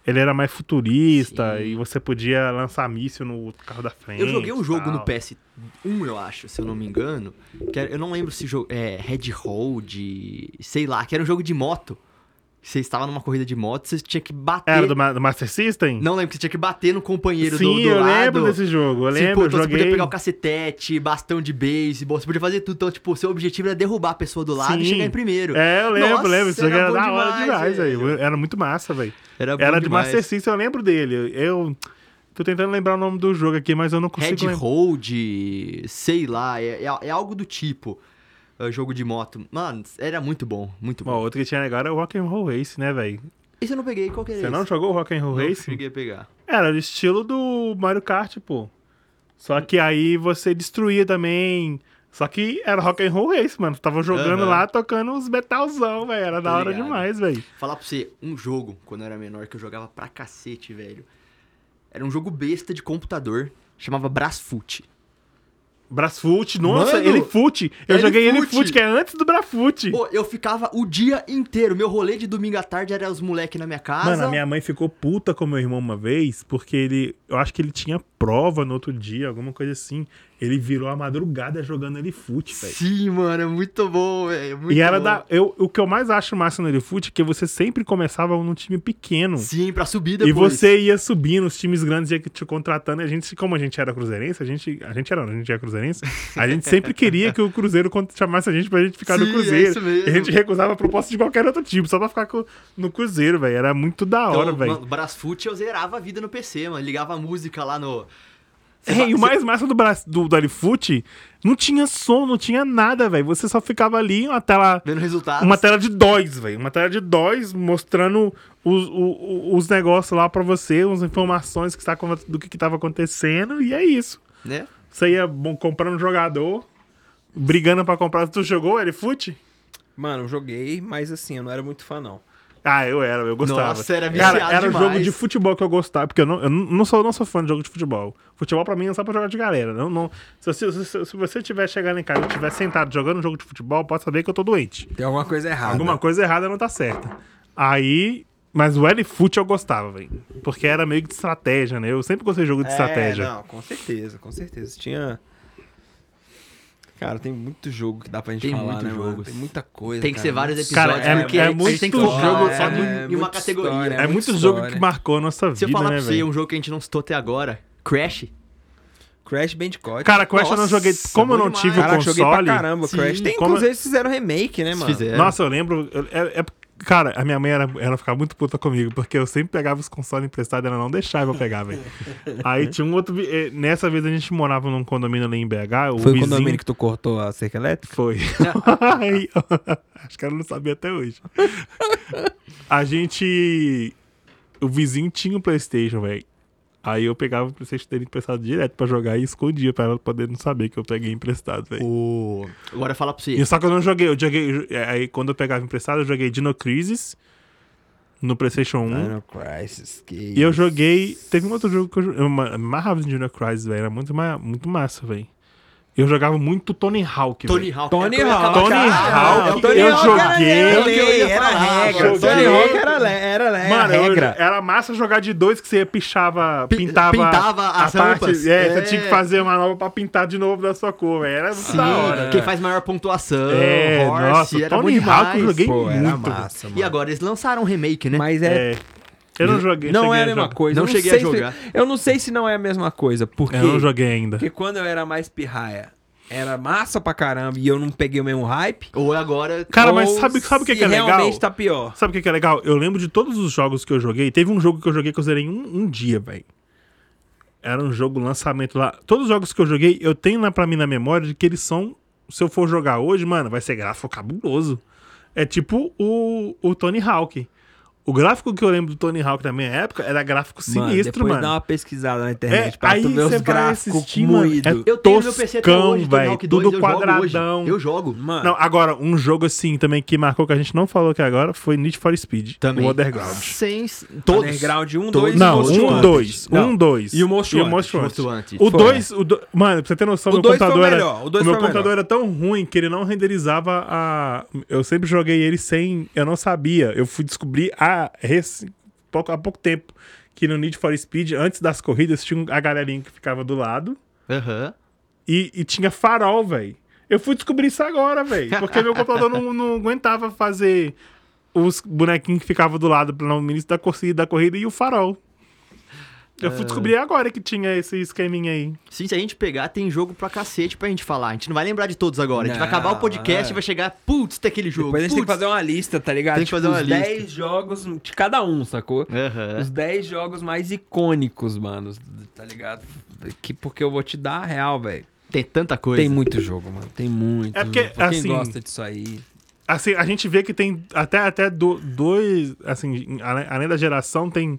Speaker 2: ele era mais futurista
Speaker 3: Sim.
Speaker 2: e você podia lançar míssil no carro da frente.
Speaker 3: Eu joguei um jogo
Speaker 2: tal.
Speaker 3: no PS1, eu acho, se eu não me engano. Que era- eu não lembro se jogo. É Red Hold, sei lá, que era um jogo de moto. Você estava numa corrida de moto, você tinha que bater.
Speaker 2: Era do, Ma- do Master System?
Speaker 3: Não lembro, que você tinha que bater no companheiro
Speaker 2: Sim,
Speaker 3: do, do
Speaker 2: eu
Speaker 3: lado.
Speaker 2: lembro desse jogo. Eu
Speaker 3: Sim,
Speaker 2: lembro,
Speaker 3: pô,
Speaker 2: eu
Speaker 3: então
Speaker 2: joguei.
Speaker 3: você podia pegar o cacetete, bastão de beisebol, você podia fazer tudo. Então, tipo, seu objetivo era derrubar a pessoa do lado e
Speaker 2: Sim.
Speaker 3: chegar em primeiro.
Speaker 2: É, eu lembro,
Speaker 3: Nossa,
Speaker 2: lembro. Esse jogo
Speaker 3: era
Speaker 2: era
Speaker 3: bom
Speaker 2: da hora
Speaker 3: demais,
Speaker 2: demais,
Speaker 3: velho.
Speaker 2: velho. Era muito massa, velho.
Speaker 3: Era, bom
Speaker 2: Era de
Speaker 3: demais.
Speaker 2: Master System, eu lembro dele. Eu tô tentando lembrar o nome do jogo aqui, mas eu não consigo
Speaker 3: Red
Speaker 2: lembrar.
Speaker 3: Hold, sei lá, é, é- é algo do tipo. É, jogo de moto. Mano, era muito bom, muito
Speaker 2: Bom,
Speaker 3: bom.
Speaker 2: outro que tinha agora é o Rock'n'Roll Race, né, velho?
Speaker 3: Esse eu não peguei, qual que era
Speaker 2: Você
Speaker 3: esse?
Speaker 2: não jogou o Rock'n'Roll
Speaker 3: Não
Speaker 2: Race?
Speaker 3: cheguei a pegar.
Speaker 2: Era do estilo do Mario Kart, pô. Só que aí você destruía também. Só que era rock and roll race, mano. Tava jogando
Speaker 3: Aham.
Speaker 2: lá, tocando os metalzão, velho. Era da
Speaker 3: Tô
Speaker 2: hora
Speaker 3: ligado.
Speaker 2: demais, velho.
Speaker 3: Falar pra você, um jogo, quando eu era menor, que eu jogava pra cacete, velho. Era um jogo besta de computador, chamava Brasfoot.
Speaker 2: Brasfoot, nossa,
Speaker 3: Mano,
Speaker 2: ele fute. Eu
Speaker 3: ele
Speaker 2: joguei ele
Speaker 3: fute.
Speaker 2: fute, que é antes do Brafute.
Speaker 3: Pô, eu ficava o dia inteiro. Meu rolê de domingo à tarde era os moleque na minha casa.
Speaker 2: Mano, a minha mãe ficou puta com meu irmão uma vez, porque ele. Eu acho que ele tinha prova no outro dia, alguma coisa assim. Ele virou a madrugada jogando ele fute, velho.
Speaker 3: Sim, mano, é muito bom, velho. muito
Speaker 2: E era
Speaker 3: bom.
Speaker 2: da. Eu, o que eu mais acho massa no Elifute é que você sempre começava num time pequeno.
Speaker 3: Sim, pra subir
Speaker 2: E
Speaker 3: depois.
Speaker 2: você ia subindo, os times grandes iam te contratando. E a gente, como a gente era cruzeirense, a gente. A gente era, não, a gente era cruzeirense. A gente sempre queria que o Cruzeiro con- chamasse a gente pra gente ficar
Speaker 3: Sim,
Speaker 2: no
Speaker 3: é
Speaker 2: Cruzeiro.
Speaker 3: isso mesmo.
Speaker 2: E a gente recusava a proposta de qualquer outro tipo, só pra ficar co- no Cruzeiro, velho. Era muito da
Speaker 3: Então,
Speaker 2: hora, velho.
Speaker 3: mano, Brasfoot eu zerava a vida no PC, mano. Ligava a música lá no. Cê
Speaker 2: É,
Speaker 3: vai-
Speaker 2: e o
Speaker 3: cê-
Speaker 2: mais massa do, Bra- do, do Alifute não tinha som, não tinha nada, velho. Você só ficava ali, uma tela
Speaker 3: Vendo resultados.
Speaker 2: Uma tela de DOS, velho. Uma tela de DOS mostrando os, o- o- os negócios lá pra você, as informações que está, acon- do que, que tava acontecendo, e é isso.
Speaker 3: Né?
Speaker 2: Você ia bom, comprando um jogador, brigando pra comprar. Tu jogou ele fute?
Speaker 1: Mano, eu joguei, mas assim, eu não era muito fã, não.
Speaker 2: Ah, eu era, eu gostava.
Speaker 3: Nossa, era viciado
Speaker 2: Cara, era o
Speaker 3: demais.
Speaker 2: jogo de futebol que eu gostava, porque eu não, eu não sou, não sou fã de jogo de futebol. Futebol pra mim é só pra jogar de galera. Não, não, se, se- se- se você tiver chegando em casa e estiver sentado jogando um jogo de futebol, pode saber que eu tô doente.
Speaker 1: Tem alguma coisa errada.
Speaker 2: Alguma coisa errada não tá certa. Aí. Mas o L-Foot eu gostava, velho. Porque era meio que de estratégia, né? Eu sempre gostei de jogo de estratégia.
Speaker 1: É, não, com certeza, com certeza. Tinha. Cara, tem muito jogo que dá pra gente
Speaker 3: Tem
Speaker 1: falar,
Speaker 3: muito
Speaker 1: né, mano?
Speaker 3: jogo.
Speaker 1: Tem muita coisa.
Speaker 3: Tem que
Speaker 1: cara.
Speaker 3: ser vários
Speaker 1: Nossa,
Speaker 3: episódios,
Speaker 2: Cara, é-
Speaker 3: porque
Speaker 2: é
Speaker 3: a gente
Speaker 2: muito
Speaker 3: tem que focar
Speaker 2: jogo,
Speaker 3: só
Speaker 2: é
Speaker 3: em- em uma
Speaker 1: muita
Speaker 3: categoria. né?
Speaker 1: história,
Speaker 2: é muito
Speaker 1: muita
Speaker 2: jogo
Speaker 1: história.
Speaker 2: que marcou a nossa
Speaker 3: Se eu
Speaker 2: vida,
Speaker 3: falar
Speaker 2: né,
Speaker 3: pra você
Speaker 2: velho?
Speaker 3: um jogo que a gente não citou até agora, Crash.
Speaker 1: Crash Bandicoot.
Speaker 2: Cara, Crash eu não
Speaker 3: Nossa,
Speaker 2: joguei. Como eu
Speaker 3: bom
Speaker 2: não
Speaker 3: demais.
Speaker 2: tive o
Speaker 1: Caraca, joguei pra
Speaker 2: console.
Speaker 1: caramba o
Speaker 3: Sim.
Speaker 1: Crash. Tem,
Speaker 2: Como-
Speaker 1: inclusive, eles fizeram remake, né,
Speaker 3: Se
Speaker 1: mano?
Speaker 3: fizer.
Speaker 2: Nossa, eu lembro. eu- é- é- cara, a minha mãe era, ela ficava muito puta comigo, porque eu sempre pegava os consoles emprestados e ela não deixava eu pegar, velho. Aí tinha um outro. vi- eh, Nessa vez a gente morava num condomínio ali em BH. O
Speaker 1: Foi o
Speaker 2: vizinho...
Speaker 1: condomínio que tu cortou a cerca elétrica?
Speaker 2: Foi. Aí, Acho que ela não sabia até hoje. A gente. O vizinho tinha um PlayStation, velho. Aí eu pegava o PlayStation dele emprestado direto pra jogar e escondia pra ela poder não saber que eu peguei emprestado, velho.
Speaker 3: O... Agora falar pra você.
Speaker 2: E só que eu não joguei. Eu joguei. Aí quando eu pegava emprestado, eu joguei Dino Crisis no PlayStation 1.
Speaker 1: Dino Crisis, que
Speaker 2: E eu
Speaker 1: isso.
Speaker 2: joguei. Teve um outro jogo que eu joguei. Eu ma- amarrava em Dino Crisis, velho. Era muito, ma- muito massa, velho. Eu jogava muito Tony Hawk, velho.
Speaker 3: Tony Hawk. É
Speaker 1: Tony
Speaker 3: Era-
Speaker 1: Hawk.
Speaker 2: Tony
Speaker 1: Cara,
Speaker 3: É
Speaker 2: Hawk,
Speaker 1: o Tony
Speaker 2: é eu é
Speaker 1: Hawk
Speaker 2: joguei.
Speaker 1: Era, lei,
Speaker 3: Eu
Speaker 1: era
Speaker 3: falava,
Speaker 1: regra.
Speaker 3: joguei.
Speaker 1: Tony Hawk era, le- era, le- era
Speaker 2: Mano, eu-
Speaker 1: É regra.
Speaker 2: era massa jogar de dois que você pichava,
Speaker 3: Pi-
Speaker 2: pintava,
Speaker 3: pintava as rampas.
Speaker 2: É,
Speaker 3: É.
Speaker 2: você tinha que fazer uma nova pra pintar de novo da sua cor, velho. Era muito
Speaker 3: Sim,
Speaker 2: da hora.
Speaker 3: quem faz maior pontuação,
Speaker 2: É,
Speaker 3: Horse,
Speaker 2: nossa,
Speaker 3: era bom
Speaker 2: Tony Hawk
Speaker 3: demais.
Speaker 2: eu joguei
Speaker 1: Pô, era
Speaker 2: muito.
Speaker 1: massa, mano.
Speaker 3: E agora eles lançaram um remake, né?
Speaker 1: Mas é
Speaker 2: É. Eu não joguei.
Speaker 1: Não
Speaker 2: cheguei
Speaker 1: é a mesma
Speaker 2: jogar.
Speaker 1: coisa.
Speaker 3: Não
Speaker 1: eu
Speaker 3: cheguei a
Speaker 1: sei se-
Speaker 3: jogar.
Speaker 1: eu não sei se não é a mesma coisa, porque,
Speaker 2: Eu não joguei ainda.
Speaker 1: porque quando eu era mais pirraia, era massa pra caramba e eu não peguei o mesmo hype.
Speaker 3: Ou agora.
Speaker 2: Cara, mas
Speaker 1: ou
Speaker 2: sabe, sabe o que,
Speaker 1: se
Speaker 2: que é legal?
Speaker 1: realmente tá pior.
Speaker 2: Sabe o que, que é legal? Eu lembro de todos os jogos que eu joguei. Teve um jogo que eu joguei que eu zerei em um, um dia, velho. Era um jogo lançamento lá. Todos os jogos que eu joguei, eu tenho lá pra mim na memória de que eles são. Se eu for jogar hoje, mano, vai ser gráfico cabuloso. É tipo o, o Tony Hawk. O gráfico que eu lembro do Tony Hawk na minha época era gráfico sinistro,
Speaker 1: depois
Speaker 2: mano. É,
Speaker 1: dá uma pesquisada na internet pra
Speaker 2: aí
Speaker 1: tu ver
Speaker 2: você
Speaker 1: os
Speaker 2: vai
Speaker 1: gráficos
Speaker 2: assistir, mano,
Speaker 1: moídos.
Speaker 2: é-
Speaker 3: Eu tenho no meu PC até
Speaker 2: Toscão,
Speaker 3: hoje, Tony
Speaker 2: véi,
Speaker 3: Hawk 2,
Speaker 2: tudo
Speaker 3: eu jogo
Speaker 2: quadradão.
Speaker 3: hoje. Eu jogo.
Speaker 1: Mano,
Speaker 2: Não, agora, um jogo assim também que marcou que a gente não falou aqui agora foi Need for Speed.
Speaker 3: Também.
Speaker 2: O Underground.
Speaker 3: Sem... Todos.
Speaker 1: Underground 1,
Speaker 3: Todos.
Speaker 1: 2
Speaker 2: Não,
Speaker 3: Most
Speaker 2: um,
Speaker 3: Wanted.
Speaker 2: dois. Um,
Speaker 1: Não.
Speaker 2: dois.
Speaker 1: E o Most Wanted.
Speaker 2: Wanted.
Speaker 3: Most Wanted.
Speaker 2: O
Speaker 1: Foi.
Speaker 2: dois... O do... Mano, pra você ter noção,
Speaker 1: O
Speaker 2: meu
Speaker 1: dois foi o
Speaker 2: computador era...
Speaker 1: melhor, o dois
Speaker 2: meu
Speaker 1: foi o
Speaker 2: computador era tão ruim que ele não renderizava a... Eu sempre joguei ele sem... Eu não sabia. Eu fui descobrir a... rec- pouco- há pouco tempo que no Need for Speed, antes das corridas, tinha um, a galerinha que ficava do lado.
Speaker 3: Aham.
Speaker 2: E, e tinha farol, velho. Eu fui descobrir isso agora, velho. Porque meu computador não, não aguentava fazer os bonequinhos que ficavam do lado no início da corrida, da corrida e o farol. Eu
Speaker 1: É.
Speaker 2: fui descobrir agora que tinha esse esqueminha aí.
Speaker 3: Sim, se a gente pegar, tem jogo pra cacete pra gente falar. A gente não vai lembrar de todos agora. A gente vai
Speaker 1: Não,
Speaker 3: acabar o podcast
Speaker 1: é.
Speaker 3: e vai chegar, putz, tem aquele jogo.
Speaker 1: Depois a gente tem que
Speaker 3: putz.
Speaker 1: fazer uma lista, tá ligado?
Speaker 3: Tem que fazer uma
Speaker 1: os
Speaker 3: lista.
Speaker 1: 10 jogos de cada um, sacou?
Speaker 3: Aham.
Speaker 1: Os 10 jogos mais icônicos, mano, tá ligado? Que, porque eu vou te dar a real, velho.
Speaker 3: Tem tanta coisa.
Speaker 1: Tem muito jogo, mano. Tem muito.
Speaker 2: É porque,
Speaker 1: jogo. Pra quem
Speaker 2: assim,
Speaker 1: gosta disso aí.
Speaker 2: Assim, a gente vê que tem até, até do- dois. Assim, em- ale- além da geração, tem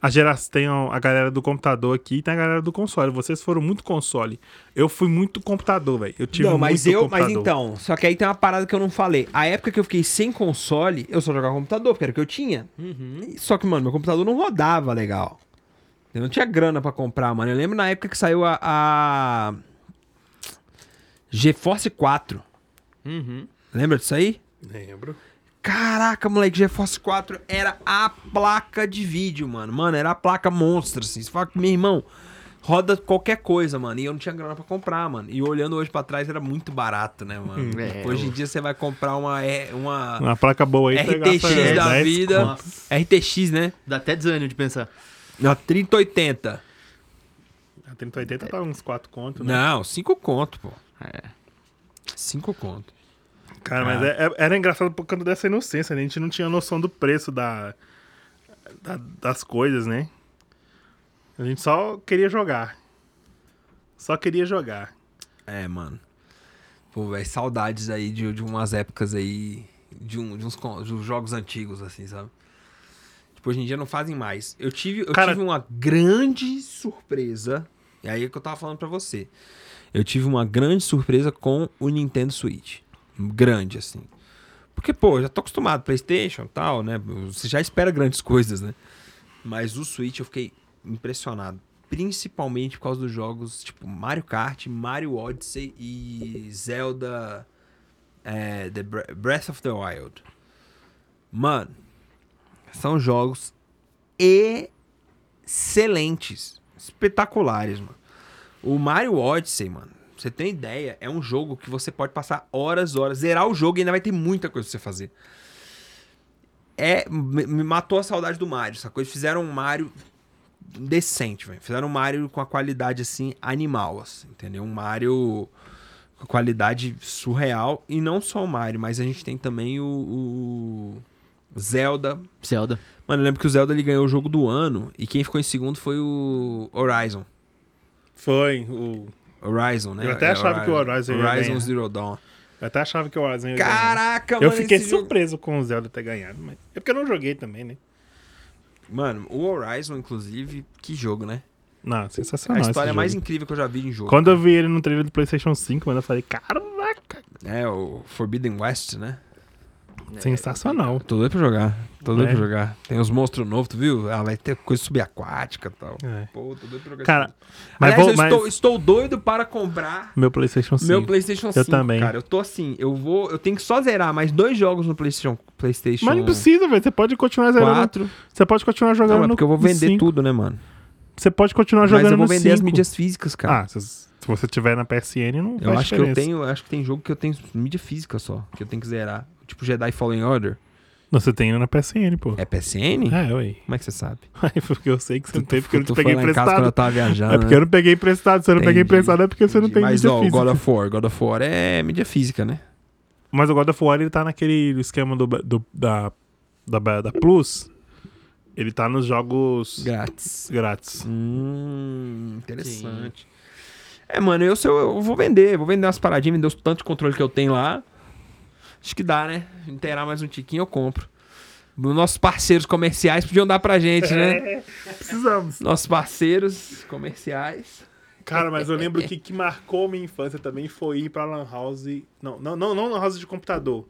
Speaker 2: a, gera, tem a galera do computador aqui e tem a galera do console. Vocês foram muito console. Eu fui muito computador, velho. Eu tive
Speaker 1: não, mas
Speaker 2: muito
Speaker 1: eu.
Speaker 2: computador.
Speaker 1: Mas então, só que aí tem uma parada que eu não falei. A época que eu fiquei sem console, eu só jogava computador, porque era o que eu tinha. Só que, mano, meu computador não rodava legal. Eu não tinha grana pra comprar, mano. Eu lembro na época que saiu a. a... GeForce 4.
Speaker 3: Uhum.
Speaker 1: Lembra disso aí?
Speaker 2: Lembro.
Speaker 1: Caraca, moleque, GeForce 4 era a placa de vídeo, mano. Mano, era a placa monstro, assim. Você fala, meu irmão, roda qualquer coisa, mano. E eu não tinha grana pra comprar, mano. E olhando hoje pra trás, era muito barato, né, mano?
Speaker 3: É,
Speaker 1: hoje em dia você vai comprar uma... é, uma...
Speaker 2: Uma placa boa aí, você gasta
Speaker 1: RTX da
Speaker 2: 10
Speaker 1: vida. RTX, né?
Speaker 3: Dá até desânimo de pensar.
Speaker 1: Uma 3080.
Speaker 2: A 3080 tá uns 4 conto, né?
Speaker 1: Não, 5 conto, pô.
Speaker 3: É.
Speaker 1: 5 conto.
Speaker 2: Cara, mas é- é- era engraçado por conta dessa inocência, né? A gente não tinha noção do preço da, da- das coisas, né? A gente só queria jogar. Só queria jogar.
Speaker 1: É, mano. Pô, velho, saudades aí de, de umas épocas aí. De, um, de uns con- de uns jogos antigos, assim, sabe? Tipo, hoje em dia não fazem mais. Eu tive, eu
Speaker 2: Cara-
Speaker 1: tive uma grande surpresa. E aí é que eu tava falando pra você. Eu tive uma grande surpresa com o Nintendo Switch. Grande, assim. Porque, pô, eu já tô acostumado, Playstation e tal, né? Você já espera grandes coisas, né? Mas o Switch eu fiquei impressionado. Principalmente por causa dos jogos tipo Mario Kart, Mario Odyssey e Zelda é, The Bre- Breath of the Wild. Mano, são jogos excelentes, espetaculares, mano. O Mario Odyssey, mano, pra você tem ideia, é um jogo que você pode passar horas, horas, zerar o jogo e ainda vai ter muita coisa pra você fazer. É, me, me matou a saudade do Mario, sacou? Eles fizeram um Mario decente, velho. Fizeram um Mario com a qualidade, assim, animal, assim, entendeu? Um Mario com qualidade surreal. E não só o Mario, mas a gente tem também o- o Zelda,
Speaker 3: Zelda.
Speaker 1: Mano, eu lembro que o Zelda ele ganhou o jogo do ano e quem ficou em segundo foi o Horizon.
Speaker 2: Foi. O...
Speaker 1: Horizon, né?
Speaker 2: Eu até
Speaker 1: É,
Speaker 2: achava que o Horizon ia
Speaker 1: Horizon
Speaker 2: ganhar.
Speaker 1: Zero Dawn.
Speaker 2: Eu até achava que o Horizon ia ganhar.
Speaker 1: Caraca,
Speaker 2: Eu
Speaker 1: mano.
Speaker 2: fiquei
Speaker 1: esse jogo-
Speaker 2: surpreso com o Zelda ter ganhado. Mas... É porque eu não joguei também, né?
Speaker 1: Mano, o Horizon, inclusive, que jogo, né?
Speaker 2: Não,
Speaker 1: a
Speaker 2: sensacional.
Speaker 1: história
Speaker 2: Tá
Speaker 1: é
Speaker 2: esse
Speaker 1: mais
Speaker 2: jogo.
Speaker 1: incrível que eu já vi em jogo.
Speaker 2: Quando eu vi ele no trailer do PlayStation 5, mano, eu falei: caraca,
Speaker 1: É, o Forbidden West, né?
Speaker 2: sensacional.
Speaker 1: Tô doido pra jogar. Tô doido
Speaker 2: É.
Speaker 1: pra jogar. Tem os monstros novos, tu viu? Ah, vai ter coisa subaquática e tal.
Speaker 2: É.
Speaker 1: Pô, tô doido pra jogar.
Speaker 2: Cara,
Speaker 1: isso tudo.
Speaker 2: mas,
Speaker 1: Aliás,
Speaker 2: vou,
Speaker 1: eu
Speaker 2: mas
Speaker 1: estou, estou doido para comprar
Speaker 2: meu PlayStation 5.
Speaker 1: Meu PlayStation 5,
Speaker 2: também.
Speaker 1: cara. Eu tô assim, eu vou, eu tenho que só zerar mais dois jogos no PlayStation, PlayStation
Speaker 2: Mas não precisa, velho. Você pode continuar zerando.
Speaker 1: 4.
Speaker 2: Você pode continuar
Speaker 1: é. Não,
Speaker 2: jogando
Speaker 1: mas
Speaker 2: no
Speaker 1: porque eu vou vender
Speaker 2: no cinco.
Speaker 1: tudo, né, mano?
Speaker 2: Você pode continuar
Speaker 1: Mas
Speaker 2: jogando
Speaker 1: eu vou
Speaker 2: no
Speaker 1: vender as
Speaker 2: cinco.
Speaker 1: mídias físicas, cara.
Speaker 2: Ah, se, se você tiver na PSN, não
Speaker 1: eu
Speaker 2: faz
Speaker 1: acho que eu
Speaker 2: diferença.
Speaker 1: tenho, eu acho que tem jogo que eu tenho mídia física só, que eu tenho que zerar. Tipo Jedi Fallen Order.
Speaker 2: Não, você tem um na PSN, pô.
Speaker 1: É PSN?
Speaker 2: É, ué.
Speaker 1: Como é que você sabe?
Speaker 2: Aí, porque eu sei que você não tem, porque eu não te
Speaker 1: tu
Speaker 2: peguei
Speaker 1: foi lá em casa quando eu
Speaker 2: emprestado.
Speaker 1: tava viajando.
Speaker 2: É porque eu
Speaker 1: né?
Speaker 2: não peguei emprestado. Se eu não peguei
Speaker 1: Entendi,
Speaker 2: emprestado é porque você não
Speaker 1: Entendi.
Speaker 2: tem
Speaker 1: Mas,
Speaker 2: mídia
Speaker 1: ó, o
Speaker 2: física.
Speaker 1: God of War, God of War é mídia física, né?
Speaker 2: Mas o God of War, ele tá naquele esquema do, do- da, da, da Plus. Ele tá nos jogos
Speaker 1: Grátis.
Speaker 2: grátis.
Speaker 1: Hum, interessante. É, mano, eu, se eu, eu vou vender, vou vender umas paradinhas, vender os tantos de controle que eu tenho lá. Acho que dá, né? Inteirar mais um tiquinho eu compro. Dos nossos parceiros comerciais podiam dar pra gente, né?
Speaker 2: Precisamos.
Speaker 1: Nossos parceiros comerciais.
Speaker 2: Cara, mas eu lembro que que marcou minha infância também foi ir pra Lan House. Não, não, não, não Lan House de computador.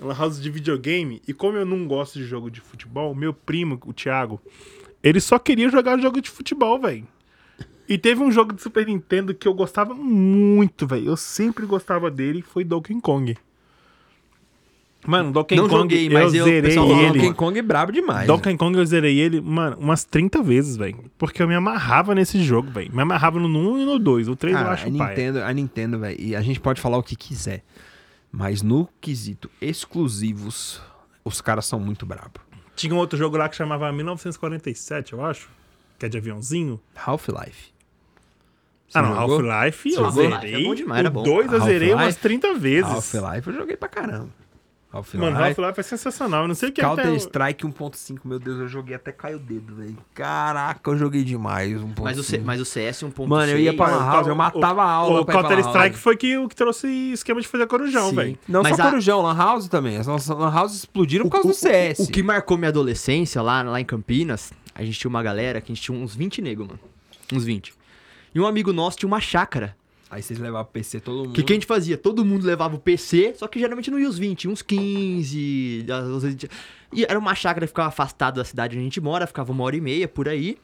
Speaker 2: Lan House de videogame. E como eu não gosto de jogo de futebol, meu primo, o Thiago, ele só queria jogar jogo de futebol, velho. E teve um jogo de Super Nintendo que eu gostava muito, velho. Eu sempre gostava dele, foi Donkey Kong. Mano, Donkey
Speaker 3: Não
Speaker 2: Kong
Speaker 3: joguei,
Speaker 2: eu
Speaker 3: mas eu- o
Speaker 2: zerei
Speaker 3: pessoal fala
Speaker 2: ele.
Speaker 1: Donkey Kong é brabo demais.
Speaker 2: Donkey Kong eu zerei ele, mano, umas 30 vezes, velho. Porque eu me amarrava nesse jogo, velho. Me amarrava no 1 e no 2. O 3 eu
Speaker 1: Cara,
Speaker 2: acho
Speaker 1: Ah, a
Speaker 2: pai.
Speaker 1: Nintendo, a Nintendo, velho, e a gente pode falar o que quiser, mas no quesito exclusivos, os caras são muito brabo.
Speaker 2: Tinha um outro jogo lá que chamava 1947, eu acho. Que é de aviãozinho.
Speaker 1: Half-Life. Você
Speaker 2: ah, não.
Speaker 1: jogou? Ah,
Speaker 2: Half-Life eu
Speaker 3: jogou? Half-Life é
Speaker 2: zerei.
Speaker 3: bom demais, era
Speaker 2: o
Speaker 3: bom.
Speaker 2: 2 eu zerei umas
Speaker 1: Half-Life?
Speaker 2: 30 vezes.
Speaker 1: Half-Life eu joguei pra caramba. Half-Life.
Speaker 2: Mano, Half-Life é sensacional. Eu não sei o que é
Speaker 1: Counter
Speaker 2: até...
Speaker 1: Strike 1.5, meu Deus, eu joguei até caiu o dedo, velho. Caraca, eu joguei demais 1.5.
Speaker 3: Mas o, C, um mas o CS 1.6...
Speaker 1: Mano, eu ia pra
Speaker 2: Ah,
Speaker 1: Lan é House, eu
Speaker 2: o-
Speaker 1: matava a aula
Speaker 2: O
Speaker 1: pra ir pra
Speaker 2: Counter
Speaker 1: Lan House.
Speaker 2: Strike foi que, o que trouxe esquema de fazer corujão,
Speaker 3: Sim.
Speaker 2: velho.
Speaker 1: Não
Speaker 3: Mas
Speaker 1: só
Speaker 3: a-
Speaker 1: Corujão, Lan House também. As nossas Lan Houses explodiram por causa do CS.
Speaker 3: O, que marcou minha adolescência lá, lá em Campinas, a gente tinha uma galera que a gente tinha uns 20 negros, mano. Uns 20. E um amigo nosso tinha uma chácara.
Speaker 1: Aí vocês levavam PC todo mundo.
Speaker 3: Que o que a gente fazia? Todo mundo levava o PC, só que geralmente não ia os 20, uns 15. às vezes- E era uma chácara que ficava afastada da cidade onde a gente mora, ficava uma hora e meia por aí.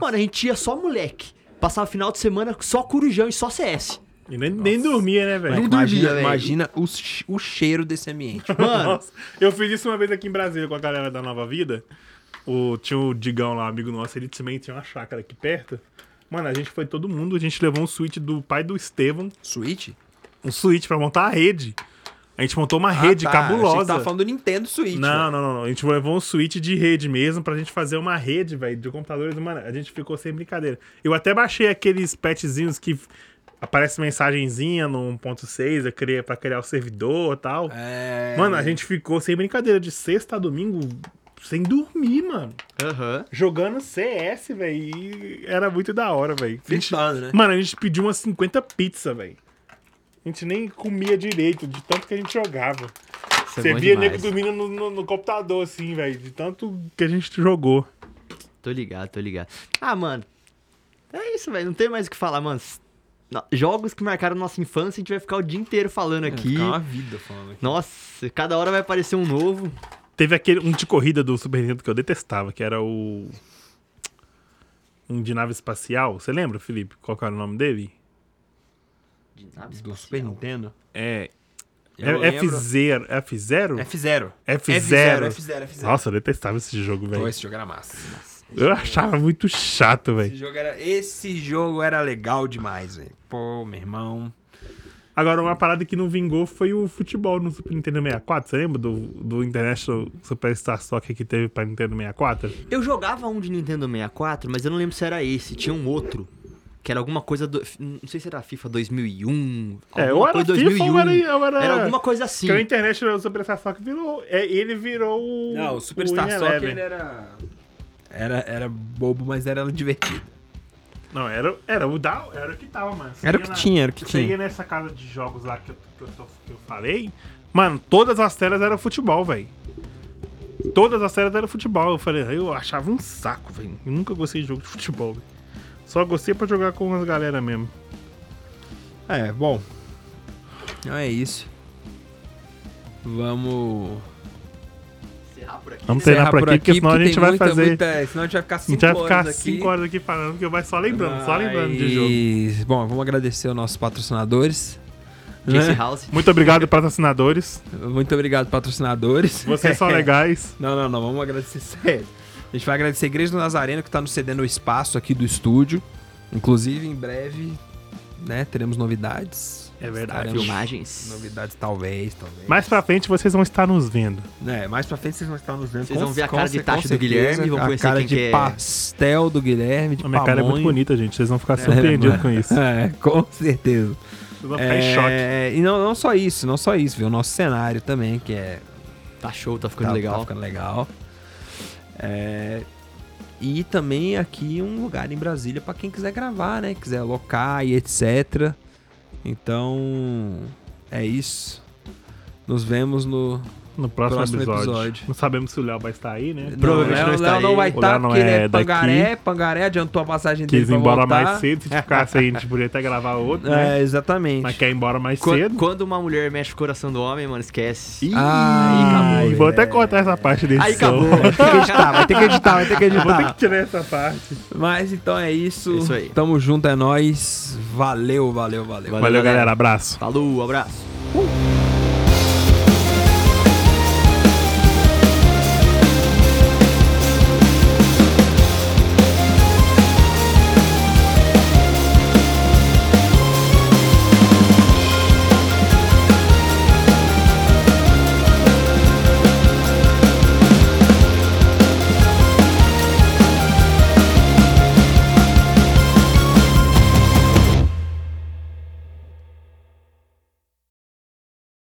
Speaker 3: Mano, a gente ia só moleque. Passava o final de semana só corujão e só CS.
Speaker 2: E nem, nem dormia, né, velho?
Speaker 3: Não
Speaker 1: imagina,
Speaker 3: dormia, velho.
Speaker 1: imagina o, che- o cheiro desse ambiente.
Speaker 3: Mano,
Speaker 2: Nossa, eu fiz isso uma vez aqui em Brasília com a galera da Nova Vida. O, tinha o Digão lá, amigo nosso, ele também tinha uma chácara aqui perto. Mano, a gente foi todo mundo, a gente levou um suíte do pai do Estevão,
Speaker 1: Switch?
Speaker 2: um suíte pra montar a rede. A gente montou uma rede
Speaker 1: Ah, tá. Achei que você
Speaker 2: cabulosa.
Speaker 1: tava falando do Nintendo Switch.
Speaker 2: Não, não, não, não. A gente levou um suíte de rede mesmo pra gente fazer uma rede, velho, de computadores. Mano, a gente ficou sem brincadeira. Eu até baixei aqueles petzinhos que aparece mensagenzinha no 1.6 eu criei- pra criar o servidor e tal.
Speaker 1: É...
Speaker 2: Mano, a gente ficou sem brincadeira de sexta a domingo sem dormir, mano.
Speaker 3: aham.
Speaker 2: Jogando CS, velho. E era muito da hora, velho. A gente-
Speaker 1: Fritado, né?
Speaker 2: Mano, a gente pediu umas 50 pizzas, velho. A gente nem comia direito, de tanto que a gente jogava.
Speaker 3: isso é
Speaker 2: Você
Speaker 3: bom
Speaker 2: via
Speaker 3: demais.
Speaker 2: nego dormindo no, no- no computador, assim, velho. De tanto que a gente jogou.
Speaker 3: Tô ligado, tô ligado. Ah, mano. É isso, velho. Não tem mais o que falar, mano. No- Jogos que marcaram nossa infância, a gente vai ficar o dia inteiro
Speaker 2: É,
Speaker 3: falando
Speaker 2: né?
Speaker 3: aqui.
Speaker 1: Ficar uma vida falando aqui.
Speaker 3: Nossa, cada hora vai aparecer um novo.
Speaker 2: Teve aquele um de corrida do Super Nintendo que eu detestava, que era o. Um de nave espacial. Você lembra, Felipe? Qual que era o nome dele?
Speaker 1: Do Super Nintendo?
Speaker 2: É,
Speaker 1: Eu
Speaker 2: É-
Speaker 1: lembro.
Speaker 2: F0,
Speaker 3: É
Speaker 2: F0?
Speaker 1: F0.
Speaker 2: F0.
Speaker 1: F0, F0.
Speaker 2: Nossa, eu detestava esse jogo,
Speaker 1: Pô,
Speaker 2: velho.
Speaker 1: esse jogo era massa.
Speaker 2: Eu achava muito chato,
Speaker 1: Esse
Speaker 2: velho.
Speaker 1: jogo era, esse jogo era legal demais, velho. Pô, meu irmão.
Speaker 2: Agora, uma parada que não vingou foi o futebol no Super Nintendo 64. Você lembra do, do International Superstar Soccer que teve pra Nintendo 64?
Speaker 3: Eu jogava um de Nintendo 64, mas eu não lembro se era esse. Tinha um outro. Que era alguma coisa do. Não sei se era FIFA 2001.
Speaker 2: É,
Speaker 3: alguma
Speaker 2: ou era
Speaker 3: coisa
Speaker 2: FIFA ou era... Ou era...
Speaker 3: um, Era alguma coisa assim.
Speaker 2: Porque o International Superstar Soccer virou... É, ele virou o...
Speaker 1: Não, o é Superstar
Speaker 2: Winning
Speaker 1: Soccer
Speaker 2: Eleven.
Speaker 1: ele era... era. Era bobo, mas era divertido.
Speaker 2: Não, era, era o da, era o que tava, mano. Você
Speaker 1: Era o
Speaker 2: ia
Speaker 1: que
Speaker 2: na-
Speaker 1: tinha, era o que
Speaker 2: Você
Speaker 1: tinha.
Speaker 2: ia nessa casa de jogos lá que eu, que eu, tô- que eu falei, mano, todas as telas eram futebol, velho. Todas as telas eram futebol. Eu falei, eu achava um saco, velho. Eu nunca gostei de jogo de futebol, velho. Só gostei pra jogar com as galera mesmo.
Speaker 1: É, bom. Então é isso. Vamos.
Speaker 3: Encerrar por aqui.
Speaker 2: Vamos treinar
Speaker 1: encerrar
Speaker 2: por aqui, porque senão a
Speaker 1: porque
Speaker 2: gente
Speaker 1: tem
Speaker 2: vai
Speaker 1: muita,
Speaker 2: fazer.
Speaker 1: muita- senão a gente vai ficar
Speaker 2: a
Speaker 1: 5
Speaker 2: gente Então vai
Speaker 1: horas
Speaker 2: ficar
Speaker 1: aqui.
Speaker 2: 5 horas aqui falando, porque vai só lembrando, só lembrando de jogo.
Speaker 1: jogo. Bom, vamos agradecer aos nossos patrocinadores.
Speaker 3: Jace
Speaker 1: né?
Speaker 3: House.
Speaker 2: Muito obrigado, patrocinadores.
Speaker 1: Muito obrigado, patrocinadores.
Speaker 2: Vocês são legais.
Speaker 1: Não, não, não, vamos agradecer sério. A gente vai agradecer a Igreja do Nazareno que tá nos cedendo o espaço aqui do estúdio. Inclusive, em breve, né, teremos novidades.
Speaker 2: É verdade.
Speaker 1: Estaremos-
Speaker 3: Filmagens.
Speaker 1: Novidades talvez, talvez.
Speaker 2: Mais pra frente vocês vão estar nos vendo.
Speaker 1: É, mais pra frente vocês vão estar nos vendo.
Speaker 3: Vocês
Speaker 1: com-
Speaker 3: vão ver a
Speaker 1: com
Speaker 3: cara de
Speaker 1: cer-
Speaker 3: tacho
Speaker 1: com
Speaker 3: do Guilherme,
Speaker 1: certeza,
Speaker 3: vão
Speaker 1: a
Speaker 3: conhecer
Speaker 1: cara
Speaker 3: quem
Speaker 1: de
Speaker 3: que é.
Speaker 1: pastel do Guilherme, de
Speaker 2: A minha cara é muito
Speaker 1: pamonha.
Speaker 2: bonita, gente. Vocês vão ficar
Speaker 1: É, mano.
Speaker 2: surpreendidos com isso.
Speaker 1: É, com certeza.
Speaker 2: Vocês vão ficar em choque.
Speaker 1: É, E não, não só isso, não só isso, viu? O nosso cenário também, que é.
Speaker 3: Tá show, tá ficando
Speaker 1: tá- Tá
Speaker 3: legal.
Speaker 1: ficando legal. É, e também aqui um lugar em Brasília pra quem quiser gravar, né? Quiser alocar e etc. Então. É isso. Nos vemos no
Speaker 2: No próximo,
Speaker 1: Próximo
Speaker 2: episódio.
Speaker 1: episódio.
Speaker 2: Não sabemos se o Léo vai estar aí, né?
Speaker 3: Provavelmente
Speaker 1: Léo-
Speaker 3: não está
Speaker 1: Léo não
Speaker 3: aí.
Speaker 1: vai
Speaker 2: O
Speaker 1: estar
Speaker 2: Léo não
Speaker 1: porque ele
Speaker 2: é
Speaker 1: é
Speaker 2: daqui.
Speaker 1: pangaré. Pangaré adiantou a passagem dele
Speaker 2: Quis ir
Speaker 1: pra
Speaker 2: embora
Speaker 1: voltar.
Speaker 2: mais cedo, se ficasse aí, a gente podia até gravar outro, né?
Speaker 1: É, exatamente.
Speaker 2: Mas quer ir embora mais
Speaker 3: Qu-
Speaker 2: cedo.
Speaker 3: Quando uma mulher mexe com o coração do homem, mano, esquece.
Speaker 2: Ih,
Speaker 1: Ah, aí acabou,
Speaker 2: vou até
Speaker 1: é.
Speaker 2: cortar essa parte desse
Speaker 3: Aí
Speaker 2: som.
Speaker 3: acabou.
Speaker 2: Vou
Speaker 1: Vai ter que editar, vai ter que editar, vai ter que editar.
Speaker 2: ter que tirar essa parte.
Speaker 1: Mas então é isso.
Speaker 3: Isso aí.
Speaker 1: Tamo junto, é nóis. Valeu, valeu, valeu.
Speaker 2: Valeu,
Speaker 3: galera.
Speaker 2: galera. Abraço.
Speaker 3: Falou, abraço.